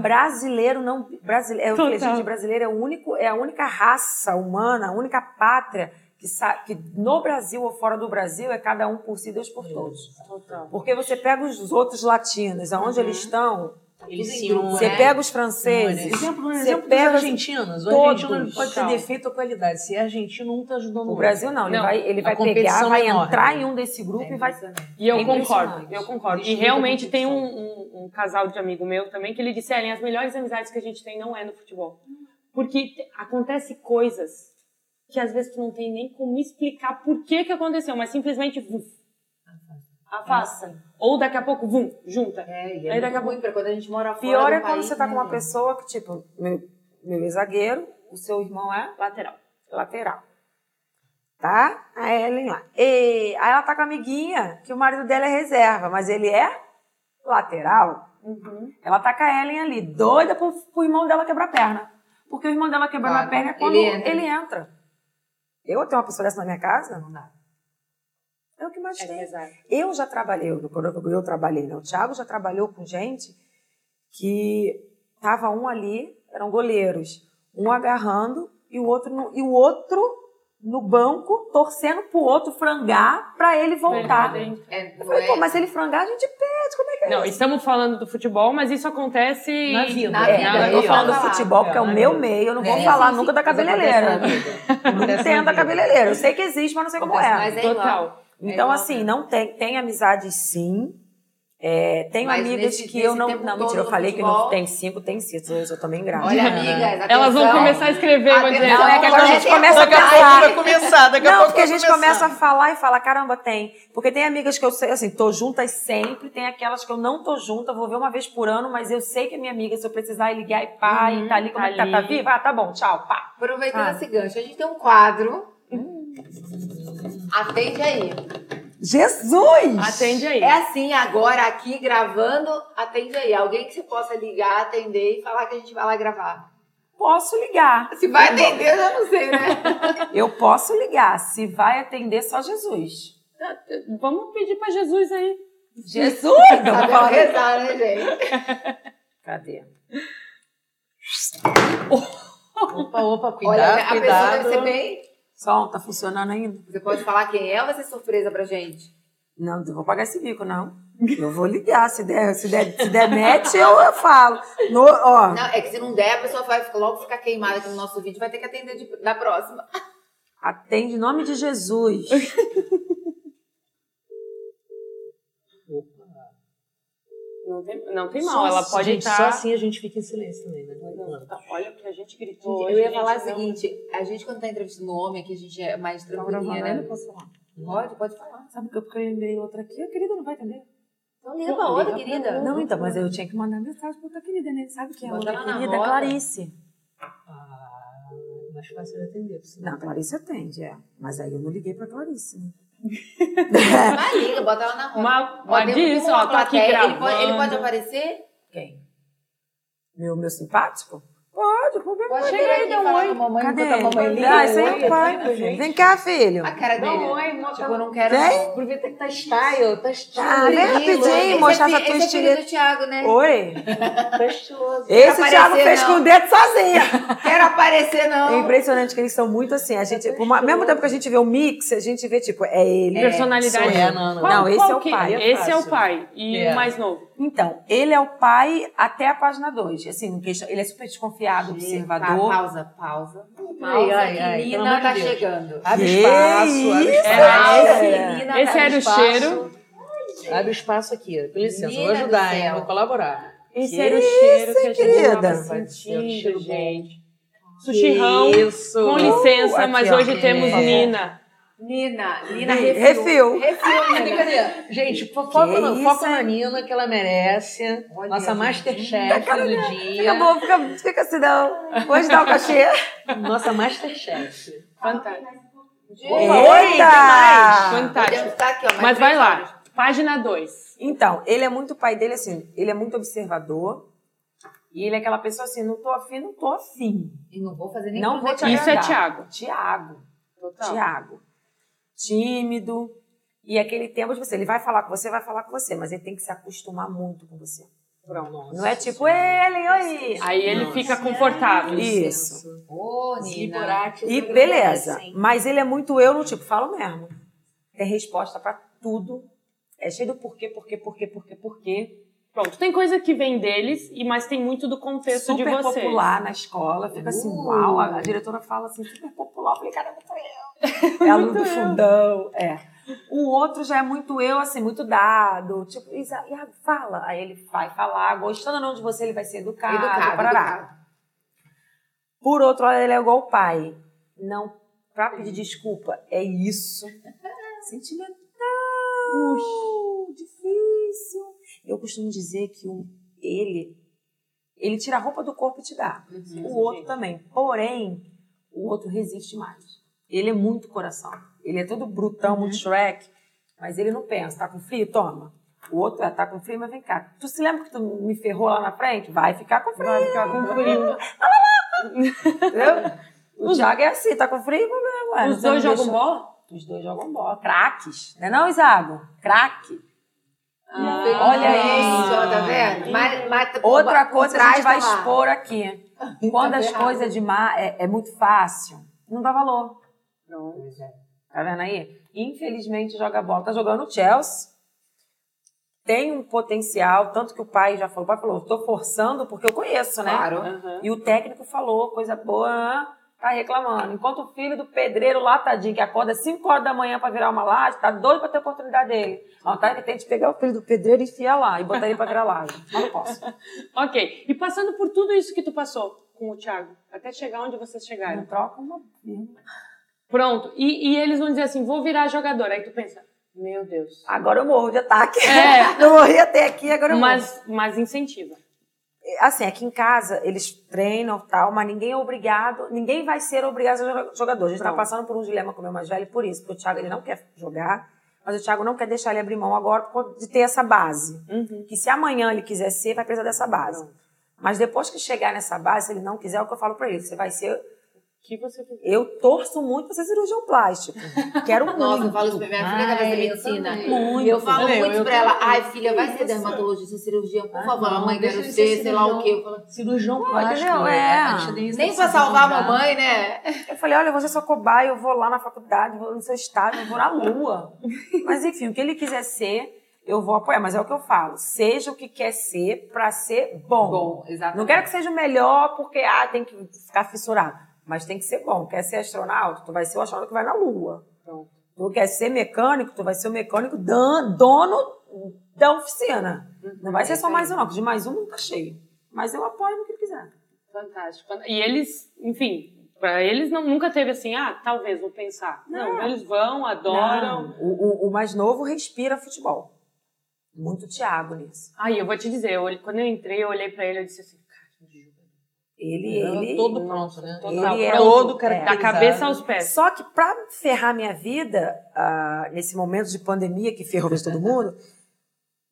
D: Brasileiro não. Brasileiro, eu falei,
A: Total.
D: gente, brasileiro é, o único, é a única raça humana, a única pátria que, sa- que no Brasil ou fora do Brasil é cada um por si, Deus por todos.
A: Total.
D: Porque você pega os outros latinos, aonde eles estão,
E: Eles
B: tudo em
E: se
B: grupo,
E: unem.
D: Você
B: né?
D: pega os franceses.
E: Exemplo, um
D: Você
E: exemplo dos
D: pega os-
E: argentinos. O
D: todos.
E: argentino ele pode ter
A: Tchau.
E: defeito ou qualidade. Se é argentino, um tá ajudando o
D: O
E: outro.
D: *laughs* Brasil não, ele
A: Não,
D: vai, ele
E: a
D: vai pegar,
E: competição
D: vai
E: é enorme.
D: entrar em um desse grupo e vai.
A: E eu
B: É
A: concordo,
B: impressionante.
A: eu concordo. E
B: Existe
A: realmente
B: muita
A: tem um,
B: competição.
A: um- um casal de amigo meu também que ele disse, Ellen, as melhores amizades que a gente tem não é no futebol. Porque te- acontece coisas que às vezes tu não tem nem como explicar por que que aconteceu, mas simplesmente vum, afasta. Ou daqui a pouco, vum, junta.
B: É, e é
A: Aí daqui a
B: muito ruim pra quando a gente mora fora
D: Pior
B: do
D: é quando
B: país,
D: você tá
B: né,
D: com uma
B: gente?
D: pessoa que, tipo, meu, meu ex-zagueiro, o seu irmão é
A: Lateral.
D: lateral. Tá? A Ellen lá. E, aí ela tá com a amiguinha, que o marido dela é reserva, mas ele é lateral. Ela tá com a Ellen ali, doida pro, pro irmão dela quebrar a perna. Porque o irmão dela quebrando
B: Claro.
D: a perna é
B: Ele
D: quando ele entra.
B: entra.
D: Eu tenho uma pessoa dessa na minha casa?
B: Não dá.
D: É o que mais
A: É
D: tem.
A: pesado.
D: Eu já trabalhei, eu, quando eu trabalhei, né? O Thiago já trabalhou com gente que tava um ali, eram goleiros, um agarrando e o outro no, e o outro no banco torcendo pro outro frangar pra ele voltar.
B: É,
D: Eu
B: não
D: falei,
B: é-
D: pô, mas se ele frangar, a gente perde, como é que é
A: Não,
D: isso?
A: estamos falando do futebol, mas isso acontece...
E: Na vida.
B: Na
D: É,
B: vida,
D: eu
B: Ah, aí,
D: tô
B: ó.
D: falando do
B: Falar,
D: futebol porque é o
E: cara,
D: meu
E: né?
D: meio, eu não vou
B: É,
D: falar
B: sim,
D: nunca
B: sim,
D: da
B: mas acontece
D: cabeleireira.
B: na vida.
D: Não entendo a cabeleireira, eu sei que existe, mas não sei como é.
B: Acontece, mas é igual.
A: Total.
D: Então,
B: igual,
D: assim,
B: né?
D: não tem. Tem amizades, sim. É, tenho
B: Mas
D: amigas
B: nesse-
D: que eu
B: nesse
D: não.
B: tempo
D: Não,
B: todo
D: mentira, eu
B: no
D: falei que não
B: futebol-
D: tem cinco, tem cinco. Eu sou também grave.
B: Olha,
E: Não,
A: *laughs*
B: amigas,
A: Elas vão
B: atenção.
A: começar a escrever, vai dizer...
D: Não, é que
B: Agora
D: agora a
B: já
D: gente
B: tem a
D: começa a
B: Daqui a pouco
D: pensar.
E: começar,
D: Não, porque a gente começa a falar e fala, caramba, tem. Porque tem amigas que eu sei, assim, tô juntas sempre, tem aquelas que eu não tô junta, vou ver uma vez por ano, mas eu sei que é minha amiga, se eu precisar e ligar e pá,
B: Uhum,
D: e tá ali, como
A: tá
D: é que tá? Tá
A: ali.
D: viva? Ah, tá bom, tchau, pá.
B: Aproveitando
D: Ah.
B: esse gancho, a gente tem um quadro.
A: Hum.
B: Atende aí.
D: Jesus!
A: Atende aí.
B: É assim, agora aqui gravando, atende aí. Alguém que você possa ligar, atender e falar que a gente vai lá gravar.
D: Posso ligar.
B: Se vai atender, eu já não sei, né?
A: *laughs*
D: Eu posso ligar. Se vai atender, só Jesus.
A: Vamos pedir pra Jesus aí.
D: Jesus! Eu vou
B: Sabe
D: falar
B: rezar, né, gente?
D: Cadê?
E: Opa, opa, cuidado,
B: Olha, a pessoa
E: cuidado.
B: deve ser bem.
D: Som, tá funcionando ainda?
B: Você pode falar quem é ou vai ser surpresa pra gente?
D: Não, não vou pagar esse bico, não. Eu vou ligar, se der, se der, se der match, eu, eu falo. No, ó,
B: Não, é que se não der, a pessoa vai logo ficar queimada aqui no nosso vídeo, vai ter que atender de- da próxima.
D: atende em nome de Jesus.
A: Não tem, não tem
E: Só
A: mal, ela
E: assim,
A: pode tá
E: gente,
A: estar...
E: Só assim a gente fica em silêncio também, né?
A: Não,
E: Não,
A: tá, Olha o que a gente gritou
B: Gente,
A: hoje.
B: eu ia
A: gente,
B: falar assim, o
A: não.
B: seguinte: a gente, quando tá entrevistando um homem, aqui a gente é mais
D: Tá
B: tranquilinha,
D: gravando aí, não
B: né?
D: posso falar.
B: Pode, pode falar.
D: Sabe por quê? Porque eu lembrei outra aqui, a querida não vai atender.
B: Então liga pra outra,
A: liga pra
B: querida.
D: Não, então, mas eu tinha que mandar mensagem pra outra querida, né? Sabe quem é a
B: Bota
D: outra
B: ela na
D: querida?
B: roda.
D: Clarice.
E: Ah, mais fácil de atender. porque senão-
D: Não, Clarice atende, é. Mas aí eu não liguei pra Clarice. né?
B: Mas liga, bota ela na roda.
A: Uma,
B: Ó,
A: uma
B: tem- tem
A: disso,
B: uma
A: ó, tô aqui
B: plateia, ele
A: gravando.
B: pode, ele pode aparecer?
D: Quem? Meu, meu simpático? Pode, o problema
B: Pode
D: é
B: chegar aqui
D: dele.
B: e falar com a mamãe
D: Cadê
B: enquanto a mamãe
D: ele?
B: liga.
D: Ah, isso
C: né?
D: aí é o pai. Vem cá, filho.
B: A cara dele.
C: um
F: Não, oi, moça.
C: tá
B: Tipo, eu não quero
D: Vem.
B: não.
F: Aproveita que tá style, tá estilo.
D: Ah, vem rapidinho
B: Esse
D: mostrar
B: é
D: essa
B: fi- Esse é
D: tua
B: filho
D: estileta.
B: do Thiago, né?
D: Oi?
F: Tá estiloso.
D: Esse
B: aparecer,
D: Thiago fez
B: não.
D: com o dedo sozinho.
B: Quero aparecer,
D: É
B: não.
D: impressionante que eles são muito assim. A gente, por ma- mesmo tempo que a gente vê o mix, a gente vê, tipo, é ele.
A: Personalidade.
D: sou
E: É,
D: eu.
E: não, não.
D: Não, esse é o
A: que-
D: pai,
E: é
A: esse é o
E: fácil.
A: pai. E
E: É.
A: o mais novo.
D: Então, ele é o pai até a página 2. Assim, em questão- ele é super desconfiado, observador.
B: Tá, pausa, pausa.
E: Ai,
B: Pausa,
E: ai,
B: que
E: ai, pelo
B: Nina
E: amor de
B: tá
E: Deus.
B: chegando.
E: Abre
D: Que
E: espaço, abre
D: isso?
E: espaço.
D: É.
B: Nina,
A: Esse
B: tá
A: era o
B: espaço.
A: cheiro.
E: Abre espaço aqui. Com licença, eu vou
B: Menina do
E: ajudar, hein?
B: céu.
E: Vou colaborar.
A: Esse
D: Que
A: era o cheiro que a gente
D: querida?
A: tava
E: Vai ser um cheiro
A: sentindo,
E: bom.
A: gente. Sushirão,
E: Isso.
A: com licença,
D: aqui,
A: mas
D: ó.
A: hoje temos
E: É.
A: Nina.
B: Nina, Nina
D: Ih,
B: refil.
D: refil.
B: Refil, Nina.
E: Cadê? Gente, fo- foca, na,
D: isso,
E: foca na
D: hein?
E: Nina, que ela merece.
B: Olha,
E: Nossa
B: gente.
E: Masterchef do
D: Fica
E: dia.
D: bom, fica, fica assim, não. Vou te dar o cachê.
E: Nossa Masterchef.
A: Fantástico.
D: Eita!
A: Fantástico.
B: Podemos estar tá aqui, ó. mais
A: Mas vai
B: três horas.
A: lá. Página 2.
D: Então, ele é muito pai dele, assim, ele é muito observador. E ele é aquela pessoa assim, não tô afim, não tô afim.
B: E não vou fazer nem
D: Não vou te
A: Isso é
D: agradar.
A: Thiago.
D: Tiago.
A: Total.
D: Tiago. Tímido. E aquele tempo de você, ele vai falar com você, vai falar com você, mas ele tem que se acostumar muito com você.
E: Pronto.
D: Não é tipo, ele, oi.
A: Aí ele
E: Nossa.
A: fica confortável.
D: Isso.
B: Ô, Nina.
D: E beleza. Mas ele é muito eu no tipo, falo mesmo. Tem resposta pra tudo. É cheio do porquê, porquê, porquê, porquê, porquê.
A: Pronto, tem coisa que vem deles, e mas tem muito do contexto
F: super
A: de vocês.
F: popular na escola, fica assim,
D: Uh.
F: uau, a, a diretora fala assim, super popular, eu falei, cara, é muito eu.
D: É aluno do fundão.
F: É. O outro já é muito eu, assim, muito dado, tipo, Isa, Isa, fala. Aí ele vai falar, gostando ou não de você, ele vai ser
D: Ah,
F: educado,
B: Educado,
F: parará.
B: educado.
F: Por outro lado, ele é igual o pai. Não, pra pedir desculpa, é *laughs* isso. Sentimento difícil. Eu costumo dizer que um, ele, ele tira a roupa do corpo e te dá. O outro também. Porém, o outro resiste mais. Ele é muito coração. Ele é todo brutão, muito Shrek, mas ele não pensa. Tá com frio? Toma. O outro é, tá com frio, mas vem cá. Tu se lembra que tu me ferrou lá na frente? Vai ficar com frio. Vai ficar com frio. Entendeu? O Thiago é assim, tá com frio? Ué,
A: Os
F: você não
A: dois jogam
F: deixa-
A: bola?
F: Os dois jogam bola. Craques. Não é não, Isago? Craque.
A: Ah,
F: Olha
B: isso,
F: isso.
B: ó, tá vendo? Mas, mas,
F: Outra
B: por
F: coisa que a
B: trás
F: gente vai
B: tá lá.
F: expor aqui. Quando as coisas de má é, é muito fácil, não dá valor. Tá vendo aí? Infelizmente joga bola. Tá jogando o Chelsea. Tem um potencial, tanto que o pai já falou, o pai falou, tô forçando porque eu conheço, né?
B: Claro.
A: Aham.
F: E o técnico falou, coisa boa, tá reclamando. Enquanto o filho do pedreiro lá, tadinho, que acorda 5 horas da manhã pra virar uma laje, tá doido pra ter a oportunidade dele. A vontade que tem de pegar o filho do pedreiro e enfiar lá, e botar ele pra virar laje. Mas não posso.
A: Ok. E passando por tudo isso que tu passou com o Thiago, até chegar onde vocês chegaram.
F: Não troca uma firma.
A: Pronto. E, e eles vão dizer assim, vou virar jogador. Aí tu pensa, meu
D: *laughs*
A: Deus.
D: Agora eu morro
F: *laughs*
D: de ataque.
A: É.
D: Não morri até aqui, agora eu morro.
A: Mas, mas incentiva.
D: Assim, aqui em casa, eles treinam e tal, mas ninguém é obrigado, ninguém vai ser obrigado a ser jogador. A gente tá
A: Pronto.
D: passando por um dilema com o meu mais velho por isso, porque o Thiago ele não quer jogar, mas o Thiago não quer deixar ele abrir mão agora por conta de ter essa base.
A: Uhum.
D: que se amanhã ele quiser ser, vai precisar dessa base. Mas depois que chegar nessa base, se ele não quiser, é o que eu falo pra ele. Você vai ser.
A: Que você quiser.
D: Eu torço muito pra ser cirurgião
B: *laughs*
D: plástico. Quero muito.
B: Nossa, eu falo isso pra minha filha que ela vai ser
E: Ai, eu
B: medicina.
E: também.
B: E eu falo
E: Eu-
B: muito
E: eu
B: pra ela,
E: também.
B: ai filha, vai ser dermatologista, cirurgia, por
E: Ah,
B: favor,
E: não,
B: a mãe
E: deixa
B: quero
E: ele
B: ser,
E: ser
B: sei lá o
E: cirurgião.
B: quê. Eu falo,
E: Cirurgião
F: Pô,
E: plástico.
F: entendeu?
E: né?
F: É.
E: A tia Denise
B: nem
E: tá
B: pra
E: se
B: salvar a
E: vingar.
B: mamãe, né?
D: Eu falei, olha, você é sua cobaia, eu vou lá na faculdade, vou no seu estágio, eu vou na lua. Mas enfim, o que ele quiser ser, eu vou apoiar. Mas é o que eu falo. Seja o que quer ser pra ser bom.
B: exatamente.
D: Não quero que seja o melhor porque ah, tem que ficar fissurado. Mas tem que ser bom. Quer ser astronauta? Tu vai ser o astronauta que vai na Lua. Tu quer ser mecânico? Tu vai ser o mecânico dan- dono da oficina. Não vai ser só mais um, não. que De mais um nunca cheio. Mas eu apoio no que ele quiser.
A: Fantástico. E eles, enfim, pra eles não, nunca teve assim, ah, talvez, vou pensar. Não, eles vão, adoram.
D: Não, O, o- o mais novo respira futebol. Muito Thiago nisso.
A: Aí eu vou te dizer, eu olhei- quando eu entrei, eu olhei pra ele e disse assim, cara, que jogador.
D: Ele,
E: Ela
D: ele.
E: Todo pronto, né?
A: Todo
D: Ele é
E: todo
D: o-
A: Da
E: caracterizado.
A: cabeça aos pés.
D: Só que pra ferrar minha vida, ah, nesse momento de pandemia
A: *laughs*
D: que ferrou todo mundo,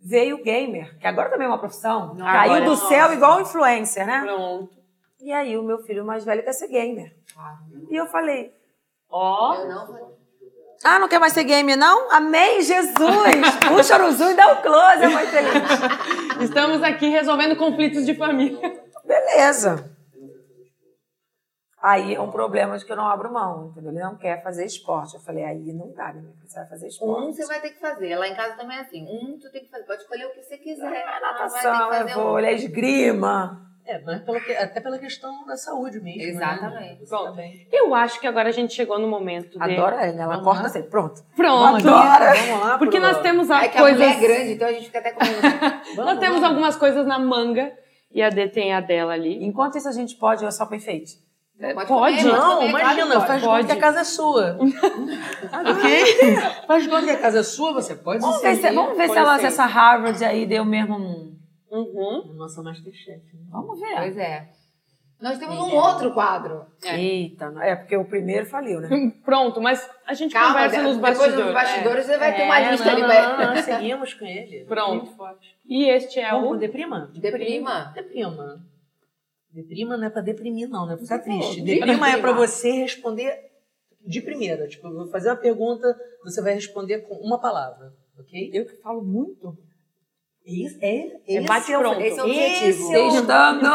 D: veio o gamer, que agora também é uma profissão.
A: Não,
D: caiu
A: agora
D: do
A: é
D: céu igual um influencer, né?
A: Pronto.
D: E aí o meu filho mais velho quer ser gamer.
A: Ah,
D: E eu falei,
A: Ó,
B: Eu não falei.
D: ah, não quer mais ser gamer não?
A: *laughs*
D: Amém, Jesus! Puxa o Uruzu e dá o close, é mais feliz.
A: estamos aqui resolvendo conflitos de família.
D: Beleza. Aí é um problema de que eu não abro mão, entendeu? Ele não quer fazer esporte. Eu falei, aí não dá, né? meu filho? Você vai fazer esporte.
B: Um você vai ter que fazer. Lá em casa também é assim. Um tu tem que fazer. Pode escolher o que você quiser.
D: É
B: mas
D: natação, é
B: um.
E: um
D: vôlei, é esgrima.
E: É, mas pela que- até pela questão da saúde mesmo.
B: Exatamente.
E: Né? Você tá bem.
A: Eu acho que agora a gente chegou no momento dele.
D: Adoro ela, ela
E: Vamos
D: corta
E: lá.
D: sempre. Pronto.
A: Pronto.
D: Adora.
E: Vamos lá.
A: Porque
E: pro-
A: nós temos
B: É
A: as
B: que a mulher
A: coisas...
B: é grande, então a gente fica até com
E: *laughs*
A: Nós
E: Vamos,
A: temos
E: vamos.
A: algumas coisas na manga. E a D tem a dela ali.
D: Enquanto isso a gente pode, é só pra enfeite.
B: Pode
A: pode?
B: comer,
E: É, Não,
B: comer,
E: imagina,
B: claro que pode.
E: faz
A: pode.
E: conta que a casa
D: *laughs*
E: é sua. ok? Faz conta que a casa é sua, você pode
D: Vamos ver, se,
E: inserir.
D: vamos ver se
A: com
D: ela, se
A: licença.
D: essa Harvard aí deu mesmo um...
A: Uhum.
E: Nossa Masterchef. né?
D: Vamos ver.
B: Pois é. Nós temos um outro quadro.
A: É.
D: Eita, não- é porque o primeiro faliu, né?
A: Pronto, mas a gente
B: Calma,
A: conversa nos
B: depois
A: bastidores.
B: nos bastidores você vai ter uma
E: É,
B: lista
E: não,
B: ali.
E: não,
B: vai-
E: não, não, seguimos com ele.
A: É, Pronto.
E: Muito forte.
A: E este é
E: Vamos pro
A: o...
E: Deprima?
B: Deprima.
E: Deprima. Deprima não é pra deprimir, não, não é pra ficar triste.
B: falou,
E: Deprima é pra
B: deprima.
E: você responder de primeira. Tipo, eu vou fazer uma pergunta, você vai responder com uma palavra, ok?
D: Eu que falo muito.
E: Isso, é, esse
A: bate
E: é o-
A: pronto.
B: Esse é o
E: Esse
B: objetivo.
E: é o-
D: Testando.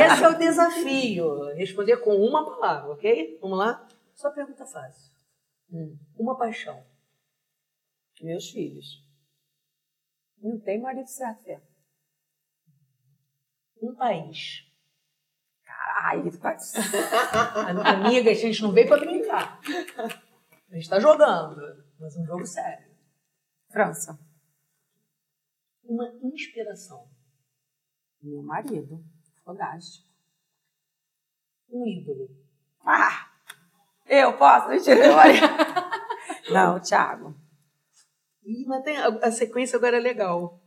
E: Esse é o desafio. Responder com uma palavra, ok? Vamos lá? Só pergunta fácil. Uma paixão.
D: Meus filhos. Não tem marido certo, Fê. um país.
F: Ai, tá
E: Ah, Amiga, a gente não veio pra brincar. A gente tá jogando, mas é um jogo sério.
D: França.
E: Uma inspiração,
F: Meu marido. Fodástico.
E: um ídolo.
D: Ah! Eu posso? Mentira. eu olhei. Não, Thiago.
E: Ih, mas tem, a, a sequência agora é legal.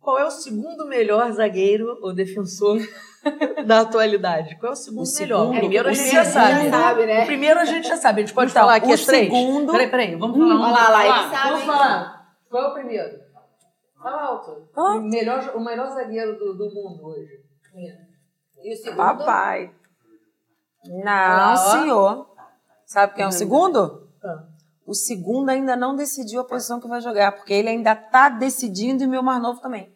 E: Qual é o segundo melhor zagueiro ou defensor *laughs* da atualidade? Qual é o segundo
D: O
E: melhor?
D: segundo-
E: o primeiro a
D: o
E: gente já
D: segundo
B: Já
E: sabe.
B: sabe, né?
E: O primeiro a gente já sabe. A gente pode
D: Então,
E: falar aqui
D: o
E: as três.
D: segundo-
E: Peraí, peraí. Vamos falar um
B: Olha lá, lá, ele
E: Vamos lá,
B: sabe.
E: Vamos
B: hein?
E: falar. Qual é o primeiro? Fala alto.
D: Hã?
E: O, melhor, o melhor zagueiro do, do mundo hoje.
B: E o segundo?
D: Papai.
E: Olha
D: Não,
E: lá, ó.
D: senhor. Sabe quem é o segundo?
E: Ah.
D: O segundo ainda não decidiu a posição que vai jogar, porque ele ainda tá decidindo e meu mais novo também.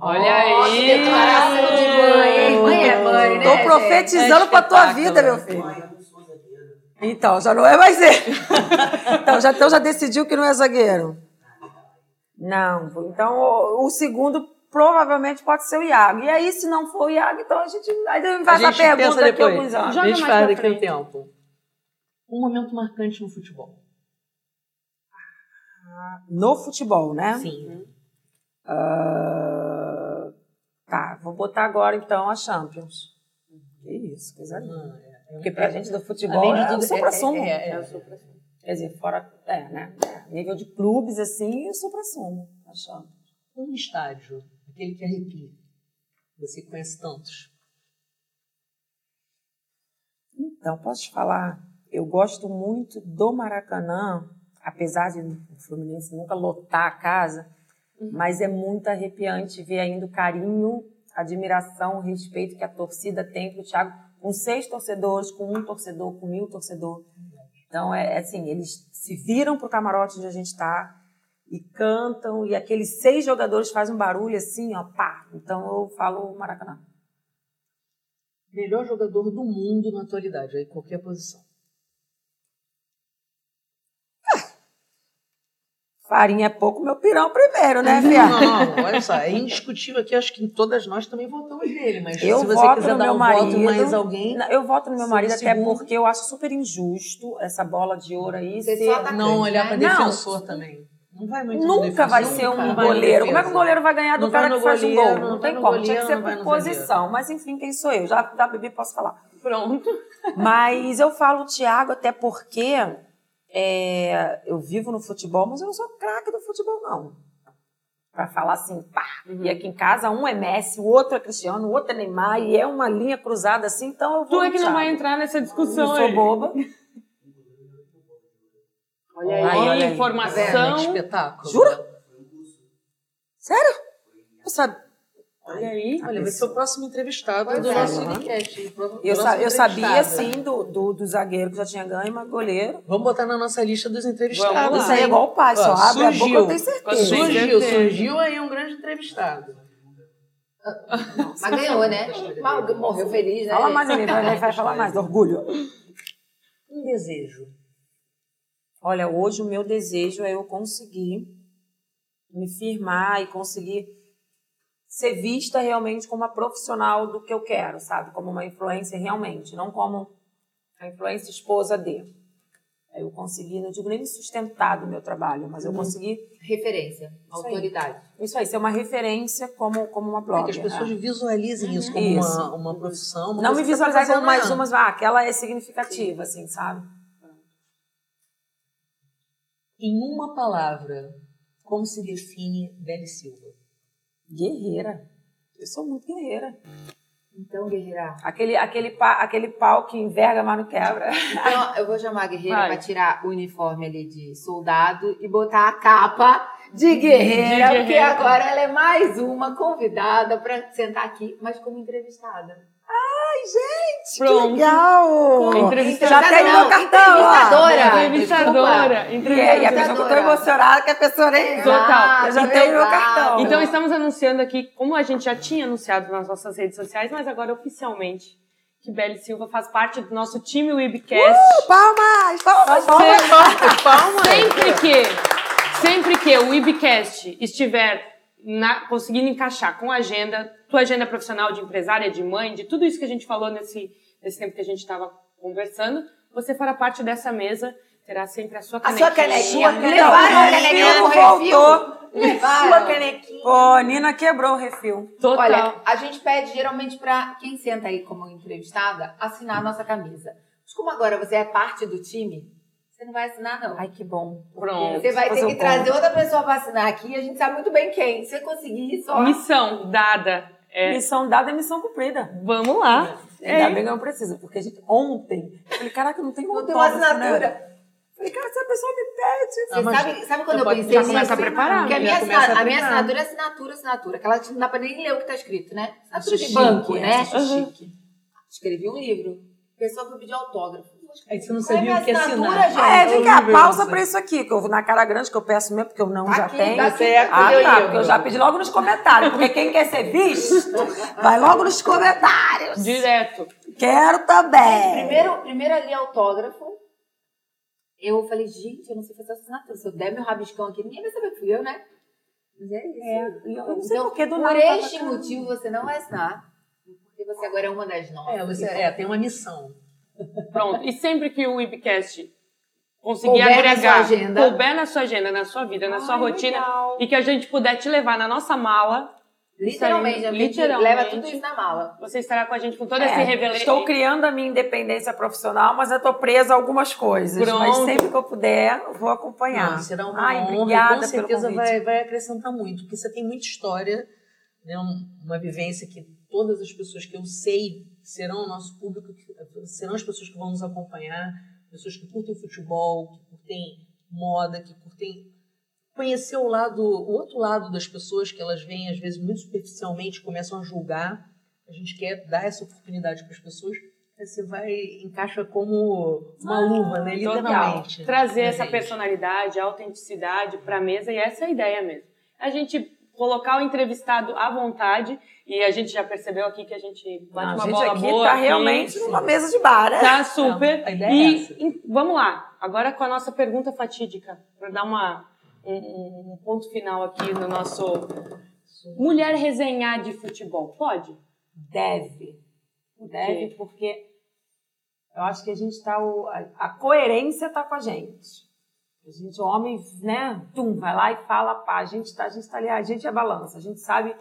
A: Olha
B: Nossa,
A: aí!
B: declaração de mãe, hein? Mãe é mãe, né?
D: Tô
B: gente?
D: profetizando pra tua
A: espetáculo.
D: vida, meu filho. Então, já não é mais ele. *laughs* então, já, então já decidiu que não é zagueiro. Não, então o, o segundo provavelmente pode ser o Iago. E aí, se não for o Iago, então a gente, aí a gente faz a, pergunta daqui a alguns anos.
A: Joga
E: a gente
A: mais
E: faz
A: pra
E: daqui a um
A: frente.
E: tempo. Um momento marcante no futebol.
D: No futebol, né?
E: Sim.
D: Ah, tá, vou botar agora então a Champions. Que isso, coisa linda.
E: Ah, é.
D: Porque pra gente do futebol
E: Além de
D: é o
E: tudo,
D: supra-sumo.
E: é, é, é.
D: Quer dizer, fora, é, né? Nível de clubes, assim, e o supra-sumo, a Champions.
E: Um estádio, aquele que arrepia. Você conhece tantos.
D: Então, posso te falar? Eu gosto muito do Maracanã, apesar de o Fluminense nunca lotar a casa, mas é muito arrepiante ver ainda o carinho, admiração, o respeito que a torcida tem pro Thiago, com seis torcedores, com um torcedor, com mil torcedor. Então, é é assim, eles se viram pro camarote onde a gente tá e cantam, e aqueles seis jogadores fazem um barulho assim, ó, pá. Então, eu falo Maracanã.
E: Melhor jogador do mundo na atualidade, aí qualquer posição.
D: Farinha é pouco, meu pirão primeiro, né,
E: Não,
D: viado?
E: não, olha só, é indiscutível aqui, acho que todas nós também votamos nele, mas
D: Eu
E: se você
D: voto
E: quiser
D: no
E: dar
D: meu
E: um voto
D: marido.
E: mais alguém,
D: Na- Eu voto no meu
E: Sim,
D: marido até
E: segundo.
D: porque eu acho super injusto essa bola de ouro aí.
B: Você
D: ser-
B: só tá-
E: não olhar pra
D: Não.
E: defensor também. Não vai muito no
D: Nunca
E: defensor,
D: vai ser um
E: nunca vai na
D: goleiro. Como é que
E: defesa.
D: um goleiro vai ganhar do
E: Não vai
D: cara
E: no
D: que faz um gol?
E: goleiro,
D: Não,
E: não
D: tem
E: vai no
D: como, tinha que
E: goleiro,
D: ser
E: não vai no
D: por posição. Mas enfim, quem sou eu? Já da bebê posso falar.
A: Pronto.
D: Mas eu falo Thiago até porque é, eu vivo no futebol, mas eu não sou craque do futebol, não. Pra falar assim, pá.
E: Uhum.
D: E aqui em casa, um é Messi, o outro é Cristiano, o outro é Neymar, e é uma linha cruzada assim, então eu vou
A: Tu
D: no
A: é que não
D: Thiago.
A: vai entrar nessa
D: Eu
A: discussão
D: sou
A: aí.
D: boba.
C: Olha
D: aí, olha aí.
A: informação.
B: Tá
E: É, espetáculo.
D: Jura? Sério? Eu sabia.
A: Olha
D: Ah,
A: aí.
E: Olha, vai ser o próximo entrevistado
B: Pois
E: do
B: é,
E: nosso
D: aham.
E: podcast. o pro-
D: Eu, sa-
E: próximo
D: eu sabia,
E: entrevistado.
D: sim, do, do, do zagueiro que já tinha ganho, mas goleiro.
E: Vamos botar na nossa lista dos
A: Vamos
E: entrevistados.
A: lá.
D: Isso aí é
E: hein?
D: igual o pai, só
E: Ó,
D: abre a boca,
E: surgiu.
D: eu tenho
A: Quando
D: certeza.
A: vem-
E: Surgiu,
A: certeza.
E: surgiu aí um grande entrevistado.
B: Mas ganhou, né? Mal, morreu feliz, né?
D: Fala
B: gente?
D: mais, ele vai, vai, vai falar mais, orgulho.
E: Um desejo.
D: Olha, hoje o meu desejo é eu conseguir me firmar e conseguir ser vista realmente como uma profissional do que eu quero, sabe? Como uma influência realmente, não como a influência esposa dele. Eu consegui, não digo nem me sustentar do meu trabalho, mas eu consegui
B: Referência, autoridade.
D: Isso aí, ser uma referência como, como uma
E: Para
D: blogger.
E: que as pessoas
D: né?
E: visualizem isso como
D: Isso.
E: Uma, uma profissão. Uma
D: Não
E: coisa
D: me
E: que tá
D: visualizar como mais
E: proporcionando.
D: umas, ah, aquela é significativa, assim, sabe?
E: Em uma palavra, como se define Beli Silva?
D: Guerreira. Eu sou muito guerreira.
B: Então, guerreira.
D: Aquele, aquele, pa- aquele pau que enverga, mas não quebra.
B: Então, eu vou chamar a guerreira
A: Vai.
B: pra tirar o uniforme ali de soldado e botar a capa de guerreira,
A: De guerreira.
B: porque agora ela é mais uma convidada pra sentar aqui, mas como entrevistada.
A: Pronto.
D: legal!
A: Entrevistadora.
D: Já tem meu
B: Não,
D: cartão, ó.
B: entrevistadora.
A: Entrevistadora.
D: *laughs* E aí, a
A: Entrevistadora.
D: pessoa ficou emocionada que a pessoa nem...
A: Total.
B: Exato,
D: Eu já tenho meu cartão.
A: Então estamos anunciando aqui, como a gente já tinha anunciado nas nossas redes sociais, mas agora oficialmente, que Beli Silva faz parte do nosso time Webcast.
D: Palmas! Palmas! palmas.
A: Sempre que, sempre que o Webcast estiver na- conseguindo encaixar com a agenda tua agenda profissional de empresária, de mãe, de tudo isso que a gente falou nesse, nesse tempo que a gente estava conversando, você fará parte dessa mesa, terá sempre a sua
D: A sua
A: canequinha.
D: canequinha,
A: levaram
D: levaram a canequinha, não voltou.
B: Levaram.
D: canequinha. Pô, Nina quebrou o refil.
A: Total.
B: Olha, a gente pede geralmente para quem senta aí como entrevistada assinar a nossa camisa. Mas como agora você é parte do time, você não vai assinar, não.
D: Ai, que bom.
A: Pronto.
B: Você vai
D: fazer
B: ter que
D: um
B: trazer outra pessoa para assinar aqui. A gente sabe muito bem quem. Se você conseguir isso, ó.
A: Missão dada. É.
D: Missão dada é missão cumprida.
A: Vamos lá.
D: Ainda bem que não precisa, porque a gente, ontem, eu falei, caraca, não tem
B: Não tem uma
D: autógrafo,
B: assinatura.
D: Né? Falei, cara, se a pessoa me pede...
E: Ah,
B: Você
E: mas
B: sabe, sabe quando
E: já
B: eu
E: pode-
B: pensei
A: já
B: nisso?
A: começa a preparar,
B: Porque a
A: já
B: minha,
E: começa a
B: assina- a minha
E: preparar.
B: assinatura é assinatura, assinatura. Aquela que não dá pra nem ler o que tá escrito, né? Assinatura de
E: Acho
B: banco,
E: chique,
B: né?
E: acho chique.
B: Escrevi um livro. A pessoa foi pedir autógrafo.
E: Aí você não
B: Qual é a
E: sabia
B: minha
E: o que
B: assinatura,
E: assinar.
B: gente?
D: Ah, é, vem cá,
E: Horrível
D: pausa
E: isso.
D: pra isso aqui, que eu vou na cara grande, que eu peço mesmo, porque eu não já
B: Aqui,
D: tenho.
B: tá certo,
D: ah,
B: meu
D: tá,
B: livro.
D: porque eu já pedi logo nos comentários, porque quem quer ser visto, vai logo nos comentários.
A: Direto.
D: Quero
E: É.
D: também.
B: Primeiro, primeiro ali autógrafo. Eu falei, gente, eu não sei fazer assinatura. Se eu der meu rabiscão aqui, ninguém vai saber que fui eu, né? Mas é isso.
D: É, eu não sei
B: Então,
D: porque do
B: Por
D: nada tava
B: este
D: cá.
B: motivo, você não vai assinar. Porque você agora é uma das nossas.
E: É, você é, tem uma missão.
A: Pronto. E sempre que o Webcast conseguir
B: Couber na
A: agregar,
B: sua agenda.
A: couber na sua agenda, na sua vida, na sua
D: Ai,
A: rotina,
D: legal.
A: e que a gente puder te levar na nossa mala,
B: Literalmente, a gente
A: Literalmente.
B: leva tudo isso na mala.
A: você estará com a gente com todo esse
D: É,
A: revelê.
D: estou criando a minha independência profissional, mas eu estou presa a algumas coisas. Mas
A: Pronto.
D: sempre que eu puder, eu vou acompanhar.
E: Não, será uma
D: Ai,
E: honra,
D: obrigada
E: e com
D: pelo
E: certeza
D: convite.
E: vai, vai acrescentar muito, porque você tem muita história, né, um- uma vivência que todas as pessoas que eu sei serão o nosso público, que- serão as pessoas que vão nos acompanhar, pessoas que curtem futebol, que curtem moda, que curtem conhecer o lado, o outro lado das pessoas que elas veem às vezes muito superficialmente, começam a julgar. A gente quer dar essa oportunidade para as pessoas. aí Você vai encaixa como uma
D: Ah,
E: luva, né?
A: Total.
E: Literalmente.
A: Trazer
D: É
E: Pra
A: essa
E: gente.
A: personalidade, a autenticidade para a mesa, e essa é a ideia mesmo. A gente colocar o entrevistado à vontade, e a gente já percebeu aqui que a gente bate
D: Não,
A: uma
D: a gente
A: bola
D: aqui
A: boa.
D: tá
A: aqui.
D: realmente numa mesa de bar, né?
A: Tá super.
E: Não, a ideia é
A: e
E: essa.
A: em- vamos lá, agora com a nossa pergunta fatídica, para dar uma, um- um, um ponto final aqui no nosso. Mulher resenhar de futebol, pode?
F: Deve. Deve, porque eu acho que a gente tá. o- a, a coerência tá com a gente. A gente, homem, né? Tum, vai lá e fala, pá. A gente tá, a gente tá ali, a gente é balança. A gente sabe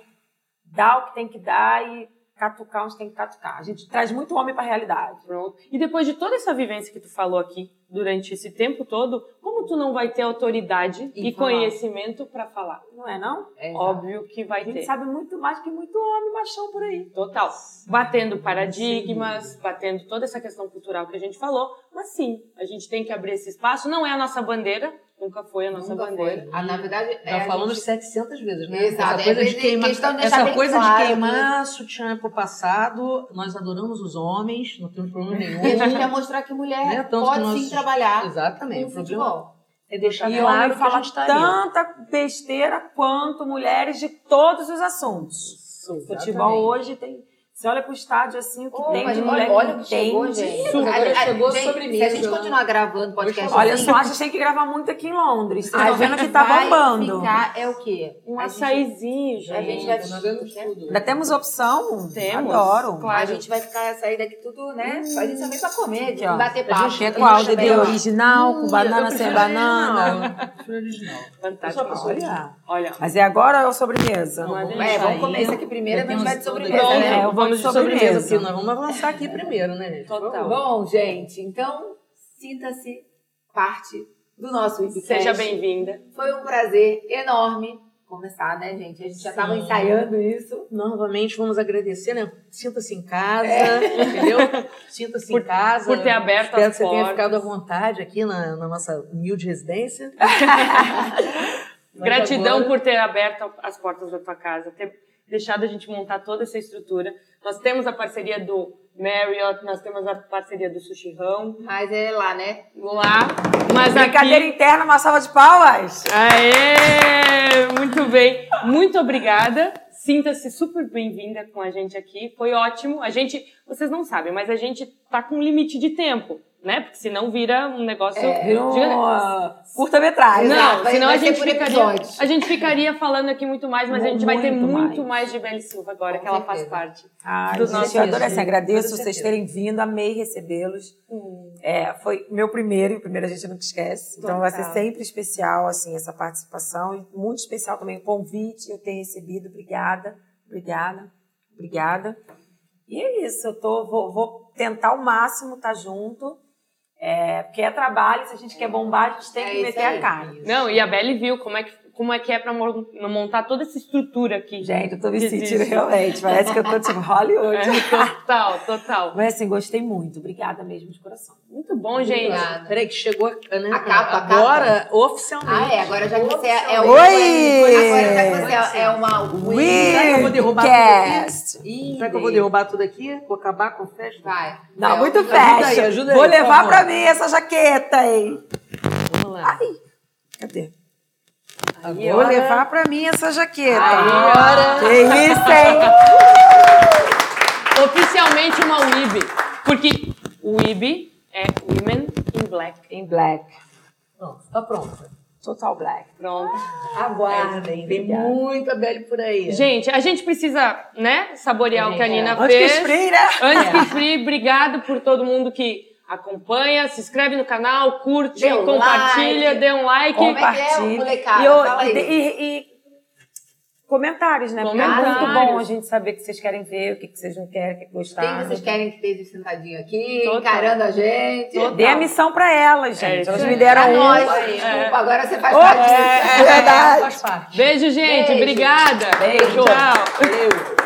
F: dar o que tem que dar e catucar onde tem que catucar. A gente traz muito homem pra realidade.
A: Pronto. E depois de toda essa vivência que tu falou aqui durante esse tempo todo, como tu não vai ter autoridade e,
B: E falar.
A: conhecimento para falar?
F: Não é, não?
B: É,
A: Óbvio que vai
F: A gente
A: ter.
F: sabe muito mais que muito homem machão por aí.
A: Total. Batendo paradigmas, batendo toda essa questão cultural que a gente falou, mas sim, a gente tem que abrir esse espaço, não é a nossa bandeira, nunca foi a nossa
B: Nunca
A: bandeira.
B: foi. Ah, na verdade, é.
E: Já
B: a
E: falamos
B: gente-
E: 700 Tá vezes, né?
B: Exato,
E: Essa
B: é
E: coisa de
B: preciso-
E: queimar,
B: questão de deixar
E: essa
B: bem
E: coisa
B: claro
E: de queimar sutiã pro passado. Nós adoramos os homens, não temos problema
B: *laughs*
E: nenhum.
B: E a gente quer mostrar que mulher
E: *laughs* Né? Tanto
B: pode
E: que
B: sim
E: nossos-
B: trabalhar
E: Exatamente.
B: com
E: O problema
B: futebol.
E: é deixar
D: E
E: claro
D: homem
E: que a
D: fala
E: gente está ali.
D: tanta besteira quanto mulheres de todos os assuntos. Futebol hoje tem. Você olha pro estádio assim, o que
B: Ô,
D: tem
B: Oh, mas
D: de
B: olha-
D: mulher
B: olha o
D: que
B: que chegou,
D: entende.
B: gente.
E: Super. Agora chegou
B: gente,
E: sobremesa,
B: Se a gente
E: né?
B: continuar gravando podcast
D: Olha
B: assim,
D: só, a gente tem que gravar muito aqui em Londres. Vocês
B: a
D: estão vendo
B: gente
D: que tá
B: vai
D: bombando.
B: ficar, é o quê?
A: Um
B: a gente,
A: açaizinho, gente.
B: a gente
E: é tá
B: vai-
D: Ainda temos opção?
A: Temos.
D: Adoro.
A: Claro.
B: A gente vai ficar sair daqui tudo, né? a gente só veio pra comer,
D: Aqui, ó.
B: bater
E: A
B: papo.
E: gente é
D: Com áudio
B: também, Hum,
D: de
B: ó.
D: original, com banana sem banana.
E: original.
A: é Fantástico.
D: Olha.
A: Olha,
D: Mas é agora ou sobremesa?
A: Uma delícia.
B: É, vamos
E: Aí,
B: comer isso aqui primeiro,
E: já
B: mas a gente vai de
E: tem uns
B: sobremesa,
A: todos
B: né?
A: aí.
D: É, eu vou
E: Então, Vamos
D: de
E: de sobremesa,
D: sobremesa.
E: sim. Nós vamos avançar aqui primeiro, né, gente?
A: Total.
E: Vamos.
B: Bom, gente, então sinta-se parte do nosso Webcast.
A: seja bem-vinda.
B: Foi um prazer enorme conversar, né, gente? A gente já tava
E: Sim.
B: ensaiando isso.
E: Novamente vamos agradecer, né? Sinta-se em casa, entendeu? Sinta-se em casa.
A: Por ter aberto
E: Espero
A: as
E: que você tenha
A: portas.
E: ficado à vontade aqui na, na nossa humilde residência. Mas
A: Gratidão
E: agora-
A: por ter aberto as portas da tua casa, ter deixado a gente montar toda essa estrutura. Nós temos a parceria do Marriott, nós temos a parceria do Sushi Rão,
B: Mas é lá, né?
A: lá. Mas
D: Brincadeira
A: aqui...
D: interna, uma salva de palmas.
A: Aê! Muito bem. Muito obrigada. Sinta-se super bem-vinda com a gente aqui. Foi ótimo. A gente, vocês não sabem, mas a gente tá com um limite de tempo. né? Porque senão vira um negócio.
D: Virou uma curta-metragem.
A: Não,
B: Ah, vai-
A: senão
B: vai
A: a,
B: ser
A: gente
B: por
A: ficaria,
B: episódio.
A: a gente ficaria falando aqui muito mais, mas a gente vai ter
D: Muito
A: muito
D: mais.
A: mais de Belle Silva agora,
B: Com
A: que ela faz
B: certeza.
A: parte.
D: Ai,
A: Do
D: gente,
A: nosso
D: eu adorei. Assim,
A: regime.
D: agradeço
A: Com
D: vocês
A: certeza.
D: terem vindo, amei recebê-los.
A: Hum.
D: É, foi meu primeiro, e o primeiro a gente nunca esquece. Então vai ser
A: Total.
D: sempre especial, assim, essa participação. E muito especial também o convite, eu ter recebido. Obrigada, obrigada, obrigada. E é isso, eu tô, vou, vou tentar o máximo estar junto. É, porque é trabalho, se a gente quer bombar, a gente tem
B: É
D: que
B: isso
D: meter
B: aí.
D: a cara.
A: Não, e a Belle viu como é que, como é, que é pra mon- montar toda essa estrutura aqui.
D: Gente, eu tô me
A: Que
D: sentindo
A: existe.
D: realmente, parece que eu tô tipo Hollywood.
A: *laughs* É, total, total.
D: Mas assim, gostei muito. Obrigada mesmo de coração.
A: Muito bom, gente.
B: Obrigada.
E: Peraí, que chegou a, né?
B: Ah. A capa, a
E: Agora, oficialmente.
B: Ah, é. Agora já que você é, é
D: Oi!
B: o- Agora já que você é, é uma
E: Será que eu vou derrubar tudo aqui?
D: Cast.
E: Ih, Será que eu vou derrubar tudo aqui? Vou acabar com festa?
B: Vai.
D: Não,
B: Vai,
D: muito
B: ajuda-
D: fashion.
E: aí, ajuda aí,
D: Vou
E: por
D: levar
E: favor.
D: pra mim essa jaqueta, hein?
E: Vamos lá.
D: Cadê?
E: Agora-
D: Vou levar pra mim essa jaqueta.
E: Agora-
D: Que isso, hein?
A: Oficialmente uma WIB. Porque WIB é Women in Black.
D: Em black.
E: Pronto, tá pronta.
D: Total black.
A: Pronto.
E: Aguardem. Tem
D: Obrigada.
E: muita Belle por aí.
A: Gente, a gente precisa, né, saborear o que a Nina
D: é. Antes que
A: fez.
D: esfrie, né?
A: Antes que free, obrigado por todo mundo que acompanha, se inscreve no canal, curte,
B: Dê um
A: compartilha,
B: like.
A: dê um like.
B: Como é que é,
D: Compartilhe.
B: molecada?
D: E, eu-
B: Fala aí.
D: e- e- e- comentários, né? Porque é muito
A: Comentários.
D: bom a gente saber o que vocês querem ver, o que que vocês não querem, o que que
B: Quem
D: gostaram.
B: vocês querem que esteja sentadinho aqui,
A: Total.
B: encarando a gente?
A: Total.
D: Dê a missão pra elas,
A: É
D: gente.
A: isso
D: elas
A: aí.
D: me
B: Pra
D: deram um.
B: nós, desculpa, agora você faz
D: Oh,
B: parte
D: é,
B: disso.
D: é verdade.
E: Faz parte.
A: Beijo, gente.
B: Beijo.
A: Obrigada.
D: Beijo.
A: Tchau.
E: Valeu.